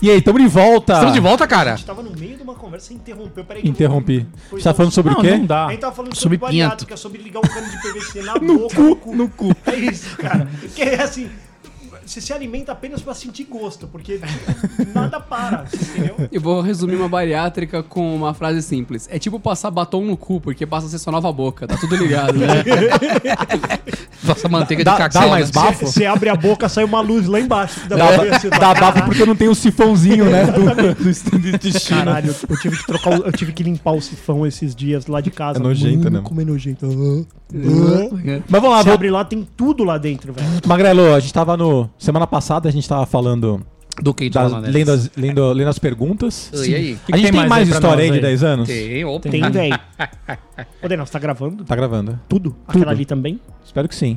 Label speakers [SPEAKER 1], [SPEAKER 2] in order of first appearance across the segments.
[SPEAKER 1] E aí, estamos de volta.
[SPEAKER 2] Estamos
[SPEAKER 3] Ah.
[SPEAKER 2] de volta, cara?
[SPEAKER 4] gente tava no meio de uma conversa e interrompeu. Peraí, que eu-
[SPEAKER 1] Interrompi.
[SPEAKER 4] Foi
[SPEAKER 1] Você tá
[SPEAKER 4] só-
[SPEAKER 1] falando sobre o
[SPEAKER 2] Não,
[SPEAKER 1] quê?
[SPEAKER 2] não
[SPEAKER 1] dá.
[SPEAKER 4] A gente tava falando
[SPEAKER 2] Sobre
[SPEAKER 4] sobre bariátrica,
[SPEAKER 2] pinto.
[SPEAKER 4] que é sobre ligar um cano de PVC na boca, no cu.
[SPEAKER 2] No cu.
[SPEAKER 4] É isso, cara. Porque é assim, você se alimenta apenas pra sentir gosto, porque tipo, nada para, entendeu?
[SPEAKER 3] Eu vou resumir uma bariátrica com uma frase simples. É tipo passar batom no cu, porque passa a ser sua nova boca. Tá tudo ligado, né?
[SPEAKER 2] Nossa manteiga de
[SPEAKER 1] Dá,
[SPEAKER 2] cacau. né?
[SPEAKER 1] dá mais bafo?
[SPEAKER 4] Você abre a boca, sai uma luz lá embaixo. que Dá,
[SPEAKER 1] Dá,
[SPEAKER 4] pra ver, assim,
[SPEAKER 1] dá bafo porque não tem o sifãozinho, né? Do, do stand de China.
[SPEAKER 4] Caralho, eu tive que trocar, o- eu tive que limpar o sifão esses dias lá de casa.
[SPEAKER 1] É nojento, né, mano?
[SPEAKER 4] Como é nojento. Ah, ah.
[SPEAKER 1] Mas vamos lá,
[SPEAKER 4] Você
[SPEAKER 1] vamos...
[SPEAKER 4] abre lá, tem tudo lá dentro, velho.
[SPEAKER 1] Magrelo, a gente tava no... Semana passada a gente tava falando
[SPEAKER 2] Do né? que
[SPEAKER 1] das lendas, lendo, lendo as perguntas.
[SPEAKER 2] E aí?
[SPEAKER 1] A gente tem mais, história aí de 10 anos?
[SPEAKER 2] Tem, opa.
[SPEAKER 4] Tem, velho. Ô, Daniel, você tá gravando?
[SPEAKER 1] Tá gravando.
[SPEAKER 4] Tudo? Aquela ali também?
[SPEAKER 1] Espero que sim.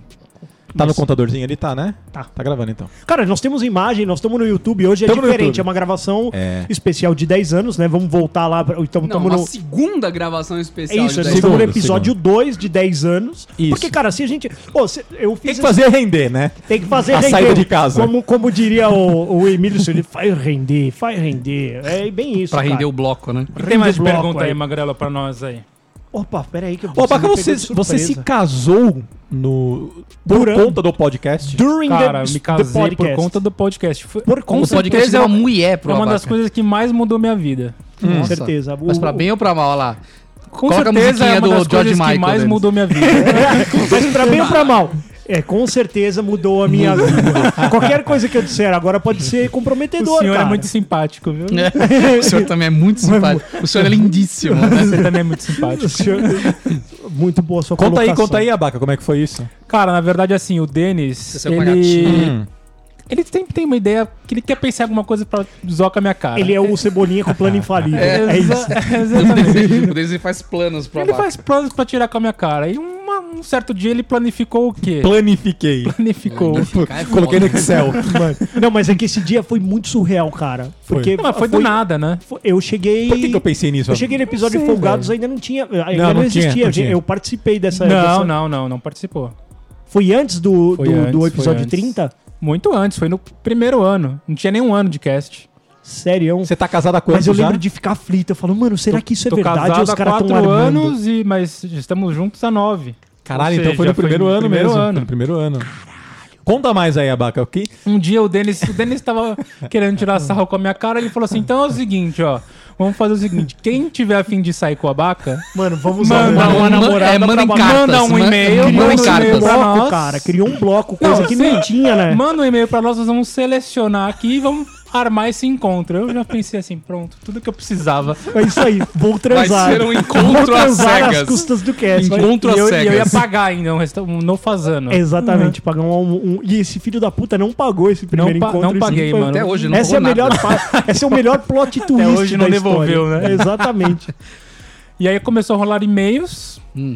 [SPEAKER 1] Tá no
[SPEAKER 4] Isso.
[SPEAKER 1] contadorzinho ali, tá, né?
[SPEAKER 4] Tá.
[SPEAKER 1] Tá gravando então.
[SPEAKER 4] Cara, nós temos imagem, nós estamos no YouTube. Hoje é
[SPEAKER 1] Tamo no
[SPEAKER 4] diferente,
[SPEAKER 1] YouTube.
[SPEAKER 4] é uma gravação
[SPEAKER 1] É.
[SPEAKER 4] especial de 10 anos, né? Vamos voltar lá. pra- Então,
[SPEAKER 3] Não,
[SPEAKER 4] tamo
[SPEAKER 3] uma
[SPEAKER 4] no...
[SPEAKER 3] segunda gravação
[SPEAKER 4] É
[SPEAKER 3] especial.
[SPEAKER 4] isso,
[SPEAKER 3] de
[SPEAKER 4] nós
[SPEAKER 3] dez
[SPEAKER 4] estamos no
[SPEAKER 1] Segundo,
[SPEAKER 4] episódio 2 de 10 anos.
[SPEAKER 1] Isso.
[SPEAKER 4] Porque, cara, se a gente. Ô, se- eu fiz
[SPEAKER 1] Tem que fazer render, né?
[SPEAKER 4] tem que fazer
[SPEAKER 1] a saída de casa.
[SPEAKER 4] Como, como diria o, o Emílio, ele faz render, faz render. É bem isso.
[SPEAKER 2] Pra
[SPEAKER 4] cara.
[SPEAKER 2] render o bloco, né?
[SPEAKER 5] Tem mais
[SPEAKER 4] bloco
[SPEAKER 5] pergunta
[SPEAKER 4] aí.
[SPEAKER 5] aí, Magrela, pra nós aí.
[SPEAKER 4] Opa, peraí que eu
[SPEAKER 1] Ô, Baca,
[SPEAKER 4] me pegou
[SPEAKER 1] você,
[SPEAKER 4] é de
[SPEAKER 1] você
[SPEAKER 4] surpresa.
[SPEAKER 1] se casou no... Por
[SPEAKER 4] Durante-
[SPEAKER 1] conta do podcast?
[SPEAKER 4] During
[SPEAKER 5] Cara,
[SPEAKER 4] the,
[SPEAKER 5] eu me
[SPEAKER 4] the
[SPEAKER 5] casei
[SPEAKER 4] podcast.
[SPEAKER 5] por conta do podcast. Foi
[SPEAKER 4] Por
[SPEAKER 2] O
[SPEAKER 4] conta
[SPEAKER 2] podcast é uma mulher
[SPEAKER 5] foi
[SPEAKER 2] pro
[SPEAKER 5] uma das
[SPEAKER 2] Abaca.
[SPEAKER 5] coisas que mais mudou minha vida.
[SPEAKER 4] Com
[SPEAKER 2] Nossa.
[SPEAKER 4] certeza.
[SPEAKER 2] Mas
[SPEAKER 4] O-
[SPEAKER 2] pra bem ou pra mal, olha lá.
[SPEAKER 5] Com
[SPEAKER 2] Coloca a
[SPEAKER 5] certeza é uma
[SPEAKER 2] musiquinha do
[SPEAKER 5] das
[SPEAKER 2] George
[SPEAKER 5] coisas que
[SPEAKER 2] Michael
[SPEAKER 5] mais
[SPEAKER 2] deles.
[SPEAKER 5] mudou minha vida.
[SPEAKER 4] Mas pra bem ou pra mal? É, com certeza mudou a minha vida. Qualquer coisa que eu disser agora pode ser
[SPEAKER 5] o
[SPEAKER 4] comprometedor,
[SPEAKER 5] senhor
[SPEAKER 4] cara.
[SPEAKER 5] é muito simpático, viu?
[SPEAKER 2] o senhor também é muito simpático. O senhor é lindíssimo, né?
[SPEAKER 5] Você também é muito
[SPEAKER 4] O
[SPEAKER 5] simpático.
[SPEAKER 4] senhor- Muito boa a sua
[SPEAKER 1] Conta aí,
[SPEAKER 4] colocação.
[SPEAKER 1] conta aí, Abaca, como é que foi isso? Hum.
[SPEAKER 5] Cara, na verdade, assim, o Denis,
[SPEAKER 2] Você é uma
[SPEAKER 5] ele...
[SPEAKER 2] gatinha.
[SPEAKER 5] Ele sempre tem uma ideia que ele quer pensar em alguma coisa pra zoar com a minha cara.
[SPEAKER 4] Ele é o Cebolinha com plano infalível. É,
[SPEAKER 5] exa-
[SPEAKER 4] isso.
[SPEAKER 5] exatamente.
[SPEAKER 2] O Denis ele faz planos pro
[SPEAKER 5] Ele
[SPEAKER 2] Abaca.
[SPEAKER 5] faz planos pra tirar com a minha cara. E uma- um certo dia ele planificou o quê?
[SPEAKER 1] Planifiquei.
[SPEAKER 5] Planificou.
[SPEAKER 2] Cara, é foda.
[SPEAKER 1] Coloquei no Excel.
[SPEAKER 4] Não, mas é que esse dia foi muito surreal, cara.
[SPEAKER 1] Foi.
[SPEAKER 4] Porque
[SPEAKER 5] Não, mas foi do nada, né?
[SPEAKER 4] foi- Eu cheguei.
[SPEAKER 1] Por que, que eu pensei nisso?
[SPEAKER 4] Eu cheguei no episódio
[SPEAKER 5] sei,
[SPEAKER 4] Folgados, ainda não tinha. Ainda não,
[SPEAKER 1] não tinha,
[SPEAKER 4] existia.
[SPEAKER 1] não
[SPEAKER 4] Eu-
[SPEAKER 1] tinha.
[SPEAKER 4] Eu participei dessa. dessa-
[SPEAKER 5] Não, não, não, não participou.
[SPEAKER 4] Foi antes do,
[SPEAKER 5] Foi
[SPEAKER 4] do, do
[SPEAKER 5] antes, foi
[SPEAKER 4] episódio
[SPEAKER 5] antes.
[SPEAKER 4] 30?
[SPEAKER 5] Muito antes, foi no primeiro ano. Não tinha nenhum ano de cast.
[SPEAKER 4] Sério.
[SPEAKER 1] Você tá casada há quanto
[SPEAKER 4] Mas eu
[SPEAKER 1] já?
[SPEAKER 4] lembro de ficar aflito. Eu falo, mano, será que isso é
[SPEAKER 5] Tô
[SPEAKER 4] verdade?
[SPEAKER 5] casado
[SPEAKER 4] Os
[SPEAKER 5] há
[SPEAKER 4] caras tão
[SPEAKER 5] quatro
[SPEAKER 4] armando.
[SPEAKER 5] anos, e, mas estamos juntos há nove.
[SPEAKER 1] Caralho,
[SPEAKER 5] Ou
[SPEAKER 1] então
[SPEAKER 5] seja,
[SPEAKER 1] foi no primeiro ano
[SPEAKER 5] primeiro
[SPEAKER 1] mesmo.
[SPEAKER 5] ano.
[SPEAKER 1] Foi no primeiro ano. Conta mais aí, Abaca. O que...
[SPEAKER 5] Um dia o Denis, o Denis tava querendo tirar sarro com a minha cara, ele falou assim, então é o seguinte, ó, vamos fazer o seguinte, quem tiver afim de sair com a Abaca,
[SPEAKER 4] Mano, vamos
[SPEAKER 5] Manda
[SPEAKER 4] arrumar uma
[SPEAKER 2] Man-
[SPEAKER 4] namorada
[SPEAKER 2] é, manda em
[SPEAKER 4] pra-
[SPEAKER 2] cartas.
[SPEAKER 5] manda um
[SPEAKER 2] man-
[SPEAKER 5] e-mail,
[SPEAKER 2] Manda
[SPEAKER 5] manda
[SPEAKER 2] em
[SPEAKER 4] Criou um
[SPEAKER 5] um e-mail.
[SPEAKER 2] cartas.
[SPEAKER 5] pra
[SPEAKER 4] bloco,
[SPEAKER 5] nós.
[SPEAKER 4] cara. Criou um bloco, coisa que não
[SPEAKER 5] assim,
[SPEAKER 4] tinha, né?
[SPEAKER 5] Manda um e-mail pra nós, nós vamos selecionar aqui e vamos armar esse encontro. Eu já pensei assim, pronto, tudo que eu precisava.
[SPEAKER 4] É isso aí, vou transar.
[SPEAKER 2] ser um encontro
[SPEAKER 4] vou transar
[SPEAKER 2] às cegas.
[SPEAKER 4] às custas do
[SPEAKER 3] Um
[SPEAKER 4] cast.
[SPEAKER 2] Encontro
[SPEAKER 5] e,
[SPEAKER 2] às
[SPEAKER 5] eu, e eu ia
[SPEAKER 2] cegas.
[SPEAKER 5] pagar ainda um, resta- um
[SPEAKER 4] É.
[SPEAKER 5] nofazano.
[SPEAKER 4] Exatamente, pagar um, um- E esse filho da puta não pagou esse primeiro
[SPEAKER 5] pa-
[SPEAKER 4] encontro.
[SPEAKER 5] não
[SPEAKER 4] isso
[SPEAKER 5] paguei,
[SPEAKER 4] foi-
[SPEAKER 5] mano.
[SPEAKER 2] Até hoje não
[SPEAKER 4] Essa é, a
[SPEAKER 2] pagou nada.
[SPEAKER 4] melhor parte, esse é o melhor plot twist
[SPEAKER 5] hoje não
[SPEAKER 4] da história.
[SPEAKER 5] devolveu, né?
[SPEAKER 4] Exatamente.
[SPEAKER 5] E aí começou a rolar e-mails.
[SPEAKER 2] Hum.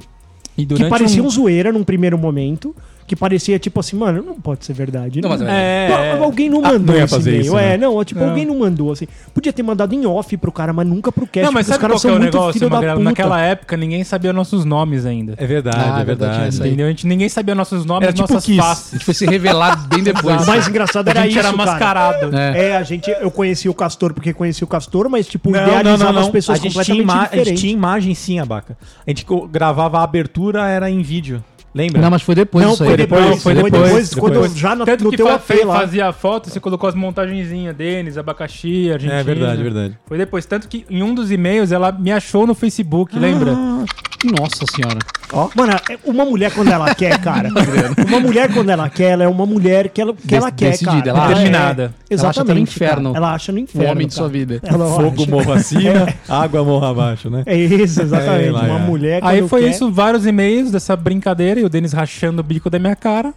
[SPEAKER 5] E durante
[SPEAKER 4] que parecia
[SPEAKER 5] um-
[SPEAKER 4] um zoeira num primeiro momento. Que parecia tipo assim, mano, não pode ser verdade. né?
[SPEAKER 2] Não, mas é-
[SPEAKER 5] É,
[SPEAKER 4] Não,
[SPEAKER 5] é.
[SPEAKER 4] Alguém não
[SPEAKER 1] Ah,
[SPEAKER 4] mandou
[SPEAKER 1] não ia
[SPEAKER 4] esse
[SPEAKER 1] fazer
[SPEAKER 4] e-mail.
[SPEAKER 1] isso,
[SPEAKER 4] é,
[SPEAKER 1] né?
[SPEAKER 4] não, tipo,
[SPEAKER 5] Não.
[SPEAKER 4] alguém não mandou, assim. Podia ter mandado em off pro cara, mas nunca pro cast.
[SPEAKER 5] Não, mas
[SPEAKER 4] porque
[SPEAKER 5] sabe qual que é o negócio,
[SPEAKER 4] filho da
[SPEAKER 5] Magrelo?
[SPEAKER 4] puta.
[SPEAKER 5] Naquela época ninguém sabia nossos nomes ainda.
[SPEAKER 1] É verdade,
[SPEAKER 2] Ah,
[SPEAKER 1] é
[SPEAKER 2] é
[SPEAKER 1] verdade.
[SPEAKER 2] verdade, é isso aí.
[SPEAKER 5] Entendeu? A gente, ninguém sabia nossos nomes,
[SPEAKER 1] Era tipo
[SPEAKER 5] nossas
[SPEAKER 1] Kiss.
[SPEAKER 2] A
[SPEAKER 5] faces.
[SPEAKER 2] gente foi se revelar bem depois.
[SPEAKER 4] O mais engraçado era
[SPEAKER 5] a gente
[SPEAKER 4] isso,
[SPEAKER 5] era
[SPEAKER 4] cara.
[SPEAKER 5] mascarado.
[SPEAKER 2] É.
[SPEAKER 4] É, a gente, eu conheci o Castor porque conheci o Castor, mas tipo,
[SPEAKER 1] Não, não,
[SPEAKER 4] idealizava
[SPEAKER 1] não,
[SPEAKER 4] as
[SPEAKER 1] não. A
[SPEAKER 4] pessoas
[SPEAKER 1] gente, tinha
[SPEAKER 4] completamente
[SPEAKER 1] ima- a gente
[SPEAKER 4] diferentes.
[SPEAKER 1] tinha imagem sim, Abaca. A gente co- gravava a abertura, era em vídeo. Lembra?
[SPEAKER 2] Não, mas foi depois
[SPEAKER 4] Não,
[SPEAKER 2] isso
[SPEAKER 4] foi
[SPEAKER 2] aí.
[SPEAKER 4] depois, foi depois,
[SPEAKER 1] depois,
[SPEAKER 4] quando
[SPEAKER 1] depois.
[SPEAKER 4] eu- já no,
[SPEAKER 5] Tanto
[SPEAKER 4] no
[SPEAKER 5] que
[SPEAKER 4] teu
[SPEAKER 5] fa
[SPEAKER 4] apê
[SPEAKER 5] fe-
[SPEAKER 4] lá.
[SPEAKER 5] fazia a foto, você colocou as montagenzinhas, Denis, abacaxi, Argentina.
[SPEAKER 1] É verdade, verdade.
[SPEAKER 5] Foi depois. Tanto que em um dos e-mails ela me achou no Facebook, lembra?
[SPEAKER 2] Nossa senhora.
[SPEAKER 4] Mano, é- uma mulher quando ela quer, cara.
[SPEAKER 5] Tá
[SPEAKER 4] uma mulher quando ela quer, ela é uma mulher que ela, que ela quer,
[SPEAKER 2] decidida,
[SPEAKER 4] cara.
[SPEAKER 2] ela
[SPEAKER 4] é-
[SPEAKER 5] determinada.
[SPEAKER 2] Ela acha até no
[SPEAKER 4] exatamente. cara.
[SPEAKER 2] inferno.
[SPEAKER 4] Ela acha no
[SPEAKER 2] O
[SPEAKER 4] inferno.
[SPEAKER 2] homem de sua
[SPEAKER 4] cara.
[SPEAKER 2] vida.
[SPEAKER 4] Ela
[SPEAKER 1] Fogo
[SPEAKER 4] acha.
[SPEAKER 1] morro acima, água morra abaixo, né?
[SPEAKER 4] É isso, exatamente.
[SPEAKER 1] É, lá,
[SPEAKER 4] uma
[SPEAKER 1] é.
[SPEAKER 4] mulher quando
[SPEAKER 5] Aí foi
[SPEAKER 4] quer-
[SPEAKER 5] isso, vários e-mails dessa brincadeira e o Denis rachando o bico da minha cara.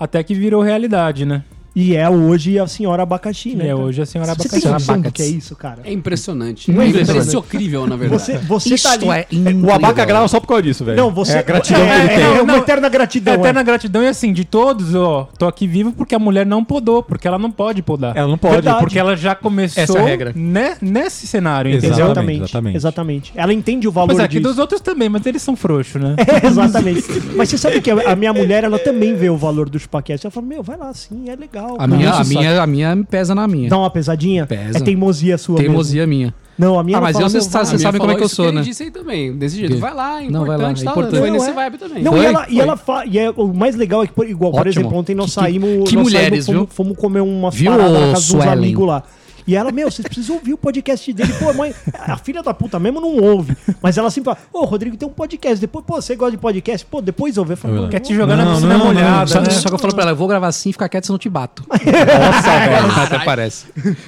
[SPEAKER 5] Até que virou realidade, né?
[SPEAKER 4] E é hoje a senhora abacaxi, né?
[SPEAKER 5] É,
[SPEAKER 4] cara?
[SPEAKER 5] hoje a senhora
[SPEAKER 4] Você tem
[SPEAKER 5] abacaxi.
[SPEAKER 4] noção do que é isso, cara?
[SPEAKER 3] É impressionante.
[SPEAKER 4] Não é
[SPEAKER 3] É
[SPEAKER 4] impressionante?
[SPEAKER 3] impressiocrível, na verdade. é-
[SPEAKER 4] Você, você tá ali.
[SPEAKER 1] O abaca grava só por caba disso, velho.
[SPEAKER 4] Não, você.
[SPEAKER 1] É gratidão
[SPEAKER 4] é,
[SPEAKER 1] que ele
[SPEAKER 4] é,
[SPEAKER 1] tem.
[SPEAKER 4] é uma
[SPEAKER 5] Não,
[SPEAKER 4] eterna gratidão.
[SPEAKER 5] É
[SPEAKER 4] é.
[SPEAKER 5] eterna gratidão e assim, de todos, ó, tô aqui vivo porque a mulher não podou, porque ela não pode podar.
[SPEAKER 1] Ela não pode.
[SPEAKER 4] Verdade.
[SPEAKER 5] Porque ela já começou
[SPEAKER 2] Essa é a regra.
[SPEAKER 5] ne- nesse cenário, entendeu?
[SPEAKER 1] Exato.
[SPEAKER 4] Exatamente,
[SPEAKER 1] Exatamente,
[SPEAKER 4] exatamente.
[SPEAKER 1] exatamente.
[SPEAKER 4] Ela entende o valor
[SPEAKER 5] Mas é que
[SPEAKER 4] disso.
[SPEAKER 5] dos outros também, mas eles são frouxos, né?
[SPEAKER 4] É, exatamente. Mas você sabe que a a minha mulher, ela também vê o valor do chupaquete. Ela fala, meu, vai lá, sim, é legal.
[SPEAKER 2] A minha,
[SPEAKER 4] Enche
[SPEAKER 2] a
[SPEAKER 4] o saco.
[SPEAKER 2] minha, a minha pesa na minha.
[SPEAKER 4] Dá uma pesadinha?
[SPEAKER 2] Pesa.
[SPEAKER 4] É teimosia sua mesmo.
[SPEAKER 2] Teimosia minha.
[SPEAKER 4] Não, a minha
[SPEAKER 2] Ah,
[SPEAKER 4] ela
[SPEAKER 2] mas
[SPEAKER 4] fala,
[SPEAKER 2] eu,
[SPEAKER 4] meu,
[SPEAKER 2] vocês
[SPEAKER 4] vai.
[SPEAKER 2] sabem
[SPEAKER 3] Minha
[SPEAKER 2] como é
[SPEAKER 3] falou
[SPEAKER 2] que eu
[SPEAKER 3] isso
[SPEAKER 2] sou,
[SPEAKER 3] ele
[SPEAKER 2] né?
[SPEAKER 3] disse aí também, desse jeito.
[SPEAKER 2] Quê?
[SPEAKER 3] Vai lá, é
[SPEAKER 2] Não, vai lá,
[SPEAKER 3] importante,
[SPEAKER 2] é
[SPEAKER 3] tá?
[SPEAKER 2] importante.
[SPEAKER 3] Foi
[SPEAKER 4] Não,
[SPEAKER 3] nesse
[SPEAKER 4] é.
[SPEAKER 3] vibe também.
[SPEAKER 4] Não, e
[SPEAKER 2] Foi?
[SPEAKER 4] ela, e
[SPEAKER 2] Foi.
[SPEAKER 4] ela fa... e é, o mais legal é que, por- igual, por
[SPEAKER 2] Ótimo.
[SPEAKER 4] exemplo, ontem nós
[SPEAKER 2] Que- que-
[SPEAKER 4] saímos.
[SPEAKER 2] que
[SPEAKER 4] nós
[SPEAKER 2] mulheres,
[SPEAKER 4] saímos,
[SPEAKER 2] viu?
[SPEAKER 4] Fomos, fomos comer umas
[SPEAKER 2] Viu,
[SPEAKER 4] paradas na casa dos
[SPEAKER 2] Suelen?
[SPEAKER 4] amigos lá. E ela, meu, vocês precisam ouvir o podcast dele. Pô, mãe, a filha da puta mesmo não ouve. Mas ela sempre fala, ô, Rodrigo, tem um podcast. Depois, pô, você gosta de podcast? Pô, depois ouve. Eu
[SPEAKER 2] É
[SPEAKER 4] falo, "Pô,
[SPEAKER 5] Quer
[SPEAKER 4] É. não-
[SPEAKER 5] te jogar na
[SPEAKER 1] Não,
[SPEAKER 5] piscina
[SPEAKER 1] não, não.
[SPEAKER 5] molhada,
[SPEAKER 2] Só,
[SPEAKER 5] né?
[SPEAKER 2] só que eu falo pra ela, eu vou gravar assim, fica quieto, senão eu te bato.
[SPEAKER 1] é
[SPEAKER 2] Nossa, velho. É,
[SPEAKER 4] assim,
[SPEAKER 2] Até parece.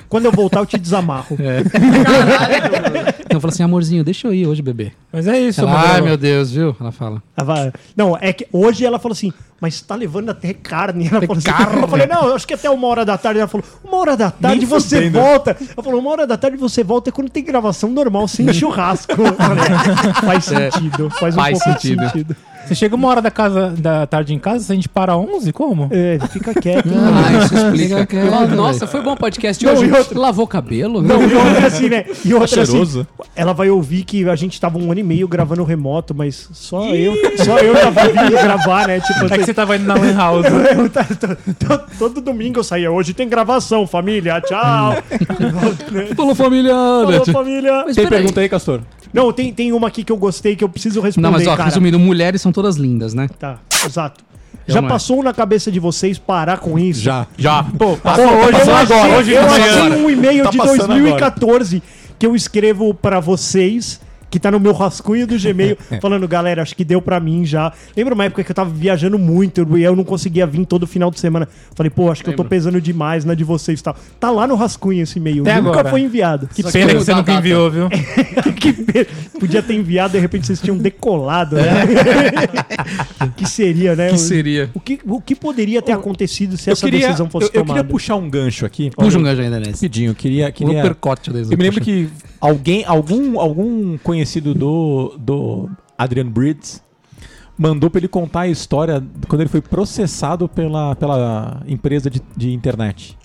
[SPEAKER 4] Quando eu voltar, eu te desamarro.
[SPEAKER 2] Então eu falo assim, amorzinho, deixa eu ir hoje, bebê.
[SPEAKER 5] Mas é isso,
[SPEAKER 2] Ela,
[SPEAKER 5] mano.
[SPEAKER 2] Ai, meu Deus, viu? Ela fala.
[SPEAKER 4] Ela fala- Não, é que hoje ela falou assim, mas tá levando até carne. Ela falou assim,
[SPEAKER 2] carne.
[SPEAKER 4] Eu falei, não, eu acho que até uma hora da tarde. Ela falou, uma hora da tarde você volta. Ela falou, uma hora da tarde você volta quando tem gravação normal, sem churrasco. Eu falei, faz sentido, faz um
[SPEAKER 2] Faz
[SPEAKER 4] pouco de
[SPEAKER 2] sentido.
[SPEAKER 4] sentido.
[SPEAKER 5] Você chega uma hora da, casa, da tarde em casa, se a gente para 11, como?
[SPEAKER 4] É, fica quieto.
[SPEAKER 3] Ah, isso explica.
[SPEAKER 2] Fica
[SPEAKER 3] Fala,
[SPEAKER 2] quieto,
[SPEAKER 3] Nossa,
[SPEAKER 2] velho.
[SPEAKER 3] foi bom o podcast
[SPEAKER 4] Não,
[SPEAKER 3] hoje.
[SPEAKER 4] e outra-
[SPEAKER 3] Lavou o cabelo?
[SPEAKER 4] Não,
[SPEAKER 3] né?
[SPEAKER 4] e outra assim, né? E outra assim,
[SPEAKER 1] cheiroso.
[SPEAKER 4] ela vai ouvir que a gente tava um ano e meio gravando remoto, mas só eu, só eu tava vindo gravar, né? Tipo,
[SPEAKER 5] É que você tava indo na Lan House.
[SPEAKER 4] Eu tá- to- to- todo domingo eu saía. Hoje tem gravação, família. Tchau.
[SPEAKER 2] Hum. Falou, família.
[SPEAKER 4] Falou, família.
[SPEAKER 3] Mas
[SPEAKER 1] Tem
[SPEAKER 3] peraí.
[SPEAKER 1] pergunta aí, Castor?
[SPEAKER 4] Não, tem, tem uma aqui que eu gostei que eu preciso responder,
[SPEAKER 2] Não, mas ó,
[SPEAKER 4] cara.
[SPEAKER 2] resumindo, mulheres são todas lindas, né?
[SPEAKER 4] Tá, exato. Já
[SPEAKER 2] não é.
[SPEAKER 4] passou na cabeça de vocês parar com isso?
[SPEAKER 1] Já.
[SPEAKER 5] Já. Pô,
[SPEAKER 4] Pô,
[SPEAKER 5] passou
[SPEAKER 4] hoje eu achei,
[SPEAKER 5] passou agora.
[SPEAKER 4] eu
[SPEAKER 5] passou
[SPEAKER 4] achei
[SPEAKER 5] agora.
[SPEAKER 4] um e-mail
[SPEAKER 1] Tá
[SPEAKER 4] de
[SPEAKER 1] passando
[SPEAKER 4] 2014 que eu escrevo pra vocês, que tá no meu rascunho do Gmail, falando, galera, acho que deu pra mim já. Lembra uma época que eu tava viajando muito e eu não conseguia vir todo final de semana. Falei, pô, acho que eu tô pesando demais na de vocês e tal. Tá lá no rascunho esse e-mail,
[SPEAKER 5] Até
[SPEAKER 4] nunca
[SPEAKER 5] agora.
[SPEAKER 4] foi enviado.
[SPEAKER 5] Que
[SPEAKER 3] Só que
[SPEAKER 5] pena que
[SPEAKER 3] mudou
[SPEAKER 5] você
[SPEAKER 3] a
[SPEAKER 5] nunca
[SPEAKER 3] data.
[SPEAKER 5] enviou, viu?
[SPEAKER 4] Que pena. Podia ter enviado, de repente vocês tinham decolado. Né? que seria, né?
[SPEAKER 2] Que seria?
[SPEAKER 4] O que, o que poderia ter acontecido se
[SPEAKER 1] Eu
[SPEAKER 4] essa
[SPEAKER 1] queria,
[SPEAKER 4] decisão fosse
[SPEAKER 1] eu, eu
[SPEAKER 4] tomada?
[SPEAKER 1] queria puxar um gancho aqui.
[SPEAKER 2] Puxa um gancho
[SPEAKER 3] né,
[SPEAKER 2] ainda nesse.
[SPEAKER 1] Rapidinho, queria...
[SPEAKER 2] Um
[SPEAKER 1] queria...
[SPEAKER 2] percote deles.
[SPEAKER 1] Eu me lembro que alguém, algum, algum conhecido do, do Adrian Bridges mandou pra ele contar a história quando ele foi processado pela, pela empresa de, de internet.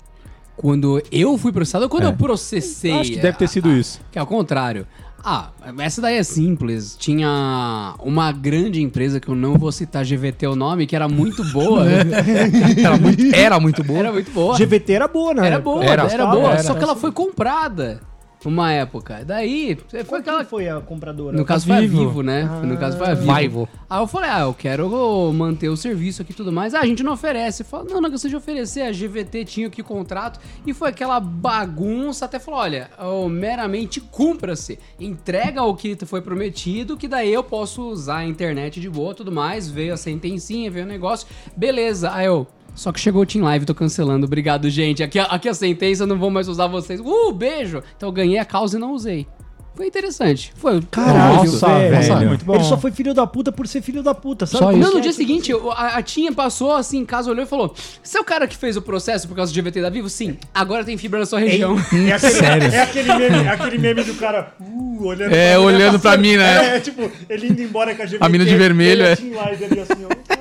[SPEAKER 3] Quando eu fui processado, ou quando
[SPEAKER 1] É.
[SPEAKER 3] eu processei.
[SPEAKER 1] Acho que deve ter sido isso.
[SPEAKER 3] Que é o contrário. Ah, essa daí é simples. Tinha uma grande empresa que eu não vou citar GVT o nome, que era muito boa.
[SPEAKER 2] Era muito, era muito boa.
[SPEAKER 3] era muito boa.
[SPEAKER 4] GVT era boa, né?
[SPEAKER 3] Era boa,
[SPEAKER 2] Era.
[SPEAKER 3] era, boa.
[SPEAKER 2] Era.
[SPEAKER 3] só que ela foi comprada uma época. Daí, foi aquela.
[SPEAKER 4] foi a compradora?
[SPEAKER 3] No caso foi a
[SPEAKER 5] Vivo.
[SPEAKER 3] Vivo, né? No caso foi a Vivo.
[SPEAKER 2] Vivo.
[SPEAKER 3] Aí eu falei, ah, eu quero manter o serviço aqui e tudo mais. Ah, a gente não oferece. Falei, não, não que de oferecer. A GVT tinha que contrato. E foi aquela bagunça. Até falou, olha, oh, meramente cumpra-se. Entrega o que foi prometido, que daí eu posso usar a internet de boa tudo mais. Veio a sentencinha, veio o negócio. Beleza. Aí eu... Só que chegou o Team Live, tô cancelando. Obrigado, gente. Aqui, a- aqui a sentença, não vou mais usar vocês. Uh, beijo! Então eu ganhei a causa e não usei. Foi interessante. Foi
[SPEAKER 4] Caralho,
[SPEAKER 1] Nossa,
[SPEAKER 4] velho.
[SPEAKER 1] velho.
[SPEAKER 5] Muito bom.
[SPEAKER 4] Ele só foi filho da puta por ser filho da puta, sabe?
[SPEAKER 2] Só
[SPEAKER 4] Como
[SPEAKER 2] isso.
[SPEAKER 3] Não,
[SPEAKER 4] que
[SPEAKER 3] no
[SPEAKER 4] é?
[SPEAKER 3] dia seguinte, eu- a, a Tinha passou assim, em casa, olhou e falou: Você é o cara que fez o processo por causa do GVT da Vivo? Sim, agora tem fibra na sua região.
[SPEAKER 4] É aquele, é aquele meme, é aquele meme do cara uh, olhando
[SPEAKER 2] É,
[SPEAKER 4] mulher
[SPEAKER 2] olhando pra
[SPEAKER 4] passando.
[SPEAKER 2] mim, né?
[SPEAKER 4] É, tipo, ele indo embora com a GVT.
[SPEAKER 2] A mina de vermelho,
[SPEAKER 4] ele
[SPEAKER 2] é.
[SPEAKER 4] assim, lá, e ele assim, ó.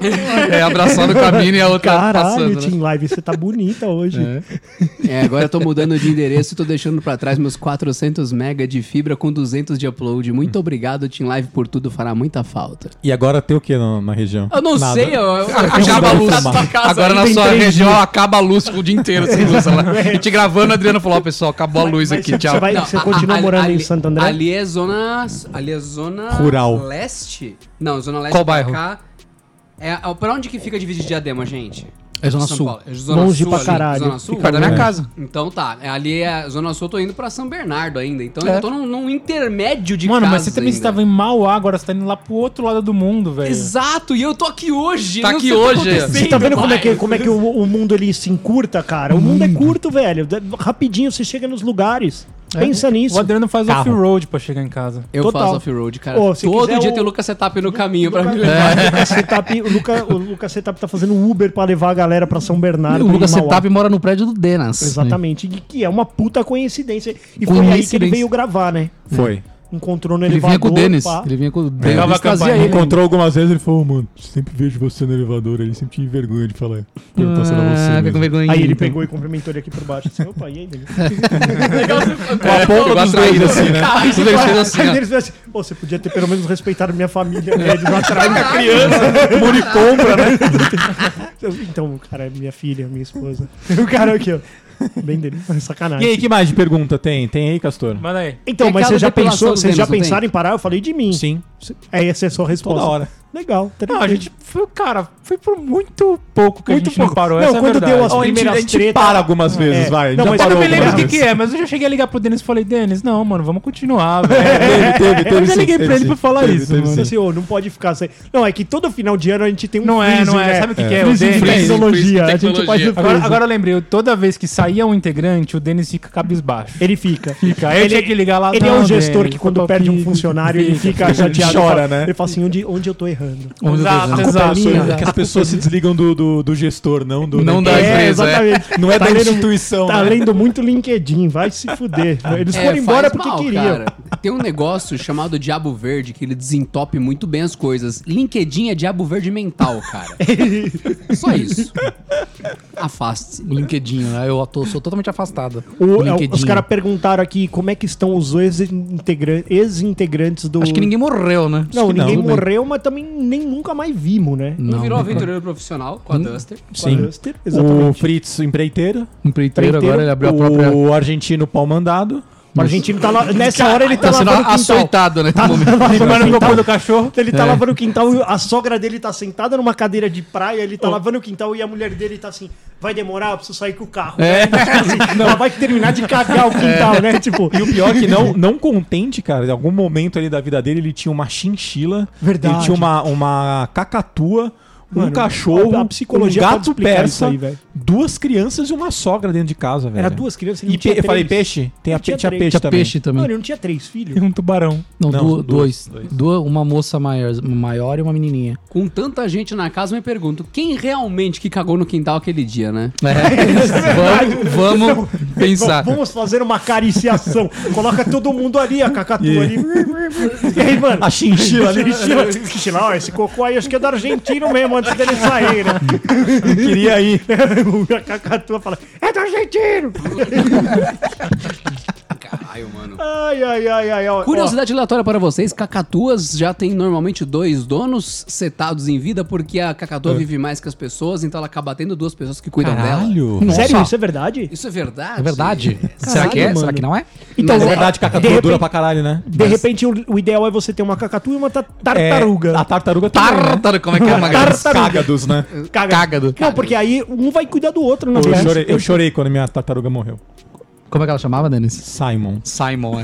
[SPEAKER 2] É, abraçando o caminho e a outra
[SPEAKER 4] Caralho,
[SPEAKER 2] passando. né?
[SPEAKER 4] Team Live, você tá bonita hoje.
[SPEAKER 3] É, agora eu tô mudando de endereço e tô deixando pra trás meus 400 mega de fibra com 200 de upload. Muito obrigado, Team Live, por tudo, fará muita falta.
[SPEAKER 1] E agora tem o que na, na região?
[SPEAKER 3] Eu não
[SPEAKER 1] Nada.
[SPEAKER 3] sei, eu. eu
[SPEAKER 2] Acaba a luz.
[SPEAKER 3] Tá na casa
[SPEAKER 2] Agora na
[SPEAKER 3] ainda.
[SPEAKER 2] sua região acaba a luz o dia inteiro sem luz. olha lá. E te gravando, Adriano falou: ó, pessoal, acabou a luz
[SPEAKER 4] mas
[SPEAKER 2] aqui,
[SPEAKER 4] você-
[SPEAKER 2] tchau.
[SPEAKER 4] você vai-
[SPEAKER 3] Não, a-
[SPEAKER 4] continua
[SPEAKER 3] a-
[SPEAKER 4] morando
[SPEAKER 3] ali-
[SPEAKER 4] em Santo André?
[SPEAKER 3] Ali é zona. Ali é zona.
[SPEAKER 1] Rural.
[SPEAKER 3] Leste? Não, zona leste.
[SPEAKER 2] Qual
[SPEAKER 3] pra
[SPEAKER 2] bairro?
[SPEAKER 3] Cá. É, a- pra onde que fica dividido Diadema, gente?
[SPEAKER 2] É Zona
[SPEAKER 3] São
[SPEAKER 2] Sul.
[SPEAKER 3] Paulo. É zona
[SPEAKER 4] Longe
[SPEAKER 3] sul
[SPEAKER 4] pra
[SPEAKER 3] ali.
[SPEAKER 4] caralho.
[SPEAKER 3] Zona sul?
[SPEAKER 2] Perto da minha
[SPEAKER 3] É.
[SPEAKER 2] casa.
[SPEAKER 3] Então tá, é, ali é Zona Sul, eu tô indo pra São Bernardo ainda. Então
[SPEAKER 4] É.
[SPEAKER 3] eu tô num, num intermédio de
[SPEAKER 5] Mano,
[SPEAKER 3] casa
[SPEAKER 5] mas você também
[SPEAKER 3] ainda.
[SPEAKER 5] estava em Mauá, agora você tá indo lá pro outro lado do mundo, velho.
[SPEAKER 3] Exato, e eu tô aqui hoje.
[SPEAKER 2] Tá
[SPEAKER 3] eu não
[SPEAKER 2] aqui
[SPEAKER 3] sei o que
[SPEAKER 2] hoje.
[SPEAKER 3] acontecendo,
[SPEAKER 4] Você tá vendo como é que,
[SPEAKER 3] pai.
[SPEAKER 4] como é que o, o mundo ele se encurta, cara? O mundo é curto, velho. Da- Rapidinho você chega nos lugares. Pensa nisso.
[SPEAKER 5] O Adriano faz
[SPEAKER 1] Carro.
[SPEAKER 5] off-road pra chegar em casa.
[SPEAKER 3] Eu
[SPEAKER 4] Total.
[SPEAKER 3] faço off-road, cara.
[SPEAKER 4] Ô, se
[SPEAKER 3] Todo
[SPEAKER 4] quiser, um
[SPEAKER 3] dia
[SPEAKER 4] o-
[SPEAKER 3] tem o Lucas Setup no caminho pra me
[SPEAKER 4] Lucas-
[SPEAKER 2] É.
[SPEAKER 3] levar.
[SPEAKER 4] O Lucas Setup- o Luca- o Lucas Setup tá fazendo Uber pra levar a galera pra São Bernardo.
[SPEAKER 2] O
[SPEAKER 4] e
[SPEAKER 2] Lucas
[SPEAKER 4] Mauá.
[SPEAKER 2] Setup mora no prédio do Denas.
[SPEAKER 4] Exatamente. E que é uma puta coincidência. E foi aí que ele
[SPEAKER 2] Coincidência.
[SPEAKER 4] veio gravar, né?
[SPEAKER 1] Foi.
[SPEAKER 4] Encontrou no
[SPEAKER 2] Ele
[SPEAKER 4] elevador.
[SPEAKER 2] vinha com o Denis.
[SPEAKER 4] pá. É.
[SPEAKER 2] Ele vinha com o
[SPEAKER 5] Tocava a
[SPEAKER 2] Denis. Tá Trazia
[SPEAKER 5] campainha.
[SPEAKER 2] ele.
[SPEAKER 1] Encontrou algumas vezes, ele falou, mano, sempre vejo você no elevador, ele sempre tinha vergonha de falar. Perguntar se era você
[SPEAKER 2] Ah,
[SPEAKER 1] mesmo.
[SPEAKER 2] fica com É, vergonha.
[SPEAKER 4] Aí ele pegou e cumprimentou ele aqui por baixo. Assim, opa, e aí, Denis?
[SPEAKER 1] Com a ponta dos dois, assim, né?
[SPEAKER 2] Tudo ele fez assim,
[SPEAKER 4] Aí
[SPEAKER 2] ó.
[SPEAKER 4] eles falaram assim, "Pô, você podia ter pelo menos respeitado minha família, né? Eles atrás da criança. Moricombra, né? Então, cara, é minha filha, minha esposa. O cara aqui, ó. Bem dele,
[SPEAKER 1] E
[SPEAKER 4] sacanagem.
[SPEAKER 1] aí, que mais de pergunta tem? Tem aí, Castor?
[SPEAKER 5] Manda aí.
[SPEAKER 4] Então,
[SPEAKER 3] Tem
[SPEAKER 4] mas
[SPEAKER 3] aquela
[SPEAKER 4] você já
[SPEAKER 3] depilação
[SPEAKER 4] pensou,
[SPEAKER 3] dos
[SPEAKER 4] vocês já
[SPEAKER 3] dedos, não tem?
[SPEAKER 4] pensaram em parar? Eu falei de mim.
[SPEAKER 1] Sim,
[SPEAKER 4] Aí essa é a sua resposta.
[SPEAKER 1] toda hora.
[SPEAKER 4] Legal. tá
[SPEAKER 5] Não, Ah, a gente foi, cara, foi por muito pouco que
[SPEAKER 4] Muito
[SPEAKER 5] a gente
[SPEAKER 4] pouco.
[SPEAKER 5] não parou.
[SPEAKER 4] Não,
[SPEAKER 5] essa é a
[SPEAKER 4] quando deu
[SPEAKER 5] verdade.
[SPEAKER 4] as-
[SPEAKER 1] Ó, a gente, a
[SPEAKER 4] primeiras
[SPEAKER 1] gente
[SPEAKER 4] treta-
[SPEAKER 1] para algumas vezes,
[SPEAKER 4] É.
[SPEAKER 1] vai. A gente
[SPEAKER 4] Não,
[SPEAKER 1] já
[SPEAKER 4] mas eu
[SPEAKER 1] parou
[SPEAKER 5] Eu não me lembro o
[SPEAKER 1] algumas
[SPEAKER 5] que, que
[SPEAKER 1] vezes.
[SPEAKER 5] é, mas eu já cheguei a ligar pro Denis e falei, Denis, não, mano, vamos continuar, velho.
[SPEAKER 1] Teve, É, teve, teve.
[SPEAKER 5] Eu já
[SPEAKER 1] sim,
[SPEAKER 5] liguei
[SPEAKER 1] teve
[SPEAKER 5] pra ele
[SPEAKER 1] sim.
[SPEAKER 5] pra falar
[SPEAKER 1] Teve,
[SPEAKER 5] isso,
[SPEAKER 1] teve
[SPEAKER 5] mano.
[SPEAKER 1] sim.
[SPEAKER 4] Assim, ô, não pode ficar sem. Não, é que todo final de ano a gente tem um.
[SPEAKER 5] Não é, não é. Sabe o que, que é? O
[SPEAKER 4] Freeze
[SPEAKER 5] Denis.
[SPEAKER 4] de
[SPEAKER 2] freeze,
[SPEAKER 4] tecnologia.
[SPEAKER 2] freeze
[SPEAKER 4] A
[SPEAKER 2] de
[SPEAKER 4] gente faz
[SPEAKER 2] tecnologia.
[SPEAKER 4] o
[SPEAKER 5] Agora,
[SPEAKER 4] freeze.
[SPEAKER 5] agora eu lembrei, eu- toda vez que saía um integrante, o Denis fica cabisbaixo.
[SPEAKER 4] Ele fica.
[SPEAKER 5] Fica. Aí eu tinha que ligar lá. né?
[SPEAKER 4] Ele é
[SPEAKER 5] não,
[SPEAKER 4] um gestor
[SPEAKER 5] Denis,
[SPEAKER 4] que quando
[SPEAKER 5] foi
[SPEAKER 4] perde um
[SPEAKER 5] palpite,
[SPEAKER 4] funcionário, ele fica chateado.
[SPEAKER 1] Chora,
[SPEAKER 4] ele fala-
[SPEAKER 1] né?
[SPEAKER 4] Ele fala assim, onde, onde eu tô errando?
[SPEAKER 5] Um Exato,
[SPEAKER 4] culpa é
[SPEAKER 5] exato.
[SPEAKER 4] minha.
[SPEAKER 1] É que as pessoas se desligam do, do, do gestor, não do.
[SPEAKER 2] Não da empresa, é.
[SPEAKER 1] Não é da instituição,
[SPEAKER 4] Tá
[SPEAKER 1] né?
[SPEAKER 4] lendo muito LinkedIn, vai se fuder. Eles foram embora
[SPEAKER 3] É, faz
[SPEAKER 4] porque
[SPEAKER 3] mal,
[SPEAKER 4] queriam.
[SPEAKER 3] cara. Tem um negócio chamado Diabo Verde que ele desentope muito bem as coisas. LinkedIn é Diabo Verde mental, cara. Só isso. Afaste-se.
[SPEAKER 2] O LinkedIn, né? Eu tô, sou totalmente afastado.
[SPEAKER 4] O-
[SPEAKER 2] do
[SPEAKER 4] é,
[SPEAKER 2] LinkedIn.
[SPEAKER 4] os caras perguntaram aqui como é que estão os ex-integra- ex-integrantes do.
[SPEAKER 2] Acho que ninguém morreu, né?
[SPEAKER 4] Não,
[SPEAKER 1] que não,
[SPEAKER 4] ninguém
[SPEAKER 1] tudo bem.
[SPEAKER 4] morreu, mas também nem nunca mais vimos, né?
[SPEAKER 3] Não, Hum? virou
[SPEAKER 2] nunca.
[SPEAKER 3] aventureiro profissional com a Duster.
[SPEAKER 1] Sim.
[SPEAKER 4] Cluster,
[SPEAKER 1] O
[SPEAKER 4] Exatamente.
[SPEAKER 1] Fritz, o empreiteiro.
[SPEAKER 2] Empreiteiro agora, ele abriu a própria.
[SPEAKER 1] O argentino pau mandado.
[SPEAKER 4] O argentino tá lá. Nessa hora ele tá,
[SPEAKER 2] Tá sendo
[SPEAKER 4] lavando o quintal.
[SPEAKER 2] açoitado, né? no momento.
[SPEAKER 5] Limpando o cocô do cachorro.
[SPEAKER 4] Ele tá lavando o quintal e a sogra dele tá sentada numa cadeira de praia, ele tá lavando o quintal e a mulher dele tá assim, vai demorar, eu preciso sair com o carro.
[SPEAKER 2] É.
[SPEAKER 4] Assim, ela vai terminar de cagar o quintal, né? Tipo,
[SPEAKER 1] E o pior é que não, não contente, cara, em algum momento ali da vida dele, ele tinha uma chinchila.
[SPEAKER 4] Verdade.
[SPEAKER 1] Ele tinha uma, uma cacatua, um
[SPEAKER 4] Mano,
[SPEAKER 1] cachorro,
[SPEAKER 4] a- a psicologia
[SPEAKER 1] um
[SPEAKER 4] pode
[SPEAKER 1] gato
[SPEAKER 4] explicar isso
[SPEAKER 1] persa,
[SPEAKER 4] aí, velho.
[SPEAKER 1] duas crianças e uma sogra dentro de casa, velho.
[SPEAKER 4] era duas crianças,
[SPEAKER 1] E
[SPEAKER 4] ele não
[SPEAKER 1] pe-
[SPEAKER 4] tinha
[SPEAKER 1] eu falei
[SPEAKER 4] três.
[SPEAKER 1] peixe? Tem a,
[SPEAKER 4] Não tinha
[SPEAKER 1] pe- tinha
[SPEAKER 4] três.
[SPEAKER 1] peixe
[SPEAKER 2] Tinha
[SPEAKER 1] também.
[SPEAKER 2] peixe também.
[SPEAKER 4] Mano, ele não tinha três
[SPEAKER 5] E
[SPEAKER 4] filhos.
[SPEAKER 5] um tubarão.
[SPEAKER 2] Não,
[SPEAKER 1] Não,
[SPEAKER 2] du-
[SPEAKER 1] dois.
[SPEAKER 2] dois. Duas, uma moça maior, maior e uma menininha.
[SPEAKER 3] Com tanta gente na casa, eu me pergunto, quem realmente que cagou no quintal aquele dia, né?
[SPEAKER 2] É. vamos, vamos pensar.
[SPEAKER 4] Vamos fazer uma cariciação. Coloca todo mundo ali, a cacatua ali. E aí, mano,
[SPEAKER 1] A chinchila né? ali.
[SPEAKER 4] Cristina, Cristina, ó, esse cocô aí acho que é do argentino mesmo, antes dele sair, né?
[SPEAKER 1] queria ir.
[SPEAKER 4] A cacatua fala, é do argentino!
[SPEAKER 3] Caralho, mano.
[SPEAKER 4] Ai, ai, ai, ai. ó, ó.
[SPEAKER 3] Curiosidade aleatória para vocês, cacatuas já tem normalmente dois donos setados em vida, porque a
[SPEAKER 2] É.
[SPEAKER 3] cacatua vive mais que as pessoas, então ela acaba tendo duas pessoas que cuidam dela.
[SPEAKER 1] Caralho.
[SPEAKER 4] Sério, isso é verdade?
[SPEAKER 3] Isso é verdade?
[SPEAKER 2] É verdade? Será
[SPEAKER 3] Caralho,
[SPEAKER 2] que é?
[SPEAKER 3] mano.
[SPEAKER 2] Será que não é?
[SPEAKER 4] Então,
[SPEAKER 1] É verdade,
[SPEAKER 4] a-
[SPEAKER 1] cacatua
[SPEAKER 4] de
[SPEAKER 1] dura
[SPEAKER 4] repente-
[SPEAKER 1] pra caralho, né?
[SPEAKER 4] De repente, o, o ideal é você ter uma cacatua e uma ta-
[SPEAKER 1] É,
[SPEAKER 4] tartaruga.
[SPEAKER 1] a tartaruga também, né?
[SPEAKER 2] Tártaro, como é que é uma
[SPEAKER 1] Os cágados, né?
[SPEAKER 4] Caga.
[SPEAKER 2] Cágado.
[SPEAKER 4] Não, porque aí um vai cuidar do outro, na
[SPEAKER 1] Eu
[SPEAKER 4] verdade.
[SPEAKER 1] chorei, eu chorei quando minha tartaruga morreu.
[SPEAKER 2] Como é que ela chamava, Denis?
[SPEAKER 1] Simon.
[SPEAKER 2] Simon.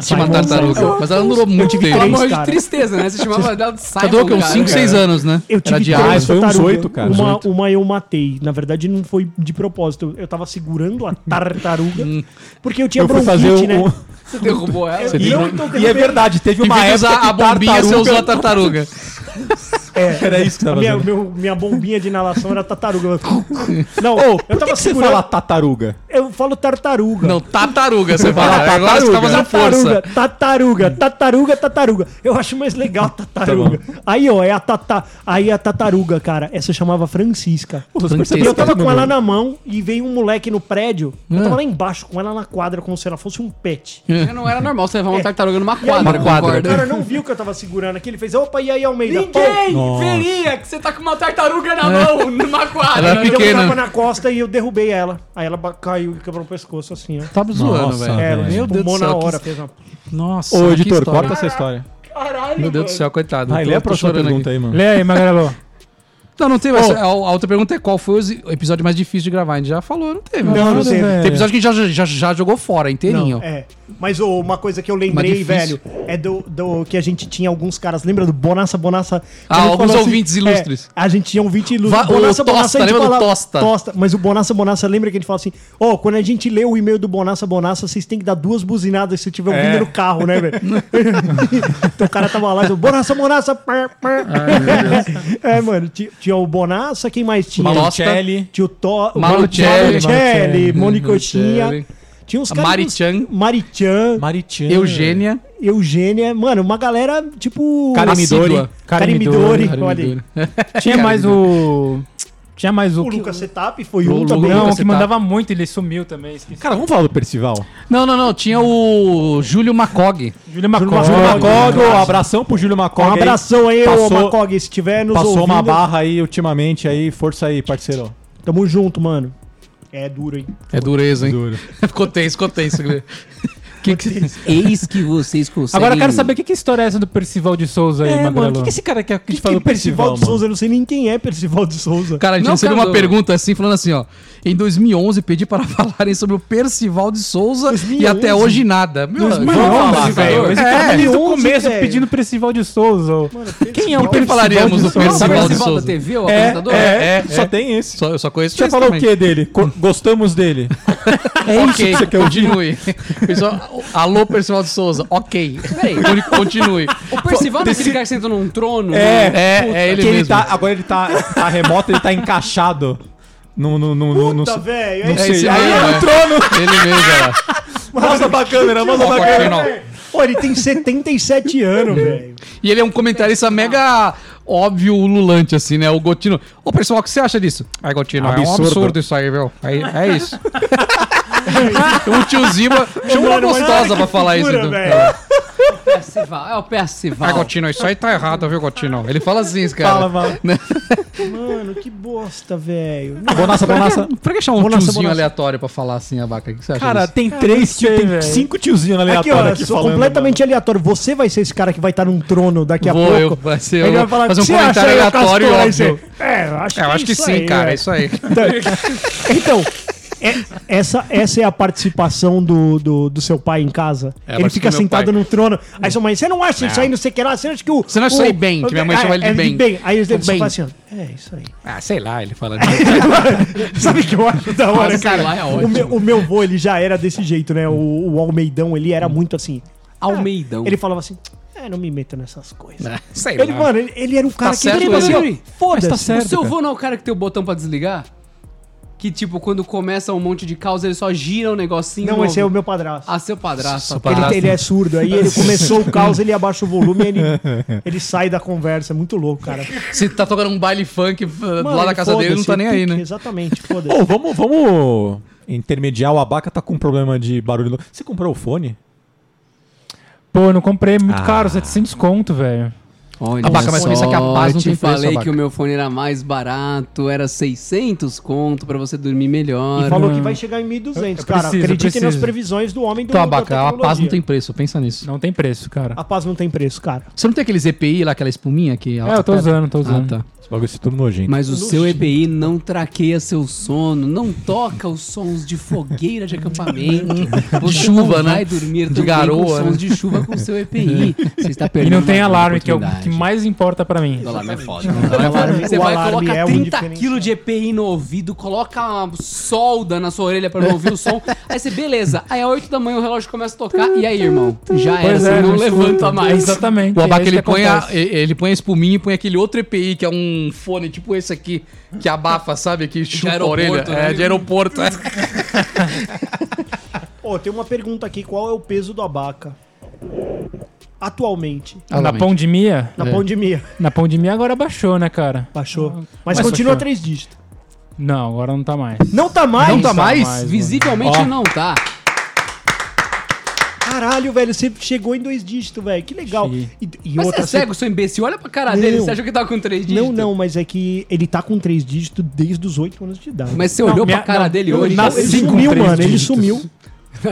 [SPEAKER 2] Tinha uma tartaruga. Mas ela não durou muito tempo.
[SPEAKER 3] Ela
[SPEAKER 4] três,
[SPEAKER 3] morreu de
[SPEAKER 4] cara.
[SPEAKER 3] tristeza, né? Você chamava ela de Simon,
[SPEAKER 2] Ela durou o quê? é Uns
[SPEAKER 3] cara.
[SPEAKER 2] 5, 6 anos, né?
[SPEAKER 4] Eu tive três
[SPEAKER 2] Era
[SPEAKER 1] Ah,
[SPEAKER 2] diário.
[SPEAKER 1] isso foi uns
[SPEAKER 4] tartarugas.
[SPEAKER 1] oito, cara, uns
[SPEAKER 4] Uma,
[SPEAKER 1] oito.
[SPEAKER 4] uma eu matei. Na verdade, não foi de propósito. Eu tava segurando a tartaruga porque eu tinha
[SPEAKER 1] Hum. Eu fui
[SPEAKER 4] bronquite,
[SPEAKER 1] fazer um- o.
[SPEAKER 4] né?
[SPEAKER 1] o-
[SPEAKER 3] Você derrubou ela?
[SPEAKER 4] E eu então
[SPEAKER 1] E é
[SPEAKER 4] derrubei-
[SPEAKER 1] verdade, teve
[SPEAKER 2] Em
[SPEAKER 1] uma
[SPEAKER 2] vez
[SPEAKER 1] época
[SPEAKER 2] de usar
[SPEAKER 1] que É,
[SPEAKER 2] a bombinha, você usou a tartaruga.
[SPEAKER 1] Era isso que
[SPEAKER 4] A
[SPEAKER 1] tava
[SPEAKER 4] minha,
[SPEAKER 1] fazendo.
[SPEAKER 4] meu- minha bombinha de inalação era tartaruga. Não, eu
[SPEAKER 1] Por que,
[SPEAKER 4] tava
[SPEAKER 1] que você
[SPEAKER 4] segurando.
[SPEAKER 1] fala tartaruga?
[SPEAKER 4] Eu falo tartaruga.
[SPEAKER 2] Não, tartaruga, você fala.
[SPEAKER 1] Fala
[SPEAKER 2] Agora você tá fazendo
[SPEAKER 4] Tartaruga,
[SPEAKER 2] força.
[SPEAKER 4] tartaruga, tartaruga, tartaruga. Eu acho mais legal tartaruga.
[SPEAKER 2] Tá
[SPEAKER 4] aí, ó, é a tata, aí a tartaruga, cara. Essa chamava Francisca.
[SPEAKER 1] Você
[SPEAKER 2] Francesca.
[SPEAKER 4] E
[SPEAKER 1] percebeu
[SPEAKER 4] eu tava
[SPEAKER 1] que
[SPEAKER 4] com ela
[SPEAKER 1] não-
[SPEAKER 4] na mão e veio um moleque no prédio. Eu
[SPEAKER 2] Ah.
[SPEAKER 4] tava lá embaixo com ela na quadra, como se ela fosse um pet.
[SPEAKER 3] Já não era normal você levar uma tartaruga numa
[SPEAKER 4] Uma
[SPEAKER 3] quadra,
[SPEAKER 2] É. quadra.
[SPEAKER 4] O cara
[SPEAKER 3] concorda?
[SPEAKER 4] não viu que eu tava segurando aqui. Ele fez, opa, e aí, Almeida?
[SPEAKER 1] Nossa.
[SPEAKER 3] veria que você tá com uma tartaruga na
[SPEAKER 2] É.
[SPEAKER 3] mão, numa quadra.
[SPEAKER 2] Ela
[SPEAKER 4] Ele deu um
[SPEAKER 2] pequena.
[SPEAKER 4] tapa na costa e eu derrubei ela. Aí ela ba- caiu e quebrou o pescoço, assim, ó.
[SPEAKER 2] Tá zoando,
[SPEAKER 1] Nossa,
[SPEAKER 2] velho.
[SPEAKER 4] É,
[SPEAKER 1] velho.
[SPEAKER 4] ela
[SPEAKER 2] Meu Deus do
[SPEAKER 4] espumou
[SPEAKER 2] céu.
[SPEAKER 4] na
[SPEAKER 2] que-
[SPEAKER 4] hora. Fez uma...
[SPEAKER 2] Nossa.
[SPEAKER 1] Ô,
[SPEAKER 2] que
[SPEAKER 1] editor,
[SPEAKER 2] história.
[SPEAKER 1] corta essa história.
[SPEAKER 4] Caralho,
[SPEAKER 2] Meu Deus
[SPEAKER 4] mano.
[SPEAKER 2] do céu, coitado.
[SPEAKER 1] Ah,
[SPEAKER 2] Tô-
[SPEAKER 1] lê a
[SPEAKER 2] tô
[SPEAKER 1] próxima
[SPEAKER 2] chorando
[SPEAKER 1] pergunta
[SPEAKER 2] aqui.
[SPEAKER 1] aí, mano.
[SPEAKER 5] Lê aí, Magrelo.
[SPEAKER 2] Não, não teve.
[SPEAKER 5] Ô.
[SPEAKER 2] A, a outra pergunta é qual foi o episódio mais difícil de gravar? A gente já falou, não teve.
[SPEAKER 4] Não, não sei.
[SPEAKER 2] Tem episódio que a gente já, já, já jogou fora inteirinho.
[SPEAKER 4] É. Mas ô, uma coisa que eu lembrei,
[SPEAKER 2] Mas
[SPEAKER 4] velho,
[SPEAKER 2] difícil.
[SPEAKER 4] é do, do que a gente tinha alguns caras. Lembra do Bonassa Bonassa?
[SPEAKER 2] Ah,
[SPEAKER 4] Ele
[SPEAKER 2] alguns
[SPEAKER 4] falou
[SPEAKER 2] ouvintes ilustres.
[SPEAKER 4] é, a gente tinha um ouvinte ilustre.
[SPEAKER 2] Va- o Tosta,
[SPEAKER 4] a gente
[SPEAKER 2] lembra do Tosta?
[SPEAKER 4] Tosta. Mas o Bonassa Bonassa, lembra que ele fala assim: Ó, quando a gente lê o e-mail do Bonassa Bonassa, vocês têm que dar duas buzinadas se tiver ouvindo no carro, né, velho? então o cara tava lá, e falou, Bonassa Bonassa. pá, pá." é, mano, ti- tinha o Bonassa, quem mais tinha?
[SPEAKER 2] Malosta.
[SPEAKER 4] Tinha o To. o
[SPEAKER 2] Malucelli.
[SPEAKER 4] Malucelli, Monicotinha.
[SPEAKER 2] Malucelli.
[SPEAKER 4] Tinha uns
[SPEAKER 2] A
[SPEAKER 4] caras.
[SPEAKER 2] Marichan.
[SPEAKER 4] Marichan,
[SPEAKER 1] Maritiana.
[SPEAKER 3] É.
[SPEAKER 2] Eugênia.
[SPEAKER 4] Eugênia. Mano, uma galera tipo.
[SPEAKER 2] Karimidori.
[SPEAKER 4] assídua.
[SPEAKER 5] Karimidori,
[SPEAKER 4] Karimidori. Olha aí.
[SPEAKER 5] Tinha mais o. Tinha mais o.
[SPEAKER 4] O
[SPEAKER 5] que-
[SPEAKER 4] Lucas Setup foi
[SPEAKER 2] O
[SPEAKER 4] um
[SPEAKER 2] Lu-
[SPEAKER 4] também.
[SPEAKER 5] Não, o
[SPEAKER 2] Lucas
[SPEAKER 5] que
[SPEAKER 2] Setup.
[SPEAKER 5] mandava muito, ele sumiu também. Esqueci.
[SPEAKER 1] Cara, vamos falar do Percival.
[SPEAKER 2] Não, não, não. Tinha o Júlio Macog.
[SPEAKER 5] Júlio Macó.
[SPEAKER 4] Júlio
[SPEAKER 1] Júlio
[SPEAKER 4] Olha,
[SPEAKER 1] Macog,
[SPEAKER 4] cara.
[SPEAKER 1] abração pro Júlio
[SPEAKER 4] um
[SPEAKER 1] Macog. aí.
[SPEAKER 4] abração aí, ô
[SPEAKER 1] Passou-
[SPEAKER 4] Macog, se tiver nos
[SPEAKER 1] Passou uma
[SPEAKER 4] ouvindo,
[SPEAKER 1] barra aí ultimamente aí, força aí, parceiro.
[SPEAKER 4] Tamo junto, mano. É duro, hein?
[SPEAKER 2] É dureza, hein?
[SPEAKER 1] Duro.
[SPEAKER 2] ficou tenso, ficou tenso. Guilherme. que que...
[SPEAKER 3] Eis que vocês conseguem.
[SPEAKER 5] Agora eu quero saber o que, que história é essa do Percival de Souza aí,
[SPEAKER 1] É, mano, o
[SPEAKER 5] Magrelo?
[SPEAKER 1] que, que esse cara quer que a gente
[SPEAKER 4] Que é
[SPEAKER 1] falou
[SPEAKER 4] Percival
[SPEAKER 1] Percival,
[SPEAKER 4] de
[SPEAKER 1] mano?
[SPEAKER 4] Souza, eu não sei nem quem é Percival de Souza.
[SPEAKER 2] Cara, a gente
[SPEAKER 3] Não,
[SPEAKER 2] recebeu
[SPEAKER 3] cara,
[SPEAKER 2] uma
[SPEAKER 3] eu-
[SPEAKER 2] pergunta assim, falando assim, ó. Em 2011, pedi para falarem sobre o Percival de Souza
[SPEAKER 4] 2011?
[SPEAKER 2] e até hoje nada. Meu,
[SPEAKER 1] Vamos
[SPEAKER 5] Nossa,
[SPEAKER 1] falar,
[SPEAKER 5] velho,
[SPEAKER 1] cara.
[SPEAKER 5] Esse cara
[SPEAKER 4] É,
[SPEAKER 5] desde o
[SPEAKER 4] 11,
[SPEAKER 5] começo
[SPEAKER 4] velho.
[SPEAKER 5] pedindo Percival de Souza. ó. Quem é o
[SPEAKER 2] Por que
[SPEAKER 5] Percival
[SPEAKER 2] falaríamos
[SPEAKER 5] de
[SPEAKER 2] do
[SPEAKER 5] Souza?
[SPEAKER 3] Percival,
[SPEAKER 2] Percival de
[SPEAKER 3] Percival da
[SPEAKER 2] Souza.
[SPEAKER 3] TV, o
[SPEAKER 1] É,
[SPEAKER 3] apresentador?
[SPEAKER 1] é, só tem esse.
[SPEAKER 2] Só, eu só conheço
[SPEAKER 1] Você
[SPEAKER 2] esse
[SPEAKER 1] falou
[SPEAKER 2] também.
[SPEAKER 1] o que dele? Co- Gostamos dele.
[SPEAKER 2] É isso que você quer continue. Pessoal, alô, Percival de Souza. Ok.
[SPEAKER 3] Peraí.
[SPEAKER 2] Único, Continue.
[SPEAKER 3] O Percival não é aquele cara que senta num trono?
[SPEAKER 1] É,
[SPEAKER 3] né?
[SPEAKER 2] é,
[SPEAKER 3] Puta.
[SPEAKER 2] é ele
[SPEAKER 1] Que
[SPEAKER 2] mesmo.
[SPEAKER 1] ele tá, agora ele tá, tá remoto, ele tá encaixado. No, no, no, no, no,
[SPEAKER 4] Puta,
[SPEAKER 1] no
[SPEAKER 4] velho.
[SPEAKER 2] não
[SPEAKER 4] é-
[SPEAKER 2] sei.
[SPEAKER 1] sei.
[SPEAKER 2] esse
[SPEAKER 1] Aí
[SPEAKER 2] mesmo,
[SPEAKER 1] é
[SPEAKER 2] é.
[SPEAKER 1] o trono.
[SPEAKER 2] Ele mesmo, é. olha lá.
[SPEAKER 1] Mostra pra câmera, mostra pra
[SPEAKER 2] Ó,
[SPEAKER 1] câmera.
[SPEAKER 2] final.
[SPEAKER 4] Pô, ele tem 77 anos, velho.
[SPEAKER 2] E ele é um comentarista mega óbvio, ululante, assim, né? O Gotino. Ô, pessoal, o que você acha disso? Ai, Gotino, é
[SPEAKER 1] Absurdo.
[SPEAKER 2] um absurdo isso aí, viu? É, é isso. o tiozinho chama uma
[SPEAKER 4] Mano, mas olha
[SPEAKER 2] gostosa
[SPEAKER 4] que
[SPEAKER 2] pra falar isso.
[SPEAKER 4] figura,
[SPEAKER 2] então.
[SPEAKER 4] velho.
[SPEAKER 3] Percival, é o
[SPEAKER 2] Ai,
[SPEAKER 3] Percival.
[SPEAKER 2] Gotino, isso aí tá errado, viu, Gotino? Ele fala assim, cara.
[SPEAKER 1] Fala, fala.
[SPEAKER 4] Mano, que bosta, velho.
[SPEAKER 1] Bonassa, bonassa.
[SPEAKER 2] Pra que chamar um
[SPEAKER 4] Vou lançar, vou
[SPEAKER 2] tiozinho
[SPEAKER 4] lançar.
[SPEAKER 2] aleatório pra falar assim, a vaca? O que você acha
[SPEAKER 1] Cara,
[SPEAKER 2] disso?
[SPEAKER 1] tem três,
[SPEAKER 5] sei,
[SPEAKER 1] tem
[SPEAKER 5] velho.
[SPEAKER 1] cinco tiozinhos
[SPEAKER 4] Aqui, ó,
[SPEAKER 1] aleatórios aqui,
[SPEAKER 4] sou
[SPEAKER 1] falando.
[SPEAKER 4] completamente
[SPEAKER 1] mano.
[SPEAKER 4] aleatório. Você vai ser esse cara que vai estar num trono daqui a
[SPEAKER 2] Vou,
[SPEAKER 4] pouco.
[SPEAKER 2] eu- vai ser-
[SPEAKER 4] Ele
[SPEAKER 2] eu
[SPEAKER 4] vai
[SPEAKER 2] vou
[SPEAKER 4] falar,
[SPEAKER 2] fazer um
[SPEAKER 4] "O que você acha
[SPEAKER 2] comentário
[SPEAKER 4] aí,
[SPEAKER 2] aleatório e
[SPEAKER 4] Castor?" Aí
[SPEAKER 2] óbvio.
[SPEAKER 4] você, É, eu acho
[SPEAKER 2] É, eu acho que
[SPEAKER 4] isso
[SPEAKER 2] sim,
[SPEAKER 4] aí,
[SPEAKER 2] cara,
[SPEAKER 4] é."
[SPEAKER 2] é isso aí.
[SPEAKER 4] Então, é- essa, essa é a participação do, do, do seu pai em casa.
[SPEAKER 2] É,
[SPEAKER 4] ele
[SPEAKER 2] mas
[SPEAKER 4] fica
[SPEAKER 2] que meu
[SPEAKER 4] sentado
[SPEAKER 2] pai.
[SPEAKER 4] no trono. Aí sua mãe, você não acha isso aí, não sei o que lá? Você acha que o.
[SPEAKER 2] Você não acha
[SPEAKER 4] o-
[SPEAKER 2] isso aí bem, que minha mãe
[SPEAKER 4] Ah,
[SPEAKER 2] chama ele de
[SPEAKER 4] é
[SPEAKER 2] bem.
[SPEAKER 4] Aí ele
[SPEAKER 2] O
[SPEAKER 4] fala
[SPEAKER 2] bem.
[SPEAKER 4] assim: ó, é isso aí.
[SPEAKER 2] Ah, sei lá, ele fala.
[SPEAKER 4] Sabe o que eu acho da hora,
[SPEAKER 3] Nossa,
[SPEAKER 4] cara?
[SPEAKER 3] lá é
[SPEAKER 4] o,
[SPEAKER 3] ótimo.
[SPEAKER 4] meu, o meu vô, ele já era desse jeito, né? O, o Almeidão, ele era muito assim.
[SPEAKER 3] Almeidão.
[SPEAKER 2] Então,
[SPEAKER 4] Ele falava assim: é, não me meta nessas coisas.
[SPEAKER 2] Sei
[SPEAKER 4] Ele,
[SPEAKER 2] lá.
[SPEAKER 4] mano, ele, ele era um cara que
[SPEAKER 2] Né? Tá certo,
[SPEAKER 4] ele
[SPEAKER 3] ele.
[SPEAKER 4] assim, ó, foda-se.
[SPEAKER 1] Mas tá certo.
[SPEAKER 3] o seu vô não é o cara que tem o botão pra desligar? Que tipo, quando começa um monte de causa, ele só gira um negocinho.
[SPEAKER 4] Não, esse é o meu padrasto.
[SPEAKER 3] Ah, seu padrasto.
[SPEAKER 2] Seu
[SPEAKER 3] tá.
[SPEAKER 4] Ele,
[SPEAKER 2] padrasto.
[SPEAKER 4] ele é surdo, aí ele começou o caos, ele abaixa o volume e ele, ele sai da conversa. É muito louco, cara.
[SPEAKER 2] Se tá tocando um baile funk uh, do
[SPEAKER 4] Mano,
[SPEAKER 2] lado da casa dele,
[SPEAKER 4] foda-se,
[SPEAKER 2] não tá nem aí,
[SPEAKER 4] pique,
[SPEAKER 2] né?
[SPEAKER 4] Exatamente, foda-se.
[SPEAKER 1] Ô, vamos, vamos intermediar. O Abaca tá com problema de barulho. no- Você comprou o fone?
[SPEAKER 5] Pô, eu não comprei, é muito
[SPEAKER 1] Ah.
[SPEAKER 5] caro, 700 conto, velho.
[SPEAKER 3] Olha
[SPEAKER 2] Abaca, mas
[SPEAKER 3] só,
[SPEAKER 2] pensa que a paz não
[SPEAKER 3] eu
[SPEAKER 2] tem
[SPEAKER 3] te
[SPEAKER 2] preço,
[SPEAKER 3] falei
[SPEAKER 2] Abaca.
[SPEAKER 3] que o meu fone era mais barato, era 600 conto pra você dormir melhor.
[SPEAKER 4] E falou que vai chegar em 1.200, cara.
[SPEAKER 5] preciso, eu
[SPEAKER 4] Acreditem nas
[SPEAKER 5] preciso.
[SPEAKER 4] previsões do homem do
[SPEAKER 2] Então,
[SPEAKER 4] mundo da
[SPEAKER 2] abaca, a paz não
[SPEAKER 4] tecnologia.
[SPEAKER 2] tem preço, pensa nisso.
[SPEAKER 5] Não tem preço, cara.
[SPEAKER 4] A paz não tem preço, cara.
[SPEAKER 2] Você não tem aqueles EPI lá, aquela espuminha que.
[SPEAKER 5] É, eu tô usando, tô
[SPEAKER 2] Ah,
[SPEAKER 5] usando.
[SPEAKER 2] tá.
[SPEAKER 1] Esse bagulho é tudo nojento.
[SPEAKER 3] Mas o seu EPI não traqueia seu sono, não toca os sons de fogueira de acampamento, de
[SPEAKER 2] chuva, né?
[SPEAKER 3] vai dormir
[SPEAKER 2] De
[SPEAKER 3] também com
[SPEAKER 2] garoa,
[SPEAKER 3] sons
[SPEAKER 2] né?
[SPEAKER 3] de chuva com o seu EPI. Você está
[SPEAKER 5] E
[SPEAKER 3] perdendo
[SPEAKER 5] não tem
[SPEAKER 3] uma
[SPEAKER 5] alarme, que é o que
[SPEAKER 3] tá. oportunidade.
[SPEAKER 5] mais importa pra mim.
[SPEAKER 3] O alarme é foda.
[SPEAKER 4] alarme-
[SPEAKER 3] Você
[SPEAKER 4] o
[SPEAKER 3] vai e
[SPEAKER 4] alarme
[SPEAKER 3] coloca
[SPEAKER 4] é um
[SPEAKER 3] 30
[SPEAKER 4] diferencial.
[SPEAKER 3] quilos de EPI no ouvido, coloca uma solda na sua orelha pra não ouvir o som. Aí você, beleza. Aí às 8 da manhã o relógio começa a tocar. E aí, irmão? Já era, você não
[SPEAKER 5] escuta.
[SPEAKER 3] levanta mais.
[SPEAKER 5] é, Exatamente.
[SPEAKER 2] O
[SPEAKER 5] é
[SPEAKER 2] abaca
[SPEAKER 5] isso
[SPEAKER 2] ele
[SPEAKER 5] que
[SPEAKER 2] põe, a,
[SPEAKER 5] acontece.
[SPEAKER 2] e- ele põe a espuminha e põe aquele outro EPI, que é um fone tipo esse aqui, que abafa, sabe? Que chupa a
[SPEAKER 3] aeroporto,
[SPEAKER 2] orelha.
[SPEAKER 3] né?
[SPEAKER 2] É, de aeroporto. é.
[SPEAKER 4] Ó, tem uma pergunta aqui. Qual é o peso do abaca? Atualmente,
[SPEAKER 5] Na pandemia?
[SPEAKER 2] É.
[SPEAKER 4] na pandemia.
[SPEAKER 5] Na pandemia agora baixou, né, cara?
[SPEAKER 4] Baixou. Mas,
[SPEAKER 5] Mas
[SPEAKER 4] continua
[SPEAKER 5] baixou.
[SPEAKER 4] três dígitos.
[SPEAKER 5] Não, agora não tá mais.
[SPEAKER 4] Não tá mais?
[SPEAKER 2] Não tá mais?
[SPEAKER 5] mano.
[SPEAKER 3] Visivelmente não tá.
[SPEAKER 4] Caralho, velho, você chegou em dois dígitos, velho. Que legal. E,
[SPEAKER 5] Cheguei.
[SPEAKER 4] e
[SPEAKER 3] Mas você é
[SPEAKER 4] você-
[SPEAKER 3] cego, seu imbecil. Olha pra cara
[SPEAKER 4] Não.
[SPEAKER 3] dele. Você achou que tava com 3 dígitos?
[SPEAKER 4] Não, não, mas é que ele tá com três dígitos desde os oito anos de idade.
[SPEAKER 3] Mas você
[SPEAKER 5] Não,
[SPEAKER 3] olhou
[SPEAKER 5] minha-
[SPEAKER 3] pra cara
[SPEAKER 5] não,
[SPEAKER 3] dele
[SPEAKER 5] eu
[SPEAKER 3] hoje.
[SPEAKER 5] nasci-
[SPEAKER 4] ele
[SPEAKER 3] Nasci
[SPEAKER 5] cinco,
[SPEAKER 4] sumiu,
[SPEAKER 5] três
[SPEAKER 4] mano, ele
[SPEAKER 5] dígitos.
[SPEAKER 4] sumiu.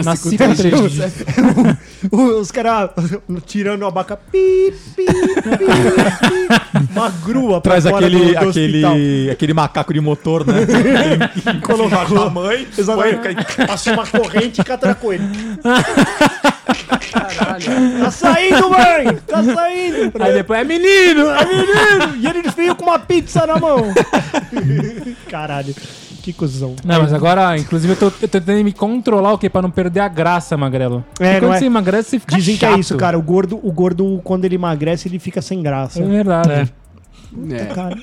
[SPEAKER 5] Nasci
[SPEAKER 3] com
[SPEAKER 5] com
[SPEAKER 3] três
[SPEAKER 5] três
[SPEAKER 3] dígitos.
[SPEAKER 5] dígitos.
[SPEAKER 4] Os caras tirando o abaca. Pi, pi, pi, pi. uma grua pra
[SPEAKER 1] Traz
[SPEAKER 4] fora
[SPEAKER 1] aquele,
[SPEAKER 4] do- do hospital.
[SPEAKER 1] aquele, aquele macaco de motor, né?
[SPEAKER 4] Colocou.
[SPEAKER 1] a mãe,
[SPEAKER 4] Exatamente. Passou uma corrente e catracou ele.
[SPEAKER 3] Caralho.
[SPEAKER 4] Tá saindo, mãe! Tá saindo!
[SPEAKER 5] Aí depois é menino!
[SPEAKER 4] Ai, menino! E ele veio com uma pizza na mão. Caralho, que cuzão.
[SPEAKER 5] Não, mas agora, inclusive, eu tô, eu tô tentando me controlar o quê? Pra não perder a graça, magrelo.
[SPEAKER 4] É,
[SPEAKER 5] Porque
[SPEAKER 4] não
[SPEAKER 5] quando
[SPEAKER 4] é?
[SPEAKER 5] você emagrece, você fica
[SPEAKER 4] Dizem
[SPEAKER 5] chato.
[SPEAKER 4] que é isso, cara. O gordo, o gordo, quando ele emagrece, ele fica sem graça.
[SPEAKER 5] É verdade.
[SPEAKER 3] É,
[SPEAKER 4] Cara.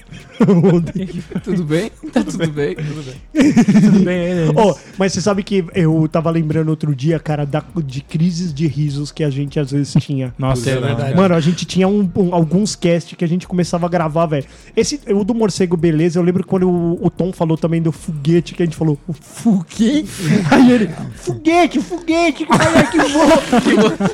[SPEAKER 3] tudo bem? Tá tudo bem. Tudo bem.
[SPEAKER 5] Tudo bem, é isso.
[SPEAKER 4] Ó, mas você sabe que eu tava lembrando outro dia, cara, da- de crises de risos que a gente às vezes tinha.
[SPEAKER 5] Nossa,
[SPEAKER 1] É
[SPEAKER 2] né?
[SPEAKER 5] não,
[SPEAKER 1] verdade.
[SPEAKER 5] cara.
[SPEAKER 4] Mano, a gente tinha um- um- alguns cast que a gente começava a gravar, velho. Esse, o do morcego, beleza. Eu lembro quando o, o Tom falou também do foguete, que a gente falou, o foguete? Aí ele, foguete, foguete, cara, que bom.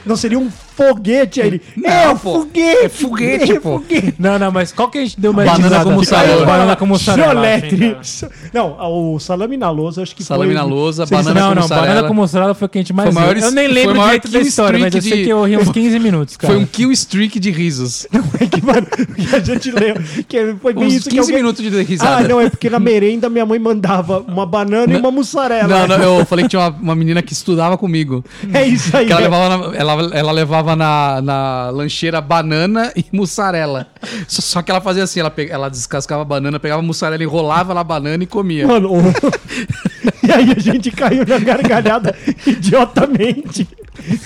[SPEAKER 4] Não seria um foguete, aí ele, é,
[SPEAKER 2] Não,
[SPEAKER 4] o
[SPEAKER 2] pô,
[SPEAKER 4] foguete.
[SPEAKER 2] é foguete,
[SPEAKER 4] é
[SPEAKER 2] pô."
[SPEAKER 4] foguete."
[SPEAKER 5] Não, não, mas qual que a gente deu uma
[SPEAKER 2] Banana
[SPEAKER 5] risada?
[SPEAKER 2] com mussarela.
[SPEAKER 5] É, Banana com mussarela. achei,
[SPEAKER 4] Choletre.
[SPEAKER 5] cara.
[SPEAKER 4] Não, o salame na lousa, acho que
[SPEAKER 2] Salame
[SPEAKER 4] foi...
[SPEAKER 2] na lousa,
[SPEAKER 4] Vocês-
[SPEAKER 2] banana
[SPEAKER 5] Não,
[SPEAKER 2] com
[SPEAKER 5] não,
[SPEAKER 2] mussarela.
[SPEAKER 5] banana com mussarela foi o que a gente mais
[SPEAKER 2] Foi
[SPEAKER 5] riu.
[SPEAKER 2] maior-
[SPEAKER 5] Eu nem
[SPEAKER 2] foi
[SPEAKER 5] lembro
[SPEAKER 2] maior
[SPEAKER 5] direito da
[SPEAKER 2] kill
[SPEAKER 5] história, mas eu
[SPEAKER 2] streak
[SPEAKER 5] sei
[SPEAKER 2] de-
[SPEAKER 5] que eu ri uns 15 minutos, cara.
[SPEAKER 2] Foi um kill streak de risos.
[SPEAKER 4] que, mano, que a gente lembra. Que foi bem
[SPEAKER 2] Uns
[SPEAKER 4] isso
[SPEAKER 2] 15
[SPEAKER 4] que alguém...
[SPEAKER 2] minutos de
[SPEAKER 4] Ah,
[SPEAKER 2] risada.
[SPEAKER 4] não, é porque na merenda minha mãe mandava uma banana e uma mussarela.
[SPEAKER 2] não, não, eu falei que tinha uma, uma menina que estudava comigo.
[SPEAKER 4] É isso aí.
[SPEAKER 2] Que ela
[SPEAKER 4] né?
[SPEAKER 2] levava, na, ela, ela levava na, na lancheira banana e mussarela. Só, só que ela fazia assim, ela, pe- ela descascava a banana, pegava a mussarela, enrolava na banana e comia.
[SPEAKER 4] Mano, o- e aí a gente caiu na gargalhada idiotamente.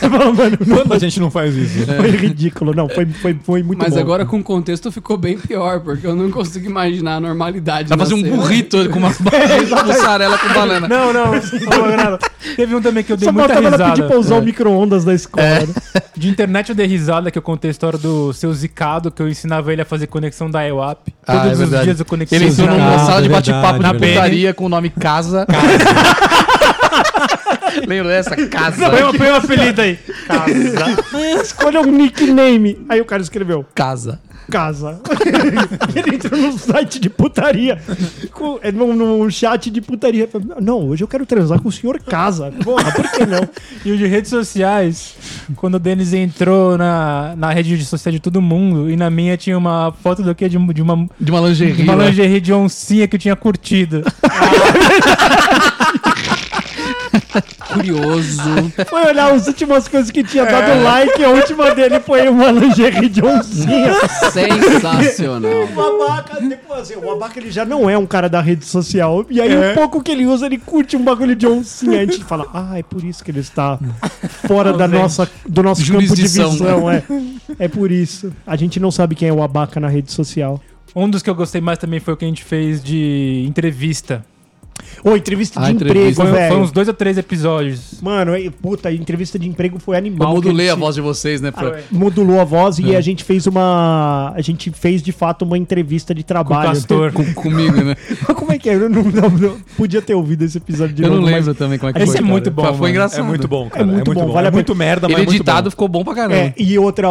[SPEAKER 4] Eu falo, Mano, é não
[SPEAKER 1] Quando a gente não faz isso? É
[SPEAKER 4] foi ridículo. Não, foi, foi, foi muito
[SPEAKER 3] Mas
[SPEAKER 4] bom.
[SPEAKER 3] agora com o contexto ficou bem pior, porque eu não consigo imaginar a normalidade.
[SPEAKER 2] Ela
[SPEAKER 3] na
[SPEAKER 2] fazia um
[SPEAKER 3] cena.
[SPEAKER 2] burrito com uma mussarela com banana.
[SPEAKER 5] Não, não. Teve um também que eu dei
[SPEAKER 4] Só
[SPEAKER 5] muita
[SPEAKER 4] faltava ela pedir
[SPEAKER 5] risada.
[SPEAKER 4] pra usar o micro-ondas da escola. né?
[SPEAKER 5] De internet eu dei risada que eu contei a história do seu Zicado, que eu ensinava ele a fazer conexão da IWAP.
[SPEAKER 2] Ah,
[SPEAKER 5] Todos
[SPEAKER 2] é
[SPEAKER 5] os
[SPEAKER 2] verdade.
[SPEAKER 5] dias eu conexão
[SPEAKER 2] Ele entrou
[SPEAKER 5] da
[SPEAKER 2] numa
[SPEAKER 1] Verdade,
[SPEAKER 2] sala de
[SPEAKER 1] verdade,
[SPEAKER 2] bate-papo de
[SPEAKER 1] verdade.
[SPEAKER 2] putaria com o nome Casa. Lembra dessa? Casa.
[SPEAKER 5] Põe uma- põe um apelido aí.
[SPEAKER 4] Escolha um nickname. Aí o cara escreveu,
[SPEAKER 2] Casa.
[SPEAKER 4] casa. ele entrou num site de putaria. com- é, Num, num chat de putaria. Não, hoje eu quero transar com o senhor casa. Porra, por que não?
[SPEAKER 5] E o de redes sociais, quando o Denis entrou na, na rede de sociais de todo mundo, e na minha tinha uma foto do quê? De, um- de uma,
[SPEAKER 2] De uma lingerie.
[SPEAKER 5] de uma lingerie de oncinha que eu tinha curtido.
[SPEAKER 3] Curioso.
[SPEAKER 4] Foi olhar as últimas coisas que tinha dado like, a última dele foi uma lingerie de oncinha.
[SPEAKER 3] Sensacional.
[SPEAKER 4] O abaca, depois, assim, o abaca ele já não é um cara da rede social. E aí o pouco que ele usa, ele curte um bagulho de oncinha. A gente fala, ah, é por isso que ele está fora da nossa, do nosso campo de
[SPEAKER 2] Jurisdição.
[SPEAKER 4] visão. É. é por isso. A gente não sabe quem é o abaca na rede social.
[SPEAKER 5] Um dos que eu gostei mais também foi o que a gente fez de entrevista.
[SPEAKER 4] Ô, entrevista de
[SPEAKER 2] Ah,
[SPEAKER 4] emprego,
[SPEAKER 2] entrevista.
[SPEAKER 5] Foi, foi
[SPEAKER 4] velho.
[SPEAKER 5] uns dois ou três episódios.
[SPEAKER 4] Mano, aí, puta, a entrevista de emprego foi
[SPEAKER 2] Eu
[SPEAKER 4] animal.
[SPEAKER 2] modulei
[SPEAKER 4] que
[SPEAKER 2] a
[SPEAKER 4] gente-
[SPEAKER 2] voz de vocês, né? pra-
[SPEAKER 5] é.
[SPEAKER 4] Modulou a voz e a gente fez uma. A gente fez de fato uma entrevista de
[SPEAKER 5] Com o
[SPEAKER 4] trabalho.
[SPEAKER 5] Castor.
[SPEAKER 2] com- comigo, né?
[SPEAKER 4] Mas como é que é? Eu não, não- não- podia ter ouvido esse episódio de
[SPEAKER 2] Eu
[SPEAKER 4] novo.
[SPEAKER 2] não
[SPEAKER 4] mas-
[SPEAKER 2] lembro também como é que
[SPEAKER 5] Esse
[SPEAKER 2] foi.
[SPEAKER 5] é muito
[SPEAKER 2] cara.
[SPEAKER 5] bom,
[SPEAKER 2] Foi
[SPEAKER 5] mano.
[SPEAKER 2] engraçado.
[SPEAKER 1] É muito bom, cara.
[SPEAKER 4] É muito bom, vale
[SPEAKER 1] É
[SPEAKER 4] a pena.
[SPEAKER 1] muito merda, mas
[SPEAKER 2] Ele
[SPEAKER 1] é muito
[SPEAKER 2] editado
[SPEAKER 1] bom.
[SPEAKER 2] ficou bom pra caramba.
[SPEAKER 4] É, e outra,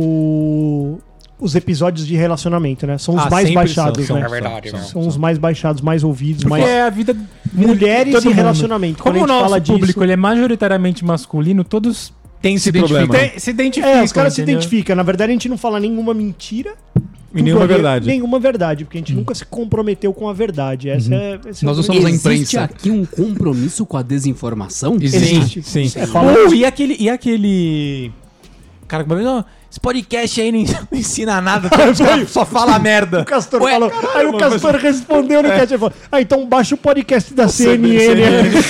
[SPEAKER 4] o. Os episódios de relacionamento, né? São os
[SPEAKER 1] Ah,
[SPEAKER 4] mais
[SPEAKER 1] sempre
[SPEAKER 4] baixados,
[SPEAKER 1] são,
[SPEAKER 4] né?
[SPEAKER 1] são, são, são.
[SPEAKER 4] São os mais baixados, mais ouvidos,
[SPEAKER 5] Porque
[SPEAKER 4] mais.
[SPEAKER 5] é a vida. de
[SPEAKER 4] Mulheres
[SPEAKER 5] todo
[SPEAKER 4] e
[SPEAKER 5] mundo.
[SPEAKER 4] relacionamento. Quando a
[SPEAKER 5] Como
[SPEAKER 4] gente
[SPEAKER 5] o nosso
[SPEAKER 4] fala disso-
[SPEAKER 5] público ele é majoritariamente masculino, todos
[SPEAKER 1] Tem esse
[SPEAKER 2] identifica-
[SPEAKER 1] problema.
[SPEAKER 5] tem- se identificam.
[SPEAKER 4] É, os caras se
[SPEAKER 5] entendeu?
[SPEAKER 4] identificam. Na verdade, a gente não fala nenhuma mentira.
[SPEAKER 1] E nenhuma
[SPEAKER 4] Porque-
[SPEAKER 1] verdade.
[SPEAKER 4] Nenhuma verdade, porque a gente nunca se comprometeu com a verdade. Essa é, esse é
[SPEAKER 2] Nós
[SPEAKER 4] o
[SPEAKER 2] não somos
[SPEAKER 4] grande-
[SPEAKER 2] a
[SPEAKER 3] Existe
[SPEAKER 2] imprensa.
[SPEAKER 3] aqui um compromisso com a desinformação?
[SPEAKER 2] Existe.
[SPEAKER 1] Sim, sim.
[SPEAKER 4] É, fala-
[SPEAKER 1] Uh, e aquele. E aquele... Cara, como é que- não, esse podcast aí não ens- não ensina nada, os caras só fala merda.
[SPEAKER 4] O Castor
[SPEAKER 3] Ué,
[SPEAKER 4] falou. aí o Castor respondeu no cast. Ele falou: Ah, então baixa o podcast da CNN.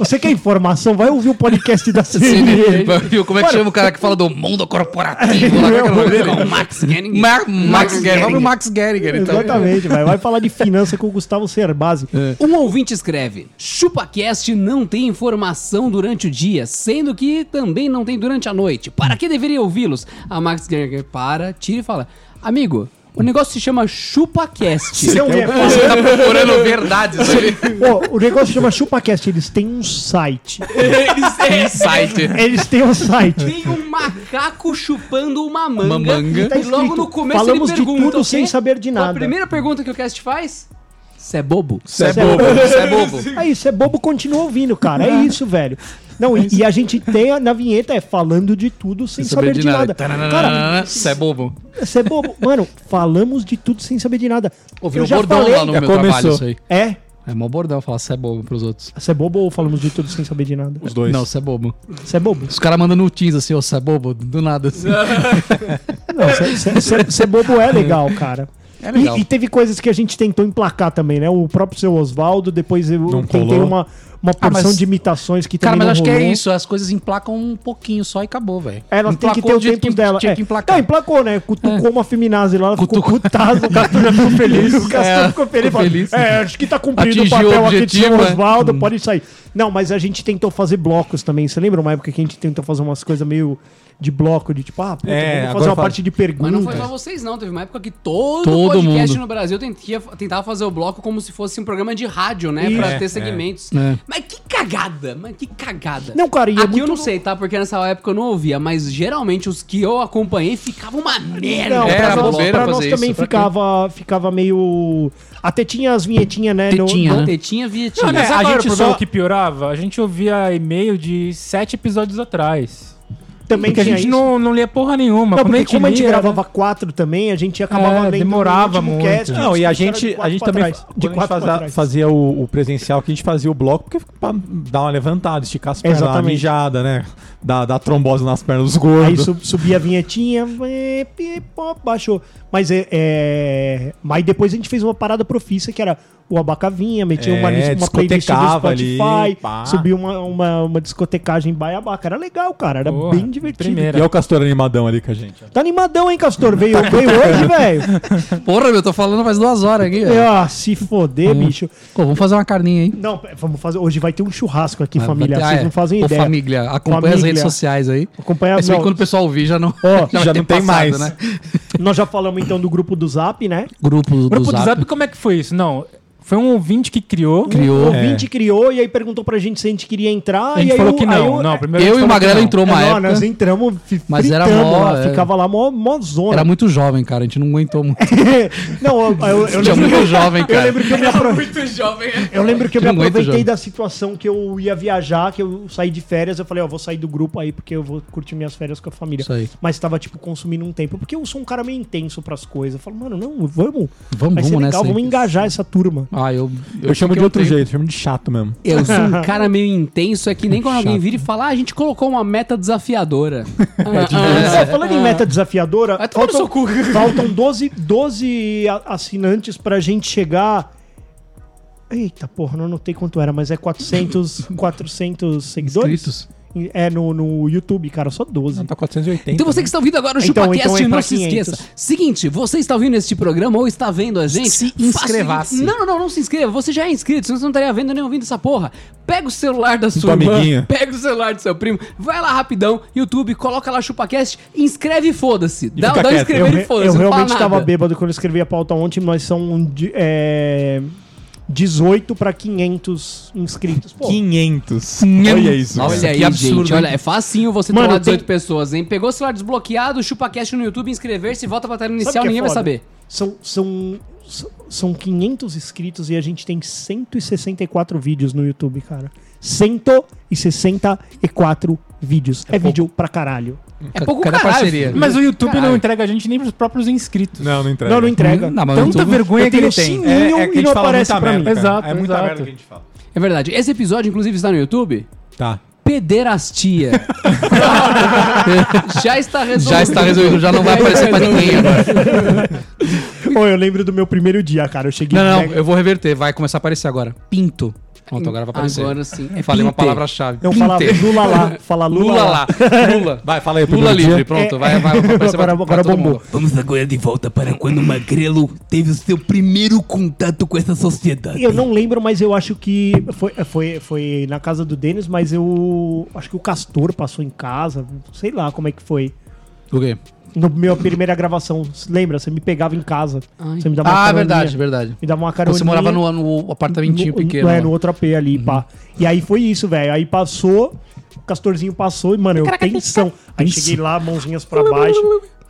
[SPEAKER 4] Você quer informação? Vai ouvir o podcast da CNN.
[SPEAKER 2] Viu como é que chama o cara que fala do mundo corporativo? Lá,
[SPEAKER 4] É,
[SPEAKER 2] como é que é o nome dele?
[SPEAKER 3] Não, Max Groening.
[SPEAKER 2] Mar- Max
[SPEAKER 3] Max
[SPEAKER 2] Geringer. Vamos pro
[SPEAKER 3] Geringer.
[SPEAKER 2] Max Geringer, então.
[SPEAKER 4] Exatamente, vai. Vai falar de finança com o Gustavo Cerbasi.
[SPEAKER 3] Um ouvinte escreve: ChupaCast não tem informação durante o dia, sendo que também não tem durante a noite. Para que deveria ouvi-los? A Max Gerger para, tira e fala: Amigo, o negócio se chama ChupaCast.
[SPEAKER 4] Não é fácil.
[SPEAKER 2] Você tá procurando verdades ali.
[SPEAKER 4] Ó, o negócio chama ChupaCast. Eles têm um site.
[SPEAKER 2] é Insight.
[SPEAKER 4] Eles têm um site.
[SPEAKER 3] Tem um macaco chupando uma manga.
[SPEAKER 2] Uma manga.
[SPEAKER 4] Tá
[SPEAKER 3] E logo
[SPEAKER 4] escrito,
[SPEAKER 3] no começo
[SPEAKER 4] falamos
[SPEAKER 3] ele
[SPEAKER 4] de
[SPEAKER 3] pergunta.
[SPEAKER 4] tudo
[SPEAKER 3] o quê?
[SPEAKER 4] sem saber de
[SPEAKER 3] A
[SPEAKER 4] nada.
[SPEAKER 3] primeira pergunta que o cast faz: Você é bobo?
[SPEAKER 1] Isso é
[SPEAKER 4] Sério?
[SPEAKER 1] bobo.
[SPEAKER 2] Você é bobo.
[SPEAKER 4] É isso, é bobo, continua ouvindo, cara. É isso, velho. Não, e, e a gente tem a- na vinheta é falando de tudo sem saber de nada. Cara,
[SPEAKER 2] Isso é bobo.
[SPEAKER 4] você é bobo. Mano, falamos de tudo sem saber de nada.
[SPEAKER 2] Pô, virou bordão lá no
[SPEAKER 1] já
[SPEAKER 2] meu trabalho
[SPEAKER 1] começou.
[SPEAKER 2] isso aí.
[SPEAKER 4] É,
[SPEAKER 2] É mó bordão falar você é bobo pros outros.
[SPEAKER 4] você é bobo ou falamos de tudo sem saber de nada?
[SPEAKER 1] Os dois.
[SPEAKER 2] Não, você é bobo.
[SPEAKER 4] Você é bobo.
[SPEAKER 2] Os caras mandam no Teams assim, ô, você é bobo, do nada assim.
[SPEAKER 4] Não, ser bobo é legal, cara.
[SPEAKER 2] É legal.
[SPEAKER 4] E, e teve coisas que a gente tentou emplacar também, né? O próprio seu Oswaldo, depois eu
[SPEAKER 1] Não
[SPEAKER 4] tentei
[SPEAKER 1] colou.
[SPEAKER 4] uma, uma porção
[SPEAKER 2] Ah, mas-
[SPEAKER 4] de imitações que
[SPEAKER 2] Cara,
[SPEAKER 4] também
[SPEAKER 2] mas
[SPEAKER 4] não
[SPEAKER 2] acho que é
[SPEAKER 4] rolou.
[SPEAKER 2] isso. As coisas emplacam um pouquinho só e acabou, velho.
[SPEAKER 4] É, Ela tem que ter
[SPEAKER 2] Emplacou
[SPEAKER 4] o
[SPEAKER 2] do jeito
[SPEAKER 4] tempo
[SPEAKER 2] É, que
[SPEAKER 4] dela.
[SPEAKER 2] Tinha
[SPEAKER 4] é.
[SPEAKER 2] que emplacar.
[SPEAKER 4] Não, emplacou, né? Cutucou uma feminazi lá, ela ficou
[SPEAKER 2] Cutucou.
[SPEAKER 4] putazo, o Castor já ficou feliz. O Castor
[SPEAKER 2] É,
[SPEAKER 4] ficou feliz.
[SPEAKER 2] ficou
[SPEAKER 4] falou,
[SPEAKER 2] feliz.
[SPEAKER 4] É, acho que tá cumprido o
[SPEAKER 2] Atingiu
[SPEAKER 4] papel
[SPEAKER 2] o
[SPEAKER 4] aqui de São
[SPEAKER 2] objetivo, é.
[SPEAKER 4] Oswaldo, pode sair. Não, mas a gente tentou fazer blocos também. Você lembra uma época que a gente tentou fazer umas coisas meio de bloco, de tipo, ah, puta,
[SPEAKER 1] É,
[SPEAKER 4] vamos fazer
[SPEAKER 1] agora
[SPEAKER 4] uma
[SPEAKER 1] fala.
[SPEAKER 4] parte de
[SPEAKER 3] Mas
[SPEAKER 4] perguntas.
[SPEAKER 3] não foi só vocês, não. Teve uma época que todo,
[SPEAKER 2] Todo
[SPEAKER 3] podcast
[SPEAKER 2] mundo.
[SPEAKER 3] no Brasil tentia- tentava fazer o bloco como se fosse um programa de rádio, né? pra ter segmentos.
[SPEAKER 2] É.
[SPEAKER 3] Mas que cagada! Mas que cagada!
[SPEAKER 4] Não, cara, e é
[SPEAKER 3] Aqui
[SPEAKER 4] muito-
[SPEAKER 3] eu não sei, tá? Porque nessa época eu não ouvia, mas geralmente os que eu acompanhei ficavam uma merda.
[SPEAKER 4] Não,
[SPEAKER 2] É,
[SPEAKER 4] pra
[SPEAKER 2] era
[SPEAKER 4] nós,
[SPEAKER 2] bobeira
[SPEAKER 4] pra nós
[SPEAKER 2] fazer
[SPEAKER 4] também
[SPEAKER 2] isso, pra
[SPEAKER 4] ficava, ficava meio. Até tinha as vinhetinhas, né? no-
[SPEAKER 2] Tetinha.
[SPEAKER 3] Não,
[SPEAKER 2] né?
[SPEAKER 3] tetinha, vietinha.
[SPEAKER 5] Ah,
[SPEAKER 4] mas
[SPEAKER 5] é, a
[SPEAKER 4] agora o
[SPEAKER 5] gente
[SPEAKER 4] problema-
[SPEAKER 5] só o que piorava, a gente ouvia e-mail de sete episódios atrás.
[SPEAKER 4] também
[SPEAKER 5] Porque a
[SPEAKER 4] tinha
[SPEAKER 5] gente
[SPEAKER 4] isso.
[SPEAKER 5] não, não lia porra nenhuma.
[SPEAKER 4] Não,
[SPEAKER 5] Quando
[SPEAKER 4] porque como a gente
[SPEAKER 5] lia, era- né?
[SPEAKER 4] gravava quatro também, a gente acabava
[SPEAKER 5] É,
[SPEAKER 4] lendo o
[SPEAKER 5] demorava
[SPEAKER 4] último
[SPEAKER 5] muito.
[SPEAKER 4] cast,
[SPEAKER 1] Não, e a gente,
[SPEAKER 4] era de
[SPEAKER 1] a gente
[SPEAKER 4] quatro
[SPEAKER 1] também,
[SPEAKER 4] pra trás.
[SPEAKER 1] de
[SPEAKER 4] de quatro pra
[SPEAKER 1] fazia,
[SPEAKER 4] trás.
[SPEAKER 1] fazia o, o presencial, que a gente fazia o bloco, porque pra dar uma levantada, esticar as pernas, dar uma
[SPEAKER 4] Exatamente.
[SPEAKER 1] mijada, né? Dar, dar trombose nas pernas dos
[SPEAKER 4] Aí
[SPEAKER 1] gordos.
[SPEAKER 4] su- subia a vinhetinha, é, pi, pó, baixou. Mas é, é. Mas depois a gente fez uma parada profissa que era o abacavinha, metia uma,
[SPEAKER 1] É,
[SPEAKER 4] lista- uma playlist do
[SPEAKER 1] discotecava ali,
[SPEAKER 4] Spotify,
[SPEAKER 1] pá.
[SPEAKER 4] subia uma, uma, uma discotecagem baiabaca. Era legal, cara. Era
[SPEAKER 5] Porra,
[SPEAKER 4] bem divertido.
[SPEAKER 5] primeira.
[SPEAKER 1] E é o Castor animadão ali com a gente. ó.
[SPEAKER 4] Tá animadão, hein, Castor? Veio, veio hoje, velho.
[SPEAKER 2] Porra, meu, tô falando faz duas horas aqui. ó.
[SPEAKER 4] Ah, se
[SPEAKER 5] É.
[SPEAKER 4] foder, bicho.
[SPEAKER 2] Pô, vamos fazer uma carninha aí.
[SPEAKER 4] Não, pera, vamos fazer. Hoje vai ter um churrasco aqui,
[SPEAKER 2] Vai-
[SPEAKER 4] família.
[SPEAKER 2] vai ter-
[SPEAKER 4] Vocês
[SPEAKER 2] ah,
[SPEAKER 4] não fazem
[SPEAKER 2] Ô,
[SPEAKER 4] ideia.
[SPEAKER 2] família, acompanha as
[SPEAKER 4] Família.
[SPEAKER 2] redes sociais aí.
[SPEAKER 4] Acompanha
[SPEAKER 2] Mas
[SPEAKER 4] não,
[SPEAKER 2] quando o pessoal ouvir já não, vai
[SPEAKER 1] já
[SPEAKER 2] ter
[SPEAKER 1] não tem mais.
[SPEAKER 4] Nós já falamos então do grupo do Zap, né?
[SPEAKER 2] Grupo do,
[SPEAKER 5] O grupo do
[SPEAKER 2] Zap.
[SPEAKER 5] Zap. como é que foi isso? Não, foi um ouvinte que criou.
[SPEAKER 4] O
[SPEAKER 2] Criou. É.
[SPEAKER 4] ouvinte criou e aí perguntou pra gente se a gente queria entrar.
[SPEAKER 5] A gente
[SPEAKER 4] e aí
[SPEAKER 5] falou
[SPEAKER 4] o-
[SPEAKER 5] que
[SPEAKER 4] aí
[SPEAKER 5] não.
[SPEAKER 4] o-
[SPEAKER 5] não,
[SPEAKER 4] é,
[SPEAKER 5] primeiro a
[SPEAKER 2] Eu
[SPEAKER 5] gente falou
[SPEAKER 2] e o
[SPEAKER 5] que
[SPEAKER 2] Magrela
[SPEAKER 5] não.
[SPEAKER 2] entrou uma
[SPEAKER 4] não,
[SPEAKER 2] época.
[SPEAKER 4] nós entramos, fi-
[SPEAKER 2] Mas era
[SPEAKER 4] fritamos
[SPEAKER 2] mó,
[SPEAKER 4] lá,
[SPEAKER 2] é.
[SPEAKER 4] ficava lá mó, mó zona.
[SPEAKER 2] Era muito jovem, cara. A gente não aguentou muito.
[SPEAKER 4] não, eu, eu- eu
[SPEAKER 2] Tinha
[SPEAKER 4] lembro,
[SPEAKER 2] muito jovem,
[SPEAKER 4] eu
[SPEAKER 2] cara.
[SPEAKER 4] lembro que eu me, apro-
[SPEAKER 3] Muito jovem.
[SPEAKER 4] eu lembro que eu me
[SPEAKER 2] Tinha muito
[SPEAKER 4] aproveitei
[SPEAKER 2] jovem.
[SPEAKER 4] da situação que eu ia viajar, que eu saí de férias, eu falei, ó, vou sair do grupo aí porque eu vou curtir minhas férias com a família.
[SPEAKER 2] Isso aí.
[SPEAKER 4] Mas tava, tipo, consumindo um tempo. Porque eu sou um cara meio intenso pras coisas. Eu falo, mano, não, vamos.
[SPEAKER 2] Vamos,
[SPEAKER 4] Vai
[SPEAKER 2] vamos
[SPEAKER 4] ser
[SPEAKER 2] nessa.
[SPEAKER 4] legal,
[SPEAKER 2] aí.
[SPEAKER 4] vamos engajar essa turma.
[SPEAKER 2] Ah, eu,
[SPEAKER 1] Eu, um chamo
[SPEAKER 2] que
[SPEAKER 1] de outro
[SPEAKER 2] tenho-
[SPEAKER 1] jeito, chamo de chato mesmo.
[SPEAKER 3] Eu sou um cara meio intenso, é que nem quando alguém vira e fala, ah, a gente colocou uma meta desafiadora.
[SPEAKER 4] Não, falando em meta desafiadora,
[SPEAKER 3] Vai tomar no
[SPEAKER 4] faltam,
[SPEAKER 3] seu cu.
[SPEAKER 4] faltam 12, 12 a- assinantes pra gente chegar. Eita porra, não anotei quanto era, mas é 400, 400 seguidores?
[SPEAKER 2] Inscritos.
[SPEAKER 4] É no, no YouTube, cara, só 12.
[SPEAKER 1] Não, tá 480.
[SPEAKER 3] Então você que está ouvindo agora o
[SPEAKER 4] Então,
[SPEAKER 3] ChupaCast,
[SPEAKER 4] então é pra
[SPEAKER 3] não se
[SPEAKER 4] 500.
[SPEAKER 3] esqueça. Seguinte, você está ouvindo este programa ou está vendo a gente?
[SPEAKER 2] Se
[SPEAKER 3] faça o seguinte-
[SPEAKER 2] inscrevasse.
[SPEAKER 3] Não, não, não, não se inscreva. Você já é inscrito, senão você não estaria vendo nem ouvindo essa porra. Pega o celular da sua irmã,
[SPEAKER 1] amiguinho.
[SPEAKER 3] pega o celular do seu primo, vai lá rapidão, YouTube, coloca lá ChupaCast, inscreve e foda-se. Dá,
[SPEAKER 1] fica
[SPEAKER 3] dá
[SPEAKER 1] quieto.
[SPEAKER 3] o
[SPEAKER 4] Eu,
[SPEAKER 3] inscrever
[SPEAKER 4] re-
[SPEAKER 3] e foda-se.
[SPEAKER 4] eu
[SPEAKER 3] não fala
[SPEAKER 4] realmente
[SPEAKER 3] nada.
[SPEAKER 4] tava bêbado quando eu escrevi a pauta ontem, mas são de- é, 18 pra 500 inscritos. Pô,
[SPEAKER 1] 500. Olha
[SPEAKER 2] 500.
[SPEAKER 1] isso.
[SPEAKER 3] Olha
[SPEAKER 1] cara.
[SPEAKER 3] aí,
[SPEAKER 2] que absurdo,
[SPEAKER 3] gente.
[SPEAKER 2] hein?
[SPEAKER 3] Olha, é facinho você
[SPEAKER 4] Mano,
[SPEAKER 3] trollar
[SPEAKER 4] tem-
[SPEAKER 3] 18 pessoas, hein? Pegou o celular desbloqueado, chupa cash no YouTube, inscrever-se, volta pra tela
[SPEAKER 4] Sabe o
[SPEAKER 3] inicial,
[SPEAKER 4] que é
[SPEAKER 3] ninguém vai
[SPEAKER 4] foda?
[SPEAKER 3] saber.
[SPEAKER 4] São, são, são- são 500 inscritos e a gente tem 164 vídeos no YouTube, cara. 164 vídeos. É, vídeo pra caralho.
[SPEAKER 3] É pouco
[SPEAKER 2] Cadê a
[SPEAKER 3] caralho.
[SPEAKER 2] parceria?
[SPEAKER 3] filho.
[SPEAKER 5] Mas o YouTube
[SPEAKER 3] Caralho.
[SPEAKER 5] não entrega a gente nem pros próprios inscritos.
[SPEAKER 1] Não, É. não entrega. É,
[SPEAKER 4] Não, não entrega.
[SPEAKER 2] Não, mas o
[SPEAKER 5] Tanta
[SPEAKER 2] YouTube-
[SPEAKER 5] vergonha
[SPEAKER 4] Eu
[SPEAKER 5] que
[SPEAKER 4] tenho
[SPEAKER 5] ele tem.
[SPEAKER 4] sim- nenhum e
[SPEAKER 1] a gente
[SPEAKER 4] não
[SPEAKER 1] fala
[SPEAKER 4] aparece
[SPEAKER 1] muita
[SPEAKER 4] pra mim.
[SPEAKER 1] merda, cara.
[SPEAKER 5] Exato,
[SPEAKER 1] É muita
[SPEAKER 5] exato.
[SPEAKER 1] merda que a gente fala.
[SPEAKER 3] É verdade. Esse episódio, inclusive, está no YouTube.
[SPEAKER 1] Tá.
[SPEAKER 3] Pederastia. já está resolvido.
[SPEAKER 2] Já está resolvido, já não vai aparecer pra ninguém agora.
[SPEAKER 4] Ô, eu lembro do meu primeiro dia, cara. Eu cheguei.
[SPEAKER 2] Não, não,
[SPEAKER 4] mega-
[SPEAKER 2] eu vou reverter. Vai começar a aparecer agora. Pinto. Pronto, agora vai aparecer.
[SPEAKER 3] Agora sim. É
[SPEAKER 2] Eu Falei uma
[SPEAKER 3] Pinter.
[SPEAKER 2] palavra-chave.
[SPEAKER 4] Eu
[SPEAKER 2] Pinter.
[SPEAKER 4] falava Lula lá. Fala Lula,
[SPEAKER 2] Lula
[SPEAKER 4] lá.
[SPEAKER 2] lá. Lula.
[SPEAKER 1] Vai, fala aí.
[SPEAKER 2] Lula
[SPEAKER 1] primeiro dia.
[SPEAKER 2] livre, pronto. Vai, vai, vai
[SPEAKER 4] Agora-
[SPEAKER 2] aparecer pra-
[SPEAKER 4] agora
[SPEAKER 2] pra todo
[SPEAKER 4] bombou.
[SPEAKER 2] mundo.
[SPEAKER 6] Vamos agora de volta para quando o Magrelo teve o seu primeiro contato com essa sociedade.
[SPEAKER 4] Eu não lembro, mas eu acho que foi, foi, foi na casa do Denis, mas eu acho que o Castor passou em casa. Sei lá como é que foi.
[SPEAKER 2] O quê?
[SPEAKER 4] Na minha primeira gravação, lembra? Você me pegava em casa.
[SPEAKER 3] Ai.
[SPEAKER 4] Você me dava
[SPEAKER 2] Ah,
[SPEAKER 4] caroninha.
[SPEAKER 2] verdade, verdade.
[SPEAKER 4] Me dava uma caroninha.
[SPEAKER 2] Você morava no, no apartamentinho
[SPEAKER 4] no-
[SPEAKER 2] pequeno. né? Uhum.
[SPEAKER 4] É,
[SPEAKER 2] lá.
[SPEAKER 4] no outro AP ali, pá. E aí foi isso, velho. Aí passou, o Castorzinho passou e, mano, eu tensão. Aí cheguei lá, mãozinhas pra baixo.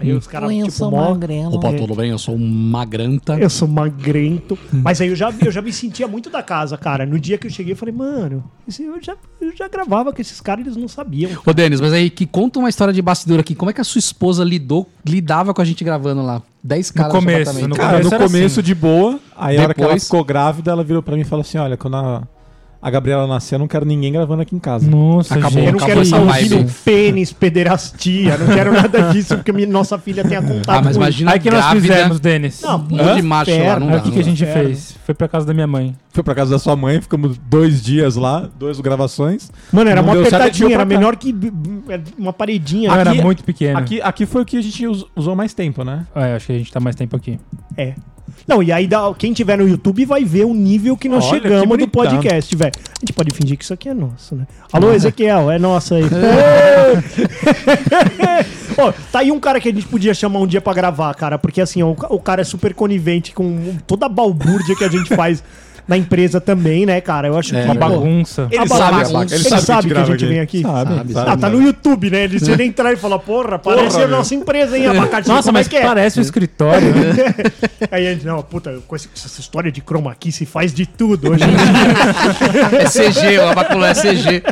[SPEAKER 4] Aí os caras, tipo, mó...
[SPEAKER 2] Opa, tudo bem? Eu sou um magranta.
[SPEAKER 4] Eu sou magrento.
[SPEAKER 2] Hum.
[SPEAKER 4] Mas aí eu já, eu já me sentia muito da casa, cara. No dia que eu cheguei, eu falei, mano, esse- eu já, eu já gravava com esses caras, eles não sabiam.
[SPEAKER 2] Ô, Denis, mas aí que conta uma história de bastidor aqui. Como é que a sua esposa lidou, lidava com a gente gravando lá? 10 caras
[SPEAKER 5] começo,
[SPEAKER 2] apartamento.
[SPEAKER 5] no
[SPEAKER 2] Cara,
[SPEAKER 1] Cara, no
[SPEAKER 5] era
[SPEAKER 1] começo
[SPEAKER 5] assim.
[SPEAKER 1] de boa, aí a hora que ela
[SPEAKER 2] Depois-
[SPEAKER 1] ficou grávida, ela virou pra mim e falou assim: olha, quando a, a Gabriela nascer, eu não quero ninguém gravando aqui em casa.
[SPEAKER 5] Nossa,
[SPEAKER 2] Acabou,
[SPEAKER 5] gente.
[SPEAKER 4] eu não quero
[SPEAKER 2] essa
[SPEAKER 4] estar
[SPEAKER 2] vibe.
[SPEAKER 4] ouvindo pênis, pederastia, não quero nada disso, porque minha, nossa filha tenha contato
[SPEAKER 2] Ah, mas
[SPEAKER 4] com Ah,
[SPEAKER 2] imagina
[SPEAKER 5] Aí o que nós
[SPEAKER 2] grávida,
[SPEAKER 5] fizemos, Denis?
[SPEAKER 4] Não,
[SPEAKER 2] Um monte de macho lá, não
[SPEAKER 4] Inferno.
[SPEAKER 5] Aí
[SPEAKER 2] dá,
[SPEAKER 5] o que,
[SPEAKER 2] não
[SPEAKER 5] que a
[SPEAKER 2] dá.
[SPEAKER 5] gente
[SPEAKER 4] não.
[SPEAKER 5] fez? Foi pra casa da minha mãe.
[SPEAKER 1] Foi pra casa da sua mãe, ficamos dois dias lá, duas gravações.
[SPEAKER 4] Mano, era
[SPEAKER 1] Não
[SPEAKER 4] uma
[SPEAKER 1] deu certo,
[SPEAKER 4] apertadinha,
[SPEAKER 1] tinha
[SPEAKER 4] era
[SPEAKER 1] pra cá.
[SPEAKER 4] menor que b- b- é, uma paredinha.
[SPEAKER 2] Ah,
[SPEAKER 5] Eu
[SPEAKER 4] né?
[SPEAKER 5] era muito pequeno.
[SPEAKER 1] Aqui, aqui foi o que a gente us- usou mais tempo, né?
[SPEAKER 5] É, acho que a gente tá mais tempo aqui.
[SPEAKER 4] É. Não, e aí dá- quem tiver no YouTube vai ver o nível que nós
[SPEAKER 1] Olha, que
[SPEAKER 4] chegamos do
[SPEAKER 1] bonitão.
[SPEAKER 4] podcast, velho. A gente pode fingir que isso aqui é nosso, né? Alô, Ezequiel, é nosso aí. Ó, tá aí um cara que a gente podia chamar um dia pra gravar, cara, porque assim, ó, o, ca- o cara é super conivente com toda a balbúrdia que a gente faz na empresa também, né, cara? Eu acho
[SPEAKER 2] É,
[SPEAKER 4] que
[SPEAKER 5] Uma
[SPEAKER 2] verdade.
[SPEAKER 5] bagunça.
[SPEAKER 4] ele
[SPEAKER 2] sabe
[SPEAKER 4] sabe,
[SPEAKER 2] a
[SPEAKER 4] ele
[SPEAKER 2] bagunça.
[SPEAKER 1] Ele sabe
[SPEAKER 4] sabe,
[SPEAKER 1] que a gente
[SPEAKER 4] que a
[SPEAKER 1] grava
[SPEAKER 4] gente
[SPEAKER 1] aqui.
[SPEAKER 4] vem aqui.
[SPEAKER 1] Sabe, É.
[SPEAKER 4] Ah, tá no YouTube, né? Ele, se ele entrar e falar, porra, parece a
[SPEAKER 1] meu.
[SPEAKER 4] nossa empresa, hein, abacaxi?
[SPEAKER 5] Nossa,
[SPEAKER 4] como
[SPEAKER 5] mas
[SPEAKER 4] é que é?
[SPEAKER 5] parece o escritório. né?
[SPEAKER 4] Aí a gente, não, puta, com esse- essa história de chroma aqui se faz de tudo hoje. em dia.
[SPEAKER 2] É CG, o abaculé é CG.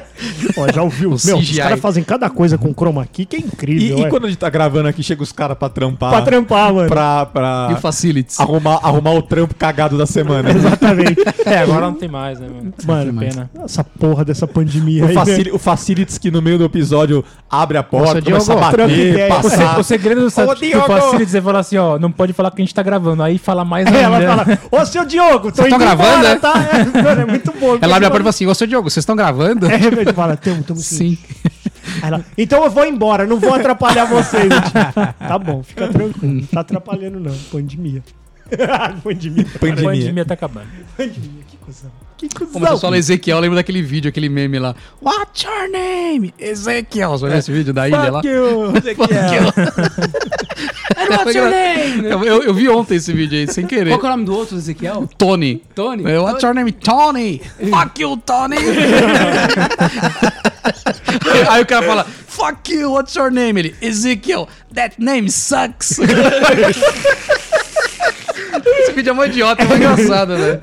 [SPEAKER 4] Ó, já ouviu? Meu, os
[SPEAKER 2] CGI.
[SPEAKER 4] caras fazem cada coisa com chroma aqui que é
[SPEAKER 1] E,
[SPEAKER 4] incrível.
[SPEAKER 1] e
[SPEAKER 4] é.
[SPEAKER 1] quando a gente tá gravando aqui, chega os caras pra trampar.
[SPEAKER 4] Pra trampar, mano.
[SPEAKER 1] Pra, pra
[SPEAKER 3] Ah.
[SPEAKER 2] E o Facilities.
[SPEAKER 1] arrumar, arrumar o trampo cagado da semana.
[SPEAKER 4] Exatamente.
[SPEAKER 5] É, agora não tem mais, né, mano?
[SPEAKER 4] Mano,
[SPEAKER 5] que pena.
[SPEAKER 4] essa porra dessa pandemia
[SPEAKER 1] O,
[SPEAKER 4] aí. né?
[SPEAKER 1] facil, o Facilities que no meio do episódio abre a porta,
[SPEAKER 2] Nossa,
[SPEAKER 1] começa
[SPEAKER 2] Diogo,
[SPEAKER 1] a
[SPEAKER 4] troca
[SPEAKER 1] bater,
[SPEAKER 4] ideia.
[SPEAKER 5] O, se-
[SPEAKER 1] passar.
[SPEAKER 5] o segredo do
[SPEAKER 1] Ô,
[SPEAKER 5] Sat- do
[SPEAKER 1] Diogo!
[SPEAKER 5] Facilities é falar assim, ó, não pode falar que a gente tá gravando. Aí É, fala mais
[SPEAKER 4] né?
[SPEAKER 5] ainda.
[SPEAKER 1] É.
[SPEAKER 4] Ela fala, ô seu Diogo, tô
[SPEAKER 2] Vocês
[SPEAKER 4] indo
[SPEAKER 2] tão gravando,
[SPEAKER 4] embora,
[SPEAKER 2] né?
[SPEAKER 4] tá? É, mano, é muito bom.
[SPEAKER 2] Ela abre a porta e fala assim, ô, seu Diogo, vocês estão gravando?
[SPEAKER 4] É, ele fala, tamo, tamo sim. Aí ela, então eu vou embora, não vou atrapalhar vocês. tá bom, fica tranquilo. Não tá atrapalhando, não. Pandemia. pandemia.
[SPEAKER 5] a
[SPEAKER 1] Pandemia.
[SPEAKER 5] pandemia tá acabando.
[SPEAKER 4] Pandemia, que cuzão. Que
[SPEAKER 2] Como se é eu
[SPEAKER 4] cuzão.
[SPEAKER 2] falo Ezequiel, lembra daquele vídeo, aquele meme lá. What's your name? Ezequiel. Você olhou esse vídeo da ilha lá?
[SPEAKER 1] Fuck you,
[SPEAKER 4] é
[SPEAKER 1] Ezequiel.
[SPEAKER 3] What's your name?
[SPEAKER 2] Eu, eu- eu vi ontem esse vídeo aí, sem
[SPEAKER 3] né?
[SPEAKER 2] querer.
[SPEAKER 3] Qual que é o nome do outro, Ezequiel?
[SPEAKER 2] Tony.
[SPEAKER 3] Tony?
[SPEAKER 2] É, What's your name? Tony! Fuck you, Tony! Aí o cara fala, fuck you, what's your name? Ele, Ezequiel, that name sucks! Esse vídeo é mó idiota, é mó engraçado, né?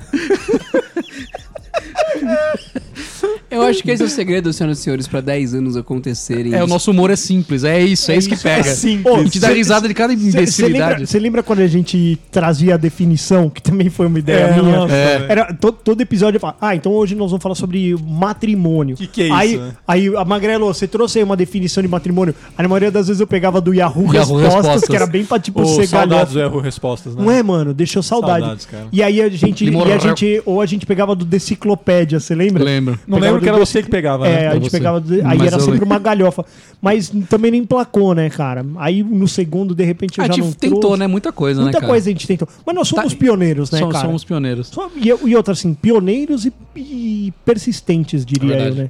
[SPEAKER 3] Eu acho que esse é o segredo, senhoras e senhores, pra 10 anos acontecerem.
[SPEAKER 2] É, o nosso humor é simples, é isso, é isso que pega.
[SPEAKER 4] Ô,
[SPEAKER 2] A gente dá
[SPEAKER 4] cê-
[SPEAKER 2] risada de cada
[SPEAKER 4] Você lembra,
[SPEAKER 2] imbecilidade. assim.
[SPEAKER 4] cê lembra quando a gente trazia a definição, que também foi uma ideia
[SPEAKER 1] É,
[SPEAKER 4] minha?
[SPEAKER 1] nossa,
[SPEAKER 2] É.
[SPEAKER 4] Era, to- todo, episódio eu falava, ah, então hoje nós vamos falar sobre matrimônio.
[SPEAKER 1] Que que é
[SPEAKER 4] aí,
[SPEAKER 1] isso, né?
[SPEAKER 4] Aí, a Magrelo, você trouxe aí uma definição de matrimônio. Aí, na maioria das vezes eu pegava do Yahoo,
[SPEAKER 2] Yahoo
[SPEAKER 4] Respostas,
[SPEAKER 2] Respostas.
[SPEAKER 4] que era bem pra, tipo,
[SPEAKER 1] Ô,
[SPEAKER 4] ser
[SPEAKER 1] saudades do erro respostas, né?
[SPEAKER 4] Não é, mano? Deixou saudade.
[SPEAKER 1] Saudades, cara.
[SPEAKER 4] E aí a gente,
[SPEAKER 2] Ele
[SPEAKER 4] e
[SPEAKER 2] morreu.
[SPEAKER 4] a gente. Ou a gente pegava do Deciclopédia, você lembra?
[SPEAKER 2] Lembro.
[SPEAKER 1] Não
[SPEAKER 4] Pegava
[SPEAKER 1] lembro que era
[SPEAKER 4] do-
[SPEAKER 1] você que pegava,
[SPEAKER 4] É, a gente
[SPEAKER 1] Você.
[SPEAKER 4] pegava. do- Aí
[SPEAKER 2] Mas
[SPEAKER 4] era
[SPEAKER 2] eu
[SPEAKER 4] sempre
[SPEAKER 2] lembro.
[SPEAKER 4] uma galhofa. Mas também não emplacou, né, cara? Aí no segundo, de repente, eu
[SPEAKER 2] A
[SPEAKER 4] já
[SPEAKER 2] gente
[SPEAKER 4] não
[SPEAKER 2] tentou,
[SPEAKER 4] trouxe.
[SPEAKER 2] né? Muita coisa, né,
[SPEAKER 4] Muita
[SPEAKER 2] cara?
[SPEAKER 4] coisa a gente tentou. Mas nós somos
[SPEAKER 2] Tá-
[SPEAKER 4] pioneiros, né,
[SPEAKER 2] Somos-
[SPEAKER 4] cara?
[SPEAKER 2] somos pioneiros.
[SPEAKER 4] Só- E, e outra, assim, pioneiros e, e persistentes, diria eu,
[SPEAKER 2] Verdade.
[SPEAKER 4] né?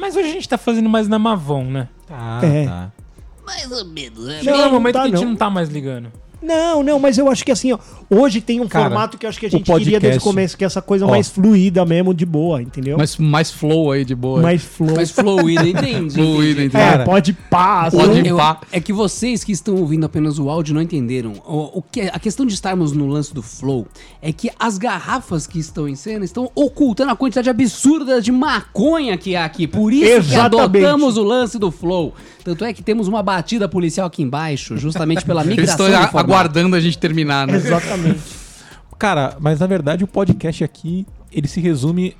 [SPEAKER 5] Mas hoje a gente tá fazendo mais na Mavon, né?
[SPEAKER 1] Tá,
[SPEAKER 4] É.
[SPEAKER 1] tá.
[SPEAKER 5] Chegou
[SPEAKER 4] não
[SPEAKER 5] um momento
[SPEAKER 4] dá,
[SPEAKER 5] que a gente
[SPEAKER 4] não.
[SPEAKER 5] não tá mais ligando.
[SPEAKER 4] Não, não, mas eu acho que assim, ó, hoje tem um
[SPEAKER 1] Cara,
[SPEAKER 4] formato que eu acho que a
[SPEAKER 1] o
[SPEAKER 4] gente queria desde o
[SPEAKER 1] podcast-
[SPEAKER 4] começo, que é essa coisa
[SPEAKER 1] Ó.
[SPEAKER 4] mais fluida mesmo, de boa, entendeu?
[SPEAKER 2] Mas mais flow aí, de boa.
[SPEAKER 4] mais flow.
[SPEAKER 3] Mas fluido, entende?
[SPEAKER 2] Fluido,
[SPEAKER 3] entende.
[SPEAKER 2] entende?
[SPEAKER 4] É,
[SPEAKER 1] Cara,
[SPEAKER 4] pode pá,
[SPEAKER 2] pode
[SPEAKER 4] assim.
[SPEAKER 3] Eu-
[SPEAKER 2] pá.
[SPEAKER 3] É que vocês que estão ouvindo apenas o áudio não entenderam. O, o que, é, a questão de estarmos no lance do flow é que as garrafas que estão em cena estão ocultando a quantidade absurda de maconha que há aqui. Por isso
[SPEAKER 4] Exatamente.
[SPEAKER 3] que adotamos o lance do flow. Tanto é que temos uma batida policial aqui embaixo, justamente pela
[SPEAKER 2] Eles
[SPEAKER 3] migração
[SPEAKER 2] estão a-
[SPEAKER 3] informal.
[SPEAKER 2] aguardando a gente terminar, né?
[SPEAKER 4] Exatamente.
[SPEAKER 1] Cara, mas na verdade o podcast aqui, ele se resume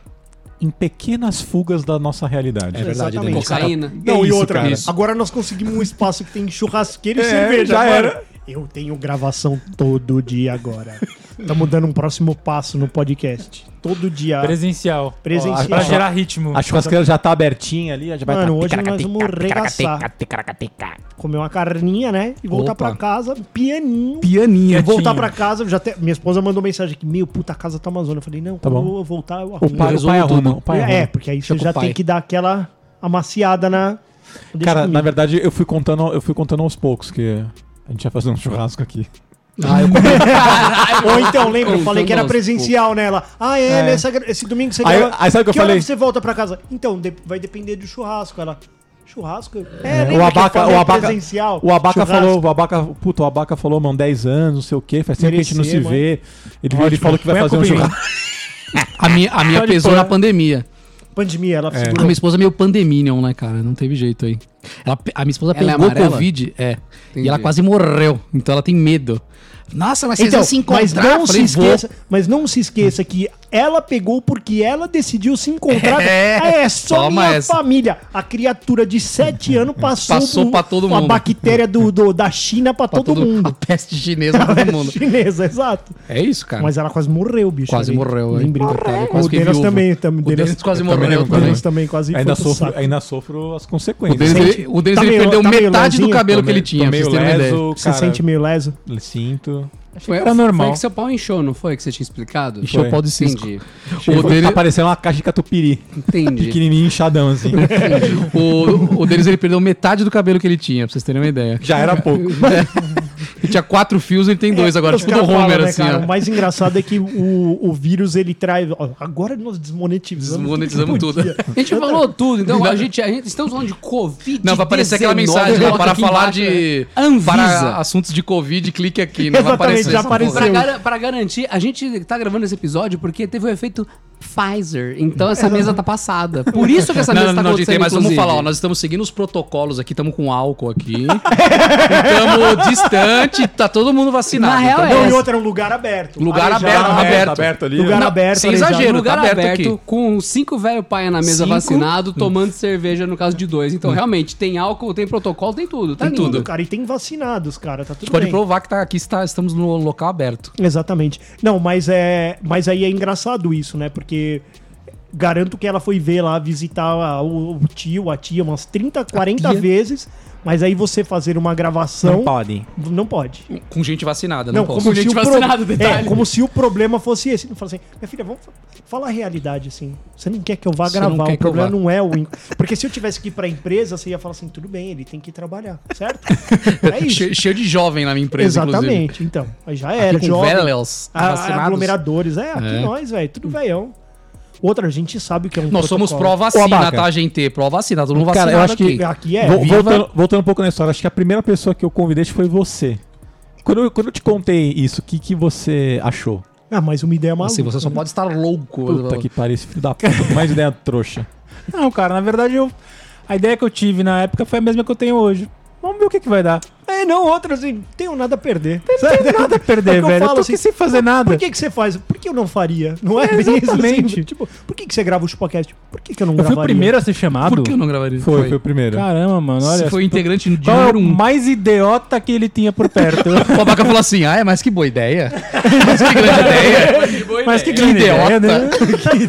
[SPEAKER 1] em pequenas fugas da nossa realidade.
[SPEAKER 4] É verdade, né?
[SPEAKER 2] Exatamente.
[SPEAKER 4] Denis.
[SPEAKER 3] Cocaína.
[SPEAKER 4] Não, e
[SPEAKER 1] É isso,
[SPEAKER 4] outra,
[SPEAKER 1] cara.
[SPEAKER 4] isso. agora nós conseguimos um espaço que tem churrasqueira e
[SPEAKER 1] É,
[SPEAKER 4] cerveja.
[SPEAKER 1] já
[SPEAKER 4] mano.
[SPEAKER 1] era.
[SPEAKER 4] Eu tenho gravação todo dia agora. Estamos dando um próximo passo no podcast. Todo dia.
[SPEAKER 5] Presencial.
[SPEAKER 4] Presencial.
[SPEAKER 5] Ó, Pra gerar ritmo.
[SPEAKER 1] A churrasqueira já tá abertinha ali, a gente vai
[SPEAKER 4] Mano,
[SPEAKER 1] tá-
[SPEAKER 4] hoje nós vamos regaçar. Comer uma carninha, né? E voltar
[SPEAKER 2] Opa.
[SPEAKER 4] pra casa, pianinho.
[SPEAKER 2] Pianinha.
[SPEAKER 4] E voltar
[SPEAKER 5] Quietinho.
[SPEAKER 4] pra casa, eu já até, minha esposa mandou mensagem aqui, meu, puta, a casa tá amazônia. Eu falei, não,
[SPEAKER 1] Tá
[SPEAKER 4] quando
[SPEAKER 1] bom.
[SPEAKER 4] eu voltar, eu
[SPEAKER 1] O
[SPEAKER 4] arrumo.
[SPEAKER 1] pai, o
[SPEAKER 2] Resumo
[SPEAKER 1] pai
[SPEAKER 2] tudo.
[SPEAKER 1] arruma, o pai arruma.
[SPEAKER 4] É, porque aí você
[SPEAKER 2] Deixa
[SPEAKER 4] já
[SPEAKER 2] com o
[SPEAKER 4] tem
[SPEAKER 2] pai.
[SPEAKER 4] que dar aquela amaciada na... Deixa
[SPEAKER 1] Cara, na
[SPEAKER 4] comigo.
[SPEAKER 1] verdade eu fui contando, eu fui contando aos poucos que a gente ia fazer um churrasco aqui.
[SPEAKER 4] Ou então, lembra, eu
[SPEAKER 3] Contando
[SPEAKER 4] falei que era
[SPEAKER 3] aos
[SPEAKER 4] presencial nela. Ah, é,
[SPEAKER 1] É.
[SPEAKER 4] nessa- esse domingo você
[SPEAKER 1] Aí-
[SPEAKER 4] grava-
[SPEAKER 1] aí sabe o que eu
[SPEAKER 4] hora
[SPEAKER 1] falei?
[SPEAKER 4] você volta pra casa? Então, de- vai depender do churrasco. Ela, Churrasco.
[SPEAKER 1] É,
[SPEAKER 4] lembra que
[SPEAKER 1] o abaca,
[SPEAKER 4] falei
[SPEAKER 1] o abaca,
[SPEAKER 4] presencial?
[SPEAKER 1] o abaca
[SPEAKER 4] Churrasco.
[SPEAKER 1] falou, o abaca, puta, o abaca falou, mano, 10 anos, não sei o quê, faz tempo que a gente não se
[SPEAKER 4] Merecer, mano. é
[SPEAKER 1] vê. Ele, ele falou que vai
[SPEAKER 5] Põe a
[SPEAKER 1] fazer um
[SPEAKER 5] culpa em mim.
[SPEAKER 1] churrasco.
[SPEAKER 2] A minha, a minha
[SPEAKER 5] Pode
[SPEAKER 2] pesou
[SPEAKER 5] pôr.
[SPEAKER 2] na pandemia.
[SPEAKER 4] Pandemia, ela
[SPEAKER 2] A minha
[SPEAKER 4] segurou.
[SPEAKER 2] esposa é meio pandeminion, né, cara? Não teve jeito aí. Ela pe- a minha esposa
[SPEAKER 3] Ela é
[SPEAKER 2] pegou
[SPEAKER 3] amarela?
[SPEAKER 2] Covid, é.
[SPEAKER 3] Entendi.
[SPEAKER 2] E ela quase morreu. Então ela tem medo. Nossa, mas vocês
[SPEAKER 4] Então,
[SPEAKER 2] vão se encontrar?
[SPEAKER 4] mas não
[SPEAKER 2] Eu
[SPEAKER 4] se
[SPEAKER 2] falei, "Vou."
[SPEAKER 4] esqueça, mas não se esqueça que ela pegou porque ela decidiu se encontrar.
[SPEAKER 2] É,
[SPEAKER 4] é só
[SPEAKER 2] toma
[SPEAKER 4] minha
[SPEAKER 2] essa.
[SPEAKER 4] família. A criatura de 7 anos passou,
[SPEAKER 2] Passou pra todo
[SPEAKER 4] A
[SPEAKER 2] mundo.
[SPEAKER 4] bactéria do, do- da China pra,
[SPEAKER 2] Pra
[SPEAKER 4] todo,
[SPEAKER 2] A
[SPEAKER 4] mundo.
[SPEAKER 2] peste chinesa pra todo mundo.
[SPEAKER 4] Chinesa, exato.
[SPEAKER 2] É isso, cara.
[SPEAKER 4] né? Mas ela quase morreu, bicho.
[SPEAKER 2] Quase
[SPEAKER 4] ali.
[SPEAKER 2] morreu, hein?
[SPEAKER 4] Lembrei do
[SPEAKER 2] Coitado,
[SPEAKER 4] cara.
[SPEAKER 2] quase
[SPEAKER 4] O
[SPEAKER 2] fiquei
[SPEAKER 4] Denis
[SPEAKER 2] viúvo.
[SPEAKER 4] também. tam-
[SPEAKER 2] O Denis quase
[SPEAKER 1] também
[SPEAKER 2] morreu
[SPEAKER 1] lembro
[SPEAKER 4] O
[SPEAKER 2] também.
[SPEAKER 4] Denis também quase
[SPEAKER 1] Ainda
[SPEAKER 4] pro saco.
[SPEAKER 1] sofro, ainda sofro as
[SPEAKER 2] O
[SPEAKER 1] consequências.
[SPEAKER 2] Denis,
[SPEAKER 4] sente-
[SPEAKER 2] o Denis
[SPEAKER 4] tá
[SPEAKER 2] ele
[SPEAKER 4] meio-
[SPEAKER 2] perdeu
[SPEAKER 4] tá meio
[SPEAKER 2] metade do
[SPEAKER 4] lesinho?
[SPEAKER 2] cabelo que
[SPEAKER 1] Tô
[SPEAKER 2] ele
[SPEAKER 1] tá meio-
[SPEAKER 2] tinha,
[SPEAKER 1] tô
[SPEAKER 2] pra vocês
[SPEAKER 1] meio
[SPEAKER 2] terem uma ideia.
[SPEAKER 1] leso,
[SPEAKER 4] Você
[SPEAKER 1] cara,
[SPEAKER 4] sente meio leso?
[SPEAKER 1] sinto.
[SPEAKER 3] Foi,
[SPEAKER 5] era normal.
[SPEAKER 3] Foi que seu pau inchou, não foi? Que você tinha explicado?
[SPEAKER 2] Encheu o pau de cisco.
[SPEAKER 3] Entendi.
[SPEAKER 2] O dele-
[SPEAKER 1] Tá parecendo uma caixa de catupiry,
[SPEAKER 3] Entendi.
[SPEAKER 1] pequenininho, inchadão, assim.
[SPEAKER 2] O, o deles ele perdeu metade do cabelo que ele tinha, pra vocês terem uma ideia.
[SPEAKER 1] Já era pouco.
[SPEAKER 2] Ele tinha quatro fios, ele tem dois
[SPEAKER 4] É,
[SPEAKER 2] agora,
[SPEAKER 4] os
[SPEAKER 2] tipo do
[SPEAKER 4] caras
[SPEAKER 2] Homer,
[SPEAKER 4] falam, né,
[SPEAKER 2] assim,
[SPEAKER 4] cara?
[SPEAKER 2] ó.
[SPEAKER 4] O mais engraçado é que o, o vírus ele traz. ó, Agora nós desmonetizamos.
[SPEAKER 2] Desmonetizamos tudo.
[SPEAKER 3] A gente falou tudo, então a gente, a gente estamos falando de Covid.
[SPEAKER 2] Não, vai aparecer aquela
[SPEAKER 3] 19,
[SPEAKER 2] mensagem, né?
[SPEAKER 3] coloca
[SPEAKER 2] para
[SPEAKER 3] aqui
[SPEAKER 2] falar
[SPEAKER 3] embaixo, né?
[SPEAKER 2] de...
[SPEAKER 3] Anvisa.
[SPEAKER 2] Para assuntos de Covid, clique aqui, não vai
[SPEAKER 4] Exatamente,
[SPEAKER 2] aparecer.
[SPEAKER 4] já
[SPEAKER 2] essa
[SPEAKER 4] apareceu.
[SPEAKER 2] porra.
[SPEAKER 3] Pra, gar- pra garantir, a gente tá gravando esse episódio porque teve o efeito Pfizer. Então essa mesa tá passada. Por isso que essa
[SPEAKER 2] É. Não,
[SPEAKER 3] mesa
[SPEAKER 2] não,
[SPEAKER 3] tá
[SPEAKER 2] não, não,
[SPEAKER 3] acontecendo.
[SPEAKER 2] tem, mas vamos
[SPEAKER 3] inclusive.
[SPEAKER 2] falar, ó, nós estamos seguindo os protocolos aqui, estamos com álcool aqui, estamos distante, tá todo mundo vacinado. então,
[SPEAKER 3] Na real,
[SPEAKER 2] entendeu?
[SPEAKER 4] Não,
[SPEAKER 3] É.
[SPEAKER 4] e outro era um lugar aberto.
[SPEAKER 2] Lugar aberto,
[SPEAKER 1] Tá
[SPEAKER 2] aberto.
[SPEAKER 1] ali.
[SPEAKER 4] Lugar
[SPEAKER 1] né?
[SPEAKER 4] aberto.
[SPEAKER 2] sem
[SPEAKER 4] arejado.
[SPEAKER 2] exagero.
[SPEAKER 3] lugar
[SPEAKER 2] tá
[SPEAKER 3] aberto,
[SPEAKER 2] aberto aqui.
[SPEAKER 3] com cinco velho paia na mesa
[SPEAKER 2] Cinco. Hum.
[SPEAKER 3] vacinado, tomando cerveja no caso de dois. Então, realmente, tem álcool, tem protocolo, tem tudo. Tá
[SPEAKER 4] Tem
[SPEAKER 3] lindo.
[SPEAKER 4] tudo, cara. E tem vacinados, cara. Tá tudo
[SPEAKER 2] Pode
[SPEAKER 4] bem.
[SPEAKER 2] provar que tá aqui está, estamos no local aberto.
[SPEAKER 4] Exatamente. Não, mas é. Mas aí é engraçado isso, né? Porque. Garanto que ela foi ver lá, visitar a- o o tio, a tia, umas 30, 40 vezes. Mas aí você fazer uma gravação.
[SPEAKER 1] Não podem.
[SPEAKER 4] Não pode.
[SPEAKER 2] Com gente vacinada, não,
[SPEAKER 4] Não,
[SPEAKER 2] posso.
[SPEAKER 4] como se,
[SPEAKER 3] gente
[SPEAKER 4] o pro-
[SPEAKER 3] vacinado,
[SPEAKER 4] é,
[SPEAKER 3] detalhe.
[SPEAKER 4] como se o problema fosse esse. Não fala assim, minha filha, vamos fa- falar a realidade assim. Você não quer que eu vá
[SPEAKER 2] Você não
[SPEAKER 4] gravar,
[SPEAKER 2] quer
[SPEAKER 4] o
[SPEAKER 2] que eu
[SPEAKER 4] problema
[SPEAKER 2] vá.
[SPEAKER 4] não é o. in- Porque se eu tivesse que ir pra empresa, você ia falar assim, tudo bem, ele tem que trabalhar, certo? É isso.
[SPEAKER 2] Che- Cheio de jovem na minha empresa, inclusive.
[SPEAKER 4] Exatamente, então. Aí já era,
[SPEAKER 2] com
[SPEAKER 4] jovem.
[SPEAKER 2] velhos
[SPEAKER 4] a-
[SPEAKER 2] vacinados.
[SPEAKER 4] aglomeradores. É, aqui
[SPEAKER 2] É.
[SPEAKER 4] nós, velho, tudo veião. Outra, a gente sabe o que é um
[SPEAKER 2] Nós somos
[SPEAKER 4] protocolo.
[SPEAKER 1] Ô,
[SPEAKER 2] pró-vacina,
[SPEAKER 1] Abaca.
[SPEAKER 2] tá, gente? Pró-vacina, todo mundo
[SPEAKER 1] Cara, eu
[SPEAKER 2] vacinado
[SPEAKER 1] acho que-
[SPEAKER 4] Aqui
[SPEAKER 2] aqui.
[SPEAKER 4] é.
[SPEAKER 1] Vol-
[SPEAKER 4] viva-
[SPEAKER 1] voltando, voltando um pouco na história, acho que a primeira pessoa que eu convidei acho que foi você. Quando eu, quando eu te contei isso, o que, que você achou?
[SPEAKER 4] Ah, mas uma ideia maluca.
[SPEAKER 2] Assim, você só
[SPEAKER 4] né?
[SPEAKER 2] pode estar louco.
[SPEAKER 1] Puta que pariu, esse filho da puta. Mais ideia trouxa.
[SPEAKER 5] Não, cara, na verdade eu. A ideia que eu tive na época foi a mesma que eu tenho hoje. Vamos ver o que, que vai dar.
[SPEAKER 4] É, não, outra, assim, tenho nada a perder.
[SPEAKER 5] Não tem nada a perder,
[SPEAKER 4] É o que eu
[SPEAKER 5] velho. Eu
[SPEAKER 4] falo,
[SPEAKER 5] tô
[SPEAKER 4] assim,
[SPEAKER 5] aqui sem fazer nada.
[SPEAKER 4] Por que, que você faz? Por que eu não faria? Não é, bem isso,
[SPEAKER 5] exatamente.
[SPEAKER 4] assim, tipo, por que, que você grava o podcast? Por que, que eu não
[SPEAKER 5] eu fui
[SPEAKER 4] gravaria?
[SPEAKER 5] o primeiro a ser chamado?
[SPEAKER 2] Por que eu não gravaria?
[SPEAKER 1] Foi, foi, o primeiro.
[SPEAKER 5] Caramba, mano, olha.
[SPEAKER 2] Se foi o integrante de
[SPEAKER 5] Qual é
[SPEAKER 2] número
[SPEAKER 5] o
[SPEAKER 2] um.
[SPEAKER 5] mais idiota que ele tinha por perto?
[SPEAKER 2] O Abaca falou assim, ah, é, mas que boa ideia. Mas que grande ideia.
[SPEAKER 5] Mas que
[SPEAKER 2] Que
[SPEAKER 5] grande ideia,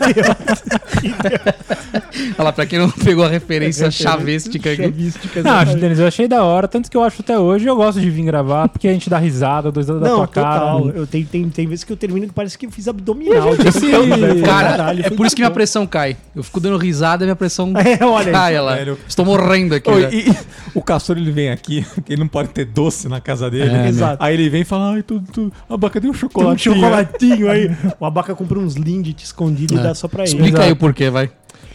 [SPEAKER 2] idiota.
[SPEAKER 5] né?
[SPEAKER 2] Olha lá, pra quem não pegou a referência chavêstica aqui.
[SPEAKER 4] Chavística,
[SPEAKER 5] Não,
[SPEAKER 4] exatamente.
[SPEAKER 5] Denis, eu achei da hora, tanto que eu acho até hoje, eu gosto de vir gravar, porque a gente dá risada, dois dedos da
[SPEAKER 4] Não,
[SPEAKER 5] tua cara. um
[SPEAKER 4] total. Eu tenho, tem, tem vezes que eu termino que parece que eu fiz abdominal. tipo,
[SPEAKER 5] Esse-
[SPEAKER 2] Cara, é por isso que minha
[SPEAKER 4] pressão.
[SPEAKER 2] pressão cai. Eu fico dando risada e minha pressão
[SPEAKER 4] É, olha
[SPEAKER 2] cai
[SPEAKER 4] isso,
[SPEAKER 2] ela.
[SPEAKER 1] velho.
[SPEAKER 2] Estou morrendo aqui.
[SPEAKER 1] Ô,
[SPEAKER 2] né?
[SPEAKER 1] e- e o Castor ele vem aqui, porque ele não pode ter doce na casa dele.
[SPEAKER 4] né? Exato.
[SPEAKER 1] Aí ele vem e fala: Ai, tu, tu, abaca, deu É, um
[SPEAKER 4] Tem um
[SPEAKER 1] chocolate.
[SPEAKER 4] chocolatinho aí. O Abaca comprou uns lindt escondidos e dá só pra ele.
[SPEAKER 2] É. Explica aí o porquê, vai.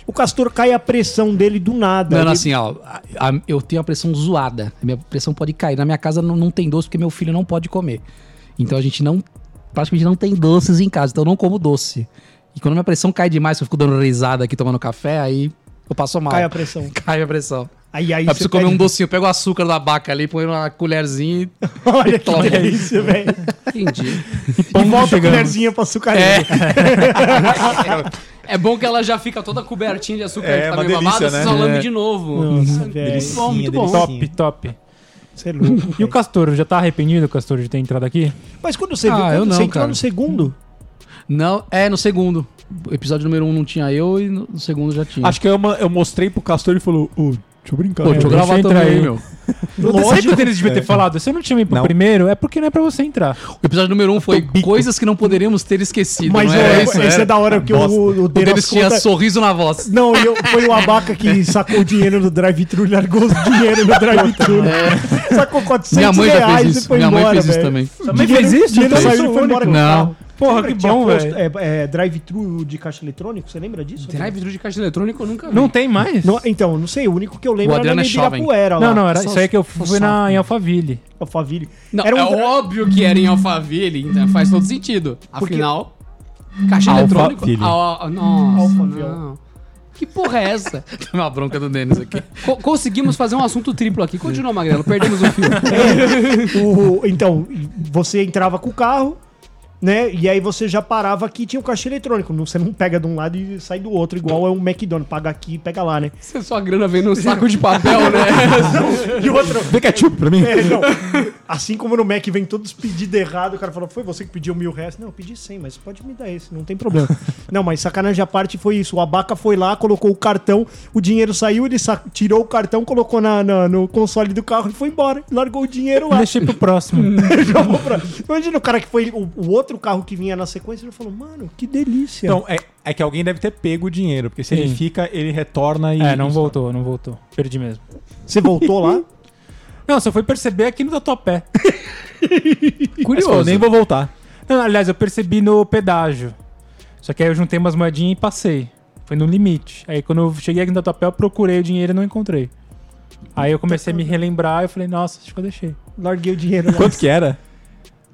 [SPEAKER 4] O Castor cai a pressão dele do nada.
[SPEAKER 2] Não, não,
[SPEAKER 4] Ele-
[SPEAKER 2] assim, ó. a- a- eu tenho a pressão zoada. A minha pressão pode cair. Na minha casa não, não tem doce porque meu filho não pode comer. Então a gente não. Praticamente não tem doces em casa. Então eu não como doce. E quando minha pressão cai demais, que eu fico dando risada aqui tomando café, aí eu passo mal.
[SPEAKER 4] Cai a pressão.
[SPEAKER 2] Cai a pressão.
[SPEAKER 4] Aí, aí
[SPEAKER 2] Aí eu preciso comer um docinho. Eu pego o açúcar da abaca ali, põe uma colherzinha e.
[SPEAKER 4] Olha que
[SPEAKER 2] Olha
[SPEAKER 4] delícia, velho.
[SPEAKER 3] Entendi.
[SPEAKER 2] Um
[SPEAKER 4] E volta a colherzinha pra açúcar.
[SPEAKER 3] É bom que ela já fica toda cobertinha de açúcar
[SPEAKER 1] É,
[SPEAKER 3] que tá
[SPEAKER 1] uma
[SPEAKER 3] meio
[SPEAKER 1] delícia,
[SPEAKER 3] babada,
[SPEAKER 1] né?
[SPEAKER 3] você só lambe
[SPEAKER 1] É.
[SPEAKER 3] de novo.
[SPEAKER 4] Nossa, velho.
[SPEAKER 3] Muito bom, muito bom.
[SPEAKER 5] Top, top.
[SPEAKER 4] Você é louco.
[SPEAKER 5] E o
[SPEAKER 4] velho.
[SPEAKER 5] Castor, já tá arrependido, Castor, de ter entrado aqui?
[SPEAKER 4] Mas quando você
[SPEAKER 2] Ah,
[SPEAKER 4] viu,
[SPEAKER 2] eu
[SPEAKER 4] quando
[SPEAKER 2] não,
[SPEAKER 4] você entrou
[SPEAKER 2] cara.
[SPEAKER 4] no segundo,
[SPEAKER 2] Não, é no segundo. O episódio número um não tinha eu e no no segundo já tinha.
[SPEAKER 1] Acho que eu, ma- eu mostrei pro Castor e ele falou: Ô, deixa eu brincar. né?"
[SPEAKER 2] Pô, deixa eu
[SPEAKER 5] deixa
[SPEAKER 2] gravar
[SPEAKER 5] eu entrar
[SPEAKER 2] também,
[SPEAKER 5] aí.
[SPEAKER 2] meu.
[SPEAKER 5] Lógico. Sempre o Denis devia ter falado, se eu não te chamei pro
[SPEAKER 1] Não.
[SPEAKER 5] primeiro, é porque não é pra você entrar.
[SPEAKER 2] O episódio número um foi coisas que não poderíamos ter esquecido.
[SPEAKER 4] mas
[SPEAKER 2] não
[SPEAKER 4] é,
[SPEAKER 2] isso,
[SPEAKER 4] esse é da hora que
[SPEAKER 1] Bosta.
[SPEAKER 4] o, o
[SPEAKER 2] O Denis
[SPEAKER 4] Denis
[SPEAKER 2] tinha É.
[SPEAKER 4] conta-
[SPEAKER 2] sorriso na voz.
[SPEAKER 4] Não, e eu- foi o Abaca que sacou o dinheiro no drive-thru, largou os dinheiro no drive-thru. Sacou 400
[SPEAKER 2] Minha mãe já
[SPEAKER 4] reais
[SPEAKER 2] fez
[SPEAKER 4] e
[SPEAKER 2] isso.
[SPEAKER 4] foi
[SPEAKER 2] É. Minha mãe
[SPEAKER 4] embora,
[SPEAKER 2] fez isso
[SPEAKER 4] velho.
[SPEAKER 2] também.
[SPEAKER 5] Sua mãe fez isso?
[SPEAKER 4] Dinheiro
[SPEAKER 5] Então eu
[SPEAKER 4] saiu
[SPEAKER 5] sou
[SPEAKER 4] e
[SPEAKER 5] o
[SPEAKER 4] foi
[SPEAKER 5] único.
[SPEAKER 4] embora com o
[SPEAKER 2] Não.
[SPEAKER 4] carro.
[SPEAKER 5] Porra,
[SPEAKER 4] Lembra
[SPEAKER 5] que
[SPEAKER 4] tinha
[SPEAKER 5] bom,
[SPEAKER 4] posto-
[SPEAKER 5] velho.
[SPEAKER 4] É, é, Drive-thru de caixa eletrônico, você lembra disso?
[SPEAKER 3] Drive-thru de caixa eletrônico eu nunca vi.
[SPEAKER 5] Não tem mais?
[SPEAKER 4] Não, então, não sei, o único que eu
[SPEAKER 2] O
[SPEAKER 4] lembro era
[SPEAKER 2] Adriano
[SPEAKER 4] na
[SPEAKER 2] é jovem.
[SPEAKER 4] Ibirapuera lá.
[SPEAKER 5] Não, não, era,
[SPEAKER 2] só-
[SPEAKER 5] isso aí que eu
[SPEAKER 2] só
[SPEAKER 5] fui na, em Alphaville.
[SPEAKER 4] Alphaville.
[SPEAKER 3] Não,
[SPEAKER 4] era um
[SPEAKER 3] é
[SPEAKER 4] dra-
[SPEAKER 3] óbvio que era em Alphaville, então faz todo sentido. Afinal, caixa eletrônica.
[SPEAKER 1] Alphaville.
[SPEAKER 3] Ah, ah, nossa,
[SPEAKER 4] Alphaville.
[SPEAKER 3] não. Que porra é essa?
[SPEAKER 2] Tem tá uma bronca do Denis aqui.
[SPEAKER 3] Co- conseguimos fazer um assunto triplo aqui. Continua, Magrelo, perdemos um o fio.
[SPEAKER 4] O- então, você entrava com o carro, né? E aí você já parava aqui tinha o caixa eletrônico. Não- Você não pega de um lado e sai do outro, igual é um McDonald's. Paga aqui e pega lá, né?
[SPEAKER 3] Se a é sua grana vem num saco de papel, né?
[SPEAKER 4] E outro.
[SPEAKER 1] Vem ketchup pra mim.
[SPEAKER 4] É, não. Assim como no Mac vem todos pedidos errados, o cara falou, foi você que pediu mil reais? Não, eu pedi cem, mas pode me dar esse, não tem problema. não, mas sacanagem à parte foi isso. O Abaca foi lá, colocou o cartão, o dinheiro saiu, ele sa- tirou o cartão, colocou na, na- no console do carro e foi embora. Largou o dinheiro lá.
[SPEAKER 5] Deixei pro próximo.
[SPEAKER 4] Jogou pra- Imagina o cara que foi. O, o outro carro que vinha na sequência, ele falou, mano, que delícia.
[SPEAKER 1] Então, é, é que alguém deve ter pego o dinheiro, porque se ele
[SPEAKER 5] Sim.
[SPEAKER 1] fica, ele retorna e.
[SPEAKER 5] é, não voltou, não voltou. Perdi mesmo.
[SPEAKER 4] Você voltou lá?
[SPEAKER 5] Não, só fui perceber aqui no Tatuapé.
[SPEAKER 1] Curioso. Eu nem vou voltar.
[SPEAKER 5] Não, aliás, eu percebi no pedágio. Só que aí eu juntei umas moedinhas e passei. Foi no limite. Aí quando eu cheguei aqui no Tatuapé, eu procurei o dinheiro e não encontrei. Aí eu comecei a me relembrar e eu falei, nossa, acho que eu deixei.
[SPEAKER 4] Larguei o dinheiro lá.
[SPEAKER 1] Quanto que era?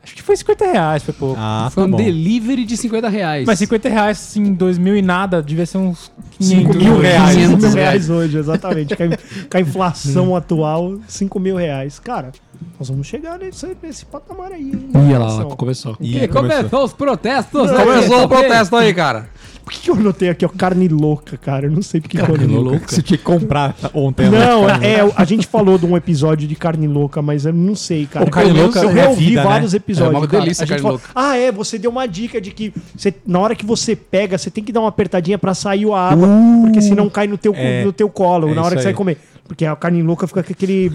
[SPEAKER 5] Acho que foi 50 reais, foi pouco.
[SPEAKER 1] Ah,
[SPEAKER 2] Tá
[SPEAKER 3] Foi um delivery de 50 reais.
[SPEAKER 5] Mas 50 reais, assim, em 2000 e nada, devia ser uns 500
[SPEAKER 4] 5 mil é reais. 5 mil
[SPEAKER 2] 500
[SPEAKER 4] reais Hum. hoje, exatamente. Com a- com a inflação atual, 5 mil reais. Cara, nós vamos chegar nesse, nesse patamar aí. hein, da
[SPEAKER 2] Olha lá,
[SPEAKER 4] inflação.
[SPEAKER 2] ó, é começou.
[SPEAKER 1] Ih,
[SPEAKER 3] E começou os protestos. né?
[SPEAKER 2] Começou o protesto aí, cara.
[SPEAKER 4] Por que que eu anotei aqui, ó, carne louca, cara? Eu não sei porque carne
[SPEAKER 1] louca. Você tinha que comprar ontem. né?
[SPEAKER 4] Não, é, a gente falou de um episódio de carne louca, mas eu não sei, cara.
[SPEAKER 1] O carne
[SPEAKER 4] Pelo menos
[SPEAKER 1] louca
[SPEAKER 4] eu
[SPEAKER 1] é
[SPEAKER 4] ouvi
[SPEAKER 1] vida, né?
[SPEAKER 4] vários episódios.
[SPEAKER 2] É uma
[SPEAKER 4] cara.
[SPEAKER 2] delícia
[SPEAKER 4] A gente
[SPEAKER 2] carne
[SPEAKER 4] falou,
[SPEAKER 2] louca.
[SPEAKER 4] Ah, é, você deu uma dica de que você- na hora que você pega, você tem que dar uma apertadinha pra sair a água, porque senão cai no teu,
[SPEAKER 1] É.
[SPEAKER 4] no teu colo,
[SPEAKER 1] É
[SPEAKER 4] na hora
[SPEAKER 1] isso
[SPEAKER 4] que você
[SPEAKER 1] aí.
[SPEAKER 4] vai comer. Porque a carne louca fica com aquele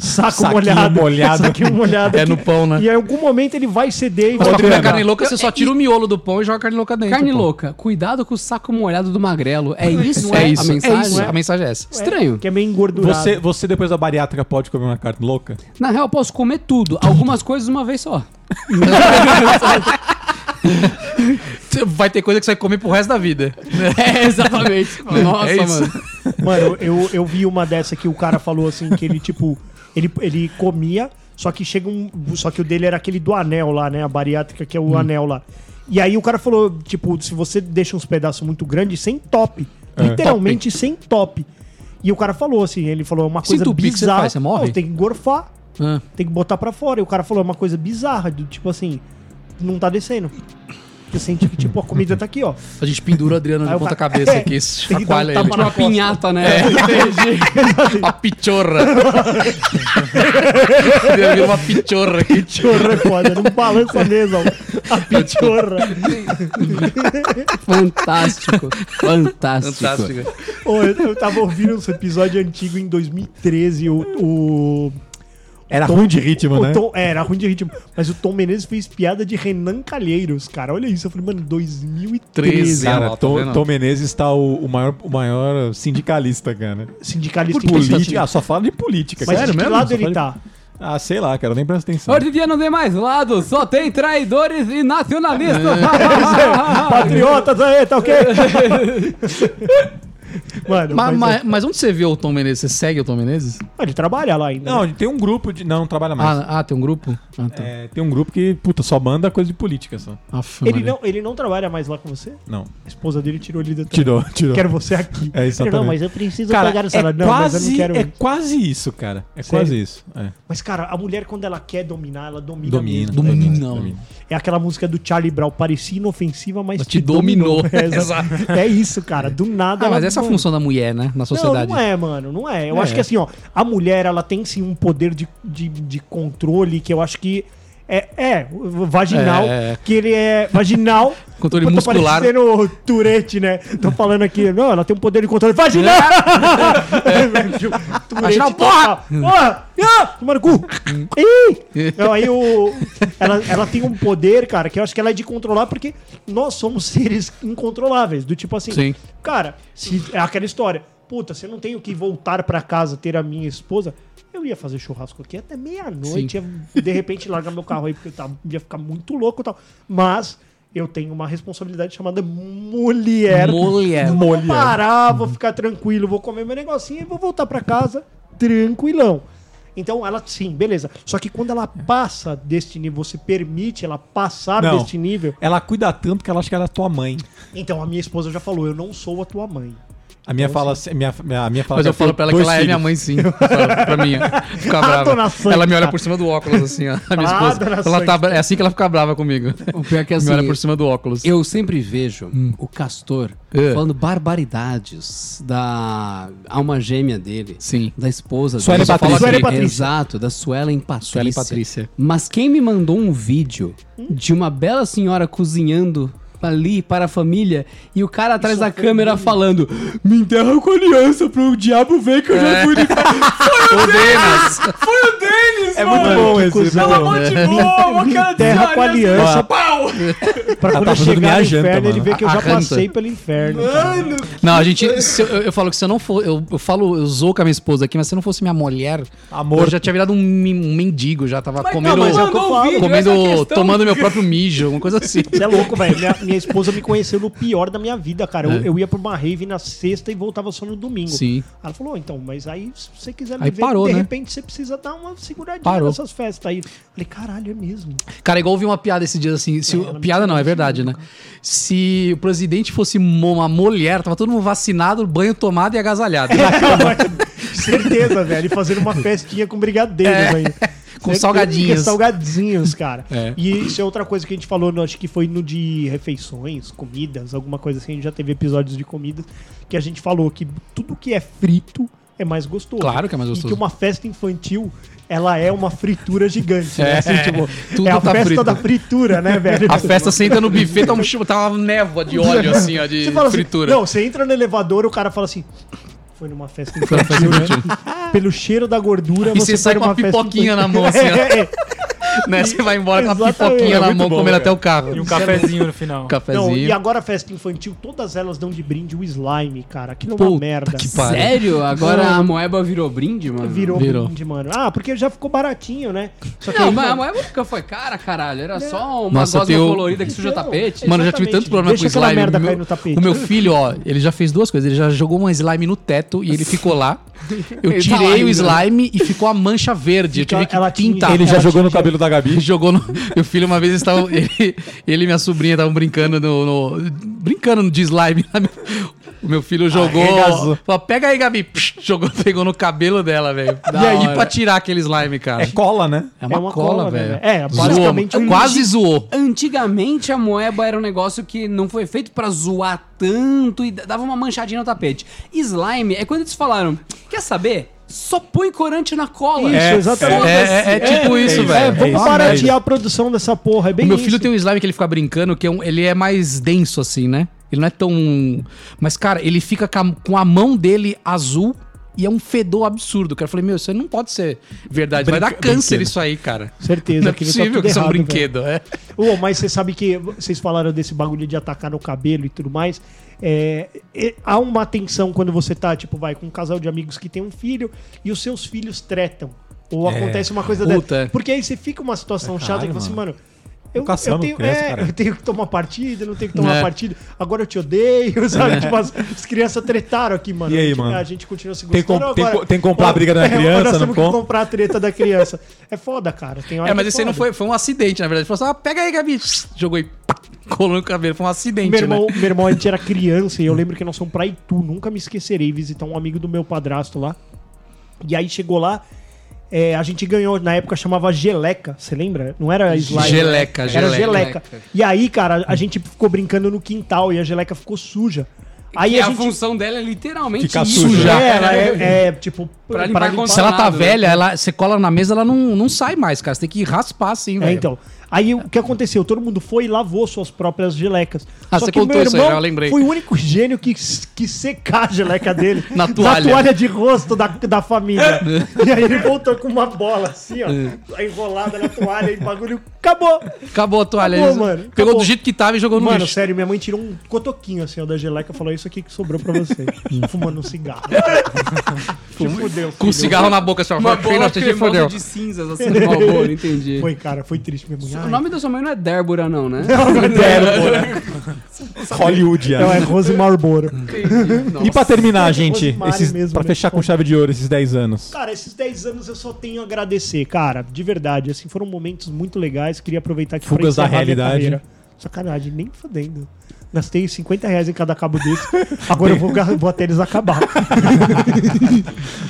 [SPEAKER 4] saco
[SPEAKER 1] saquinho
[SPEAKER 4] molhado.
[SPEAKER 1] molhado.
[SPEAKER 4] Saquinho molhado.
[SPEAKER 2] É no pão, né?
[SPEAKER 4] E aí, em algum momento ele vai ceder e
[SPEAKER 2] Mas
[SPEAKER 4] vai
[SPEAKER 2] pra comer
[SPEAKER 4] pegar.
[SPEAKER 2] carne louca, você só tira o miolo do pão e joga a carne louca dentro.
[SPEAKER 3] Carne
[SPEAKER 2] pô.
[SPEAKER 3] louca, cuidado com o saco molhado do magrelo. É isso,
[SPEAKER 2] É isso,
[SPEAKER 3] a mensagem?
[SPEAKER 2] é isso. A mensagem é essa.
[SPEAKER 3] Estranho.
[SPEAKER 4] Que é meio engordurado.
[SPEAKER 1] Você, você depois da bariátrica pode comer uma carne louca?
[SPEAKER 3] Na real, eu posso comer tudo, algumas coisas uma vez só.
[SPEAKER 2] Vai ter coisa que você vai comer pro resto da vida. Né?
[SPEAKER 3] É, exatamente. Nossa,
[SPEAKER 2] É isso.
[SPEAKER 3] mano.
[SPEAKER 4] Mano, eu, eu vi uma dessa que o cara falou assim, que ele, tipo, ele, ele comia, só que chega um. Só que o dele era aquele do anel lá, né? A bariátrica, que é o
[SPEAKER 2] Hum.
[SPEAKER 4] anel lá. E aí o cara falou, tipo, se você deixa uns pedaços muito grandes, sem top.
[SPEAKER 2] É,
[SPEAKER 4] Literalmente sem top. E o cara falou assim, ele falou, é uma coisa
[SPEAKER 2] entupir, o que você
[SPEAKER 4] bizarra.
[SPEAKER 2] faz? Você morre?
[SPEAKER 4] Não, tem que engorfar,
[SPEAKER 2] Ah.
[SPEAKER 4] tem que botar pra fora. E o cara falou, é uma coisa bizarra, do tipo assim, não tá descendo. Você sente que, tipo, a comida tá aqui, ó.
[SPEAKER 2] A gente pendura o Adriano de
[SPEAKER 4] Aí o
[SPEAKER 2] ponta
[SPEAKER 4] cara-
[SPEAKER 2] cabeça
[SPEAKER 4] É,
[SPEAKER 2] aqui,
[SPEAKER 4] tem que dar um
[SPEAKER 2] chacoalha
[SPEAKER 4] tapa
[SPEAKER 2] ele.
[SPEAKER 3] Tipo
[SPEAKER 4] na
[SPEAKER 3] uma
[SPEAKER 4] costa.
[SPEAKER 3] pinhata, né?
[SPEAKER 2] É. A pichorra. Ele vira uma pichorra aqui.
[SPEAKER 4] Pichorra é foda, não balança a mesa, ó. A pichorra.
[SPEAKER 3] Fantástico. Fantástico.
[SPEAKER 2] Fantástico.
[SPEAKER 4] Ô, eu, eu tava ouvindo esse episódio antigo em 2013. O, o,
[SPEAKER 1] Era ruim de ritmo,
[SPEAKER 4] o
[SPEAKER 1] né?
[SPEAKER 4] Tom, é, era ruim de ritmo. Mas o Tom Menezes fez piada de Renan Calheiros, cara. Olha isso. Eu falei, mano, 2013.
[SPEAKER 2] Treze.
[SPEAKER 1] Cara,
[SPEAKER 2] Olha lá, tá
[SPEAKER 1] Tom,
[SPEAKER 2] vendo?
[SPEAKER 1] Tom Menezes tá o, o maior, o maior sindicalista, cara.
[SPEAKER 4] Sindicalista assim,
[SPEAKER 1] Política. Ah, só fala de política,
[SPEAKER 4] Mas
[SPEAKER 1] cara.
[SPEAKER 4] de que
[SPEAKER 1] Só
[SPEAKER 4] lado
[SPEAKER 1] fala
[SPEAKER 4] ele
[SPEAKER 1] de-
[SPEAKER 4] tá?
[SPEAKER 1] Ah, sei lá, cara, nem presta atenção.
[SPEAKER 3] Hoje em dia não tem mais lado, só tem traidores e nacionalistas.
[SPEAKER 2] É.
[SPEAKER 1] Ah,
[SPEAKER 4] Patriotas aí, Ah, tá ok?
[SPEAKER 1] é.
[SPEAKER 4] mano,
[SPEAKER 2] Mas,
[SPEAKER 4] mas,
[SPEAKER 2] mas- mas onde você vê o Tom Menezes? Você segue o Tom Menezes?
[SPEAKER 4] Ah, ele trabalha lá ainda. né?
[SPEAKER 1] Não, tem um grupo de. Não, não trabalha mais.
[SPEAKER 2] Ah, ah, tem um grupo? Ah, tá.
[SPEAKER 1] É, tem um grupo que, puta, só manda coisa de política só.
[SPEAKER 3] Ah,
[SPEAKER 2] Aff,
[SPEAKER 4] Ele
[SPEAKER 2] Maria.
[SPEAKER 4] não, ele não trabalha mais lá com você?
[SPEAKER 1] Não.
[SPEAKER 4] A esposa dele tirou ele do trabalho.
[SPEAKER 1] Tirou, tirou.
[SPEAKER 4] Quero você aqui.
[SPEAKER 1] É,
[SPEAKER 4] Ele,
[SPEAKER 1] exatamente.
[SPEAKER 4] não, mas eu preciso
[SPEAKER 1] Cara,
[SPEAKER 4] pagar o
[SPEAKER 1] é,
[SPEAKER 4] salário. Não,
[SPEAKER 1] quase,
[SPEAKER 4] mas eu não quero.
[SPEAKER 1] é quase isso, cara. É
[SPEAKER 4] Sério?
[SPEAKER 1] quase isso. É.
[SPEAKER 4] Mas, cara, a mulher, quando ela quer dominar, ela domina,
[SPEAKER 1] Domina.
[SPEAKER 4] mesmo. né?
[SPEAKER 2] Domina.
[SPEAKER 4] É aquela música do Charlie Brown, parecia inofensiva, mas
[SPEAKER 2] Mas te dominou.
[SPEAKER 4] É, exa- é isso, cara. Do nada.
[SPEAKER 2] Ah,
[SPEAKER 4] ela-
[SPEAKER 2] mas essa é a função da mulher, né? Na sociedade.
[SPEAKER 4] Não, não é, mano, não é. Eu
[SPEAKER 1] É.
[SPEAKER 4] acho que assim, ó, a mulher, ela tem sim um poder de, de, de controle que eu acho que é, é vaginal,
[SPEAKER 2] É.
[SPEAKER 4] que ele é vaginal.
[SPEAKER 2] Controle
[SPEAKER 4] Eu tô
[SPEAKER 2] muscular.
[SPEAKER 4] parecendo o Turete, né? Tô falando aqui, não, ela tem um poder de controle vaginal.
[SPEAKER 2] É.
[SPEAKER 4] Turete
[SPEAKER 2] Vaginal, porra!
[SPEAKER 4] total. Porra! Ah, Toma no cu!
[SPEAKER 2] Hum.
[SPEAKER 4] Ih! Não, aí o... ela, ela tem um poder, cara, que eu acho que ela é de controlar, porque nós somos seres incontroláveis. Do tipo assim,
[SPEAKER 2] Sim.
[SPEAKER 4] cara, se é aquela história, puta, se eu não tenho que voltar pra casa ter a minha esposa, eu ia fazer churrasco aqui até meia-noite, ia de repente largar meu carro aí, porque eu tava, ia ficar muito louco e tal. Mas eu tenho uma responsabilidade chamada mulher.
[SPEAKER 2] Mulher.
[SPEAKER 4] Não vou parar, vou ficar tranquilo, vou comer meu negocinho e vou voltar pra casa tranquilão. Então ela, sim, beleza. Só que quando ela passa deste nível, você permite ela passar
[SPEAKER 1] Não.
[SPEAKER 4] deste nível.
[SPEAKER 1] Ela cuida tanto que ela acha que ela é tua mãe.
[SPEAKER 4] Então a minha esposa já falou: eu não sou a tua mãe.
[SPEAKER 1] A
[SPEAKER 4] Então,
[SPEAKER 1] minha fala assim, minha, minha, a minha fala
[SPEAKER 2] Mas
[SPEAKER 1] que
[SPEAKER 2] eu falo
[SPEAKER 1] tenho
[SPEAKER 2] pra ela que
[SPEAKER 1] dois
[SPEAKER 2] ela é minha
[SPEAKER 1] filhos.
[SPEAKER 2] mãe, sim. Eu falo pra mim, ó. Fica
[SPEAKER 4] Ah, dona
[SPEAKER 2] brava.
[SPEAKER 4] Santa.
[SPEAKER 2] ela me olha por cima do óculos, assim, ó. A minha
[SPEAKER 4] Ah,
[SPEAKER 2] esposa.
[SPEAKER 4] dona
[SPEAKER 2] Ela tá,
[SPEAKER 4] Santa.
[SPEAKER 2] bra- é assim que ela fica brava comigo.
[SPEAKER 3] O pior é Hum. que
[SPEAKER 2] Me
[SPEAKER 3] assim,
[SPEAKER 2] olha por cima do óculos.
[SPEAKER 3] eu sempre vejo o Castor
[SPEAKER 2] É.
[SPEAKER 3] falando barbaridades da alma gêmea dele.
[SPEAKER 2] Sim.
[SPEAKER 3] Da esposa
[SPEAKER 1] Suelen
[SPEAKER 3] dele.
[SPEAKER 1] Patrícia.
[SPEAKER 4] Suelen Patrícia.
[SPEAKER 3] Exato, da Suelen Patrícia.
[SPEAKER 2] Suelen Patrícia.
[SPEAKER 3] Mas quem me mandou um vídeo de uma bela senhora cozinhando ali para a família e o cara atrás da câmera falando: Me enterra com a aliança pro diabo ver que eu já fui de
[SPEAKER 1] É muito bom esse. é muito bom.
[SPEAKER 4] Terra com a aliança. Pra quando
[SPEAKER 1] tá
[SPEAKER 4] eu
[SPEAKER 1] fazendo minha
[SPEAKER 4] chegar no
[SPEAKER 1] janta,
[SPEAKER 4] inferno, ele
[SPEAKER 1] mano.
[SPEAKER 4] vê que eu já
[SPEAKER 2] Arranta.
[SPEAKER 4] passei pelo inferno. então.
[SPEAKER 2] Não, a gente. se eu, eu falo que se eu não for. Eu, eu falo, eu zoo com a minha esposa aqui, mas se eu não fosse minha mulher,
[SPEAKER 1] Amor.
[SPEAKER 2] eu já tinha virado um, mi- um mendigo, já tava comendo.
[SPEAKER 4] mas é o que eu falo.
[SPEAKER 2] comendo. Tomando meu próprio mijo, uma coisa assim.
[SPEAKER 4] Você é louco, velho. Minha, minha esposa me conheceu no pior da minha vida, cara. Eu, eu ia pra uma rave na sexta e voltava só no domingo.
[SPEAKER 2] É. Sim.
[SPEAKER 4] Ela falou, "Ó, então, mas aí se você quiser me
[SPEAKER 2] Aí
[SPEAKER 4] ver,
[SPEAKER 2] parou,
[SPEAKER 4] de
[SPEAKER 2] né?
[SPEAKER 4] repente você precisa dar uma seguradinha
[SPEAKER 2] Parou.
[SPEAKER 4] nessas festas aí. Falei, caralho, é mesmo.
[SPEAKER 2] Cara, igual ouvi uma piada esses dias assim. Se, o-
[SPEAKER 4] ela me
[SPEAKER 2] piada não, é verdade, né? Se o presidente fosse mo- uma mulher, tava todo mundo vacinado, banho tomado e agasalhado.
[SPEAKER 4] Certeza, velho. E fazendo uma festinha com brigadeiro, velho.
[SPEAKER 2] Com
[SPEAKER 4] Certeza que é
[SPEAKER 2] salgadinhos.
[SPEAKER 4] salgadinhos, cara.
[SPEAKER 2] É.
[SPEAKER 4] E isso é outra coisa que a gente falou, no- acho que foi no de refeições, comidas, alguma coisa assim. A gente já teve episódios de comidas que a gente falou que tudo que é frito é mais gostoso.
[SPEAKER 2] Claro que é mais
[SPEAKER 4] E
[SPEAKER 2] gostoso.
[SPEAKER 4] que uma festa infantil, ela é uma fritura gigante. né?
[SPEAKER 2] É,
[SPEAKER 4] Assim, tipo,
[SPEAKER 2] tudo
[SPEAKER 4] é a
[SPEAKER 2] tá
[SPEAKER 4] festa
[SPEAKER 2] frito.
[SPEAKER 4] da fritura, né, velho?
[SPEAKER 2] A festa senta no buffet, tá, um, chu- tá uma névoa de óleo, assim, ó, de
[SPEAKER 4] Você fala assim,
[SPEAKER 2] fritura.
[SPEAKER 4] não, você entra no elevador, o cara fala assim. Foi numa festa infantil, né? Pelo cheiro da gordura,
[SPEAKER 2] E você sai
[SPEAKER 4] foi
[SPEAKER 2] com uma
[SPEAKER 4] numa festa
[SPEAKER 2] pipoquinha
[SPEAKER 4] infantil."
[SPEAKER 2] na mão, assim, ó.
[SPEAKER 4] É, é.
[SPEAKER 2] né? Você vai embora com a
[SPEAKER 4] Exatamente.
[SPEAKER 2] pipoquinha
[SPEAKER 4] É
[SPEAKER 2] na
[SPEAKER 1] muito
[SPEAKER 2] mão,
[SPEAKER 1] bom, né,
[SPEAKER 2] comendo
[SPEAKER 1] cara.
[SPEAKER 2] até o carro.
[SPEAKER 5] E um cafezinho no final.
[SPEAKER 2] cafezinho.
[SPEAKER 4] Não, e agora a festa infantil, todas elas dão de brinde o slime, cara. Aquilo é uma
[SPEAKER 2] Puta
[SPEAKER 4] merda.
[SPEAKER 2] que pariu.
[SPEAKER 3] Sério? Agora a moeba virou brinde, mano?
[SPEAKER 4] Virou,
[SPEAKER 2] Virou.
[SPEAKER 4] brinde, mano. Ah, porque já ficou baratinho, né? Só que
[SPEAKER 3] Não,
[SPEAKER 4] aí,
[SPEAKER 2] é
[SPEAKER 3] mas a
[SPEAKER 4] mano,
[SPEAKER 3] moeba nunca foi cara, caralho. Era só uma
[SPEAKER 2] Nossa, eu
[SPEAKER 3] gosma
[SPEAKER 2] tenho-
[SPEAKER 3] colorida que suja
[SPEAKER 4] Então,
[SPEAKER 3] tapete.
[SPEAKER 2] Mano, eu já tive
[SPEAKER 4] Exatamente.
[SPEAKER 2] tanto problema
[SPEAKER 4] Deixa
[SPEAKER 2] com
[SPEAKER 4] aquela
[SPEAKER 2] slime.
[SPEAKER 4] merda
[SPEAKER 2] O meu-
[SPEAKER 4] cair no tapete.
[SPEAKER 2] O meu filho, ó, ele já fez duas coisas. Ele já jogou uma slime no teto e ele ficou lá. Eu
[SPEAKER 3] Ele tá lá
[SPEAKER 2] tirei o
[SPEAKER 3] ainda.
[SPEAKER 2] slime e ficou a mancha verde. Eu
[SPEAKER 4] Fica-
[SPEAKER 2] tive que
[SPEAKER 4] ela tinha-
[SPEAKER 2] pintar.
[SPEAKER 1] Ele já
[SPEAKER 4] Ela
[SPEAKER 1] jogou no
[SPEAKER 4] tinha-
[SPEAKER 1] cabelo da
[SPEAKER 2] Ele
[SPEAKER 1] Gabi.
[SPEAKER 2] jogou no. Meu filho, uma vez eles estavam. Ele, ele e minha sobrinha estavam brincando no, no- Brincando de slime. lá. O meu filho jogou.
[SPEAKER 1] Arregaçou.
[SPEAKER 2] Falou, pega aí, Gabi. Psh, jogou, pegou no cabelo dela, velho.
[SPEAKER 3] Da
[SPEAKER 2] E aí
[SPEAKER 3] hora.
[SPEAKER 2] pra tirar aquele slime, cara.
[SPEAKER 1] É cola, né?
[SPEAKER 2] É uma, cola, velho.
[SPEAKER 4] É,
[SPEAKER 2] Zoou,
[SPEAKER 4] basicamente um-
[SPEAKER 2] Quase zoou.
[SPEAKER 3] Antigamente a moeba era um negócio que não foi feito pra zoar tanto e dava uma manchadinha no tapete. Slime é quando eles falaram: quer saber? Só põe corante na cola.
[SPEAKER 4] Isso,
[SPEAKER 3] É,
[SPEAKER 4] exatamente.
[SPEAKER 3] foda-se.
[SPEAKER 2] É, é, é tipo isso,
[SPEAKER 1] isso,
[SPEAKER 2] velho.
[SPEAKER 4] É, vamos
[SPEAKER 1] isso mesmo.
[SPEAKER 4] baratear a produção dessa porra. É bem
[SPEAKER 2] O meu
[SPEAKER 4] isso.
[SPEAKER 2] filho tem um slime que ele fica brincando, que é um- ele é mais denso, assim, né? Ele não é tão. Mas, cara, ele fica com a, com a mão dele azul e é um fedor absurdo, cara. Eu falei, meu, isso aí não pode ser verdade. Vai dar
[SPEAKER 1] Brinca-
[SPEAKER 2] câncer
[SPEAKER 1] brinquedo.
[SPEAKER 2] isso aí, cara.
[SPEAKER 4] Certeza,
[SPEAKER 2] Não é
[SPEAKER 4] aquilo tá
[SPEAKER 2] possível
[SPEAKER 4] tudo
[SPEAKER 2] que isso é um
[SPEAKER 4] errado, velho.
[SPEAKER 2] brinquedo, é.
[SPEAKER 4] Ô, mas você sabe que vocês falaram desse bagulho de atacar no cabelo e tudo mais. É, e- há uma tensão quando você tá, tipo, vai com um casal de amigos que tem um filho e os seus filhos tretam. Ou acontece uma coisa
[SPEAKER 2] É, Puta, é.
[SPEAKER 4] dessa. Porque aí você fica uma situação chata que você, assim, mano. Eu,
[SPEAKER 1] Educação
[SPEAKER 4] eu,
[SPEAKER 1] não
[SPEAKER 4] tenho,
[SPEAKER 1] cresce,
[SPEAKER 4] é,
[SPEAKER 1] cara.
[SPEAKER 4] eu tenho que tomar partido, eu não tenho que tomar
[SPEAKER 2] É.
[SPEAKER 4] partido. Agora eu te odeio, sabe? Tipo, as, as crianças tretaram aqui, mano.
[SPEAKER 1] E aí,
[SPEAKER 4] A gente-
[SPEAKER 1] mano?
[SPEAKER 4] A gente continua se
[SPEAKER 1] Tem
[SPEAKER 4] gostando.
[SPEAKER 1] com- tem
[SPEAKER 4] agora-
[SPEAKER 1] co- tem que comprar a briga da
[SPEAKER 4] É, agora
[SPEAKER 1] criança,
[SPEAKER 4] nós
[SPEAKER 1] não
[SPEAKER 4] temos que
[SPEAKER 1] compra?
[SPEAKER 4] comprar a treta da criança. É foda, cara. Tem hora
[SPEAKER 2] É, mas
[SPEAKER 4] que
[SPEAKER 2] esse aí não
[SPEAKER 4] foda.
[SPEAKER 2] foi, foi um acidente, na verdade. Ele falou assim: ah, pega aí, Gabi. Jogou e pá, colou no cabelo. Foi um acidente,
[SPEAKER 4] Meu irmão,
[SPEAKER 2] né?
[SPEAKER 4] meu irmão, a gente era criança e eu lembro que nós fomos pra Itu, nunca me esquecerei, visitar um amigo do meu padrasto lá. E aí chegou lá, é, a gente ganhou, na época chamava Geleca, você lembra? Não era slime. né?
[SPEAKER 2] Geleca,
[SPEAKER 4] Era
[SPEAKER 2] geleca.
[SPEAKER 4] geleca. E aí, cara, a gente ficou brincando no quintal e a geleca ficou suja. Aí
[SPEAKER 3] E
[SPEAKER 4] a
[SPEAKER 3] a
[SPEAKER 4] gente...
[SPEAKER 3] função dela é literalmente
[SPEAKER 1] Ficar
[SPEAKER 3] isso.
[SPEAKER 1] suja.
[SPEAKER 4] É, ela é, é, tipo,
[SPEAKER 3] Pra limpar com
[SPEAKER 2] Se ela tá
[SPEAKER 3] nada, né?
[SPEAKER 2] velha, ela, você cola na mesa, ela não, não sai mais, cara. Você tem que raspar assim,
[SPEAKER 4] É,
[SPEAKER 2] velho.
[SPEAKER 4] então. Aí o que aconteceu? Todo mundo foi e lavou suas próprias gelecas.
[SPEAKER 2] Ah, você contou isso aí, já lembrei.
[SPEAKER 4] Foi o único gênio que, que secar a geleca dele
[SPEAKER 2] Na toalha.
[SPEAKER 4] toalha de rosto da, da família. e aí ele voltou com uma bola assim, ó,
[SPEAKER 2] É.
[SPEAKER 4] enrolada na toalha e o bagulho acabou.
[SPEAKER 2] Acabou a toalha.
[SPEAKER 4] Acabou,
[SPEAKER 2] Ele
[SPEAKER 4] mano,
[SPEAKER 2] Pegou
[SPEAKER 4] acabou.
[SPEAKER 2] do jeito que tava e jogou no
[SPEAKER 4] Mano,
[SPEAKER 2] lixo.
[SPEAKER 4] sério, minha mãe tirou um cotoquinho assim, ó, da geleca e falou: Isso aqui que sobrou pra você. Fumando um cigarro.
[SPEAKER 2] Tá
[SPEAKER 4] Te Tipo,
[SPEAKER 1] Tipo,
[SPEAKER 4] fudeu.
[SPEAKER 2] Com
[SPEAKER 4] filho.
[SPEAKER 2] o cigarro na boca, só
[SPEAKER 3] Uma
[SPEAKER 2] Feio,
[SPEAKER 3] bola
[SPEAKER 2] você se
[SPEAKER 3] cremosa
[SPEAKER 2] fodeu.
[SPEAKER 3] de cinzas, assim, no Malboro, entendi.
[SPEAKER 4] Foi, cara, foi triste, minha mãe.
[SPEAKER 7] O nome da sua mãe não é Débora, não, né?
[SPEAKER 1] Hollywoodiano.
[SPEAKER 4] né? Não, é Rose Marlboro.
[SPEAKER 7] Entendi.
[SPEAKER 1] E pra terminar, gente,
[SPEAKER 4] Rosemary
[SPEAKER 1] esses,
[SPEAKER 4] mesmo,
[SPEAKER 1] pra
[SPEAKER 4] né?
[SPEAKER 1] fechar com chave de ouro esses 10 anos.
[SPEAKER 4] Cara, esses 10 anos eu só tenho a agradecer, cara. De verdade, assim, foram momentos muito legais. Queria aproveitar aqui
[SPEAKER 1] Fugas da
[SPEAKER 4] encerrar minha
[SPEAKER 1] realidade.
[SPEAKER 4] carreira. Sacanagem, nem fodendo. Gastei 50 reais em cada cabo desse. Agora eu vou, ga- vou até eles acabar.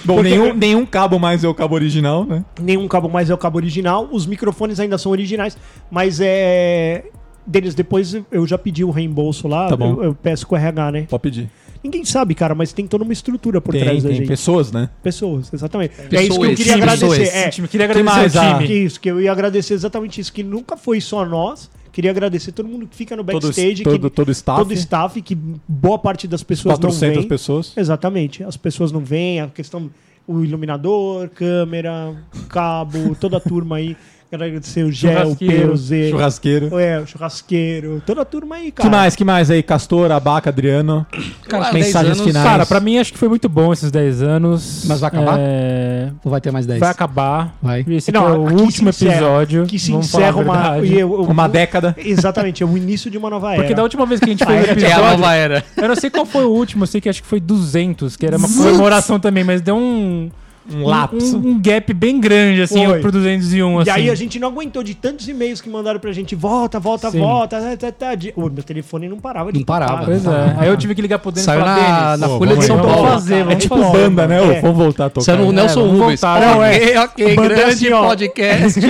[SPEAKER 1] Bom, nenhum, nenhum cabo mais é o cabo original, né?
[SPEAKER 4] Nenhum cabo mais é o cabo original. Os microfones ainda são originais, mas é. Deles, depois eu já pedi o reembolso lá.
[SPEAKER 1] Tá bom.
[SPEAKER 4] Eu, eu peço com o RH, né?
[SPEAKER 1] Pode pedir.
[SPEAKER 4] Ninguém sabe, cara, mas tem toda uma estrutura por
[SPEAKER 1] Tem,
[SPEAKER 4] trás da
[SPEAKER 1] tem
[SPEAKER 4] gente.
[SPEAKER 1] pessoas, né?
[SPEAKER 4] Pessoas, exatamente. É isso que eu
[SPEAKER 7] Pessoas.
[SPEAKER 4] queria
[SPEAKER 7] Times.
[SPEAKER 4] agradecer.
[SPEAKER 3] Pessoas.
[SPEAKER 4] É,
[SPEAKER 5] Time, queria
[SPEAKER 1] Quem mais?
[SPEAKER 5] agradecer ao time.
[SPEAKER 4] Que isso, que eu ia agradecer exatamente isso, que nunca foi só nós. Queria agradecer todo mundo que fica no
[SPEAKER 1] Todo,
[SPEAKER 4] backstage,
[SPEAKER 1] todo,
[SPEAKER 4] que,
[SPEAKER 1] todo staff,
[SPEAKER 4] todo staff, que boa parte das pessoas não
[SPEAKER 1] 400
[SPEAKER 4] vem.
[SPEAKER 1] pessoas.
[SPEAKER 4] Exatamente, as pessoas não vêm, a questão, o iluminador, câmera, cabo, toda a turma aí. Quero agradecer o Gé, o P, o Z,
[SPEAKER 1] Churrasqueiro.
[SPEAKER 4] é, o churrasqueiro, toda a turma aí,
[SPEAKER 1] Que
[SPEAKER 4] cara.
[SPEAKER 1] mais, que mais aí? Castor, Abaca, Adriano.
[SPEAKER 7] Cara,
[SPEAKER 1] As mensagens
[SPEAKER 3] Ah,
[SPEAKER 1] finais.
[SPEAKER 5] Cara, pra mim acho que foi muito bom esses 10 anos.
[SPEAKER 3] Mas vai acabar?
[SPEAKER 5] É,
[SPEAKER 3] Ou vai ter mais 10?
[SPEAKER 5] Vai acabar.
[SPEAKER 3] Vai.
[SPEAKER 5] Esse
[SPEAKER 4] Não,
[SPEAKER 5] que é o
[SPEAKER 4] aqui se
[SPEAKER 5] último
[SPEAKER 4] encerra-
[SPEAKER 5] episódio.
[SPEAKER 4] Que se
[SPEAKER 5] vamos falar a
[SPEAKER 4] encerra uma.
[SPEAKER 5] verdade.
[SPEAKER 4] e eu- eu-
[SPEAKER 1] Uma década.
[SPEAKER 4] Exatamente, é o início de uma nova era.
[SPEAKER 5] Porque da última vez que a gente fez o
[SPEAKER 3] É a
[SPEAKER 5] episódio,
[SPEAKER 3] nova era.
[SPEAKER 5] eu não sei qual foi o último, eu sei que acho que foi 200, que era uma comemoração também, mas deu um,
[SPEAKER 1] Um lapso.
[SPEAKER 5] um, um gap bem grande, assim,
[SPEAKER 4] Foi.
[SPEAKER 5] pro 201, assim.
[SPEAKER 4] E aí a gente não aguentou de tantos e-mails que mandaram pra gente, volta, volta,
[SPEAKER 5] Sim.
[SPEAKER 4] volta, tá, tá, tá, de- Ô, meu telefone não parava de
[SPEAKER 3] Não parava.
[SPEAKER 4] tocar.
[SPEAKER 5] Pois é. Aí eu tive que ligar pro Denis e
[SPEAKER 3] Saiu
[SPEAKER 5] falar,
[SPEAKER 3] na-
[SPEAKER 5] Denis,
[SPEAKER 3] na
[SPEAKER 5] pô,
[SPEAKER 3] Folha de
[SPEAKER 5] vamos
[SPEAKER 3] São
[SPEAKER 5] aí,
[SPEAKER 3] Paulo.
[SPEAKER 5] Vamos fazer, vamos
[SPEAKER 4] É tipo
[SPEAKER 5] fazer.
[SPEAKER 1] Banda, né? Ô,
[SPEAKER 4] É.
[SPEAKER 1] Vamos voltar a tocar.
[SPEAKER 3] Sendo o Nelson
[SPEAKER 5] vamos
[SPEAKER 3] Rubens.
[SPEAKER 5] voltar,
[SPEAKER 3] Fala,
[SPEAKER 5] não,
[SPEAKER 3] ok, ok,
[SPEAKER 4] Banda
[SPEAKER 3] grande
[SPEAKER 4] é. assim, ó.
[SPEAKER 3] podcast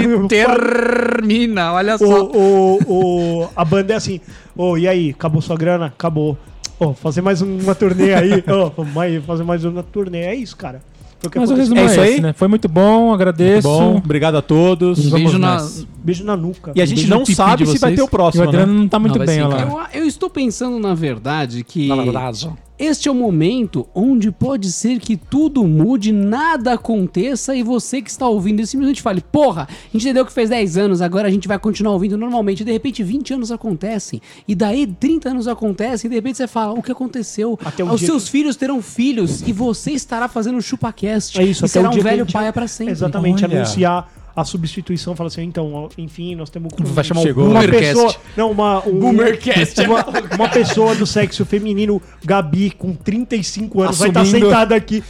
[SPEAKER 3] termina. Olha
[SPEAKER 4] O,
[SPEAKER 3] só.
[SPEAKER 4] o- o- a banda é assim, ô, e aí, acabou sua grana? Acabou. Ô, fazer mais uma turnê aí. Ô, vamos aí, fazer mais uma turnê. É isso, cara. Foi o que
[SPEAKER 5] Mas o
[SPEAKER 4] aconteceu.
[SPEAKER 5] resumo é,
[SPEAKER 1] É isso aí?
[SPEAKER 5] esse, né? Foi muito bom, agradeço.
[SPEAKER 1] Tá Bom, obrigado a todos.
[SPEAKER 3] Um
[SPEAKER 1] Vamos
[SPEAKER 3] beijo na.
[SPEAKER 1] nessa.
[SPEAKER 4] Beijo na nuca.
[SPEAKER 1] E a
[SPEAKER 3] um
[SPEAKER 1] gente
[SPEAKER 3] beijo
[SPEAKER 1] não
[SPEAKER 3] no pipi
[SPEAKER 1] sabe
[SPEAKER 3] de
[SPEAKER 1] se vai
[SPEAKER 3] vocês.
[SPEAKER 1] ter o
[SPEAKER 5] E o
[SPEAKER 1] próximo, né?
[SPEAKER 5] Adriano não tá muito
[SPEAKER 3] vai
[SPEAKER 5] bem,
[SPEAKER 3] sim,
[SPEAKER 5] olha lá.
[SPEAKER 3] cara.
[SPEAKER 7] Ah, Eu, eu estou pensando, na verdade, que
[SPEAKER 3] Na verdade.
[SPEAKER 7] este é o momento onde pode ser que tudo mude, nada aconteça e você que está ouvindo isso simplesmente fale: Porra, a gente entendeu que fez 10 anos, agora a gente vai continuar ouvindo normalmente. E de repente 20 anos acontecem, e daí 30 anos acontecem, e de repente você fala: O que aconteceu?
[SPEAKER 4] Até o
[SPEAKER 7] Os
[SPEAKER 4] dia
[SPEAKER 7] seus filhos terão filhos e você estará fazendo um chupacast.
[SPEAKER 4] É isso,
[SPEAKER 7] e
[SPEAKER 4] até o
[SPEAKER 7] será um
[SPEAKER 4] dia que a
[SPEAKER 7] velho
[SPEAKER 4] gente-
[SPEAKER 7] paia para sempre.
[SPEAKER 4] Exatamente,
[SPEAKER 1] Olha.
[SPEAKER 4] anunciar a substituição, falar assim, então, ó, enfim, nós temos... um
[SPEAKER 3] Vai chamar
[SPEAKER 1] Chegou.
[SPEAKER 3] o
[SPEAKER 4] uma
[SPEAKER 3] Boomercast.
[SPEAKER 4] pessoa, não, uma, um, uma, uma pessoa do sexo feminino, Gabi, com 35 anos, vai estar
[SPEAKER 1] Assumindo.
[SPEAKER 4] sentada aqui.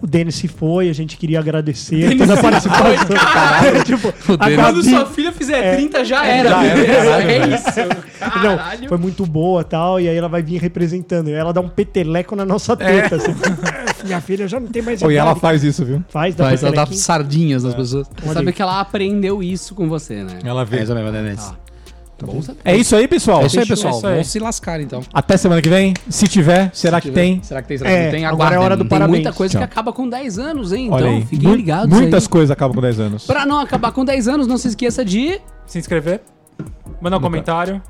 [SPEAKER 4] O Denis se foi, a gente queria agradecer toda a participação. É, tipo, a Gabi,
[SPEAKER 7] filha fizer
[SPEAKER 4] É.
[SPEAKER 7] 30, já era.
[SPEAKER 1] Já era,
[SPEAKER 7] é isso.
[SPEAKER 4] não, foi muito boa tal, e aí ela vai vir representando. Ela dá um peteleco na nossa teta. assim. Minha filha já não tem mais
[SPEAKER 1] Pô, e ela
[SPEAKER 4] idade.
[SPEAKER 1] faz isso, viu?
[SPEAKER 4] faz, dá
[SPEAKER 3] Mas ela dá
[SPEAKER 4] petelequinho.
[SPEAKER 3] sardinhas nas pessoas.
[SPEAKER 7] Sabe que ela aprendeu isso com você, né?
[SPEAKER 5] É.
[SPEAKER 1] Ela vê.
[SPEAKER 3] Ah.
[SPEAKER 1] É isso aí, pessoal.
[SPEAKER 3] É isso aí,
[SPEAKER 5] É
[SPEAKER 3] pessoal.
[SPEAKER 5] isso aí.
[SPEAKER 3] Vamos se lascar, então.
[SPEAKER 1] Até semana que vem. Se tiver, será que
[SPEAKER 3] tiver.
[SPEAKER 1] tem?
[SPEAKER 3] Será que tem? Será que
[SPEAKER 4] É,
[SPEAKER 3] não tem?
[SPEAKER 4] agora é
[SPEAKER 3] Aguardem.
[SPEAKER 4] hora do
[SPEAKER 3] Tem
[SPEAKER 7] Tem
[SPEAKER 4] Parabéns.
[SPEAKER 7] muita coisa
[SPEAKER 1] Tchau.
[SPEAKER 7] que acaba com 10 anos, hein?
[SPEAKER 1] Olha
[SPEAKER 7] Então,
[SPEAKER 1] aí.
[SPEAKER 7] fiquem
[SPEAKER 1] Mu-
[SPEAKER 7] ligados
[SPEAKER 1] Muitas
[SPEAKER 7] aí.
[SPEAKER 1] coisas acabam com 10 anos.
[SPEAKER 7] Pra não acabar com 10 anos, não se esqueça de...
[SPEAKER 5] Se inscrever, mandar um comentário.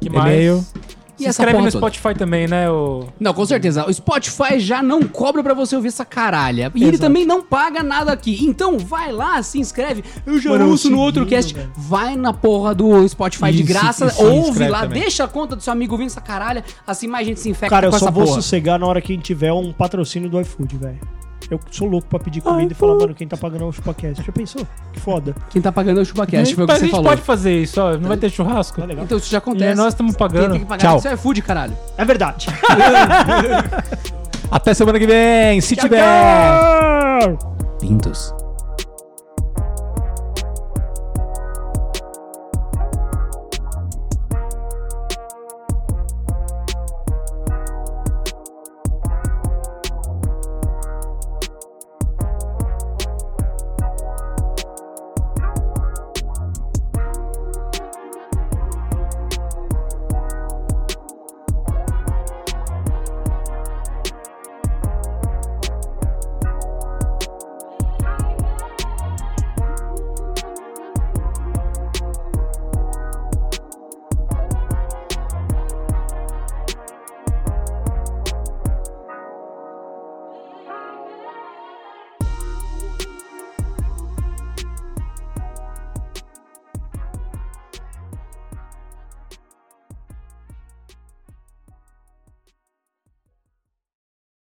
[SPEAKER 5] Que
[SPEAKER 1] E-mail.
[SPEAKER 5] mais?
[SPEAKER 7] E
[SPEAKER 5] Se
[SPEAKER 7] essa
[SPEAKER 5] inscreve
[SPEAKER 7] porra
[SPEAKER 5] no
[SPEAKER 7] toda.
[SPEAKER 5] Spotify também, né? O...
[SPEAKER 7] Não, com certeza. O Spotify já não cobra pra você ouvir essa caralha. E ele também não paga nada aqui. Então vai lá, se inscreve. Eu já
[SPEAKER 4] Mano, eu
[SPEAKER 7] ouço no
[SPEAKER 4] sigo,
[SPEAKER 7] outro cast.
[SPEAKER 4] velho.
[SPEAKER 7] Vai na porra do Spotify de
[SPEAKER 1] Isso,
[SPEAKER 7] graça.
[SPEAKER 1] isso,
[SPEAKER 7] ouve
[SPEAKER 1] inscreve
[SPEAKER 7] lá,
[SPEAKER 1] também.
[SPEAKER 7] deixa a conta do seu amigo ouvindo essa caralha. Assim mais gente se infecta
[SPEAKER 4] Cara, eu
[SPEAKER 7] com
[SPEAKER 4] só
[SPEAKER 7] essa
[SPEAKER 4] vou
[SPEAKER 7] porra.
[SPEAKER 4] sossegar na hora que a gente tiver um patrocínio do iFood, velho. Eu sou louco pra pedir
[SPEAKER 7] Ah,
[SPEAKER 4] comida e falar,
[SPEAKER 7] então-
[SPEAKER 4] mano, quem tá pagando é o ChupaCast. Já pensou? Que foda.
[SPEAKER 7] Quem tá pagando é o ChupaCast, foi o que
[SPEAKER 5] Mas a
[SPEAKER 7] você
[SPEAKER 5] gente
[SPEAKER 7] falou. É.
[SPEAKER 5] pode fazer isso, ó. Não vai ter churrasco?
[SPEAKER 4] Tá legal.
[SPEAKER 7] Então isso já
[SPEAKER 5] E
[SPEAKER 7] acontece.
[SPEAKER 5] É, nós estamos
[SPEAKER 7] Quem
[SPEAKER 5] pagando.
[SPEAKER 7] tem que pagar
[SPEAKER 1] Tchau.
[SPEAKER 7] isso é food, caralho.
[SPEAKER 4] É verdade.
[SPEAKER 1] Até semana que vem. Se tiver.
[SPEAKER 4] Tchau!
[SPEAKER 7] Pintos.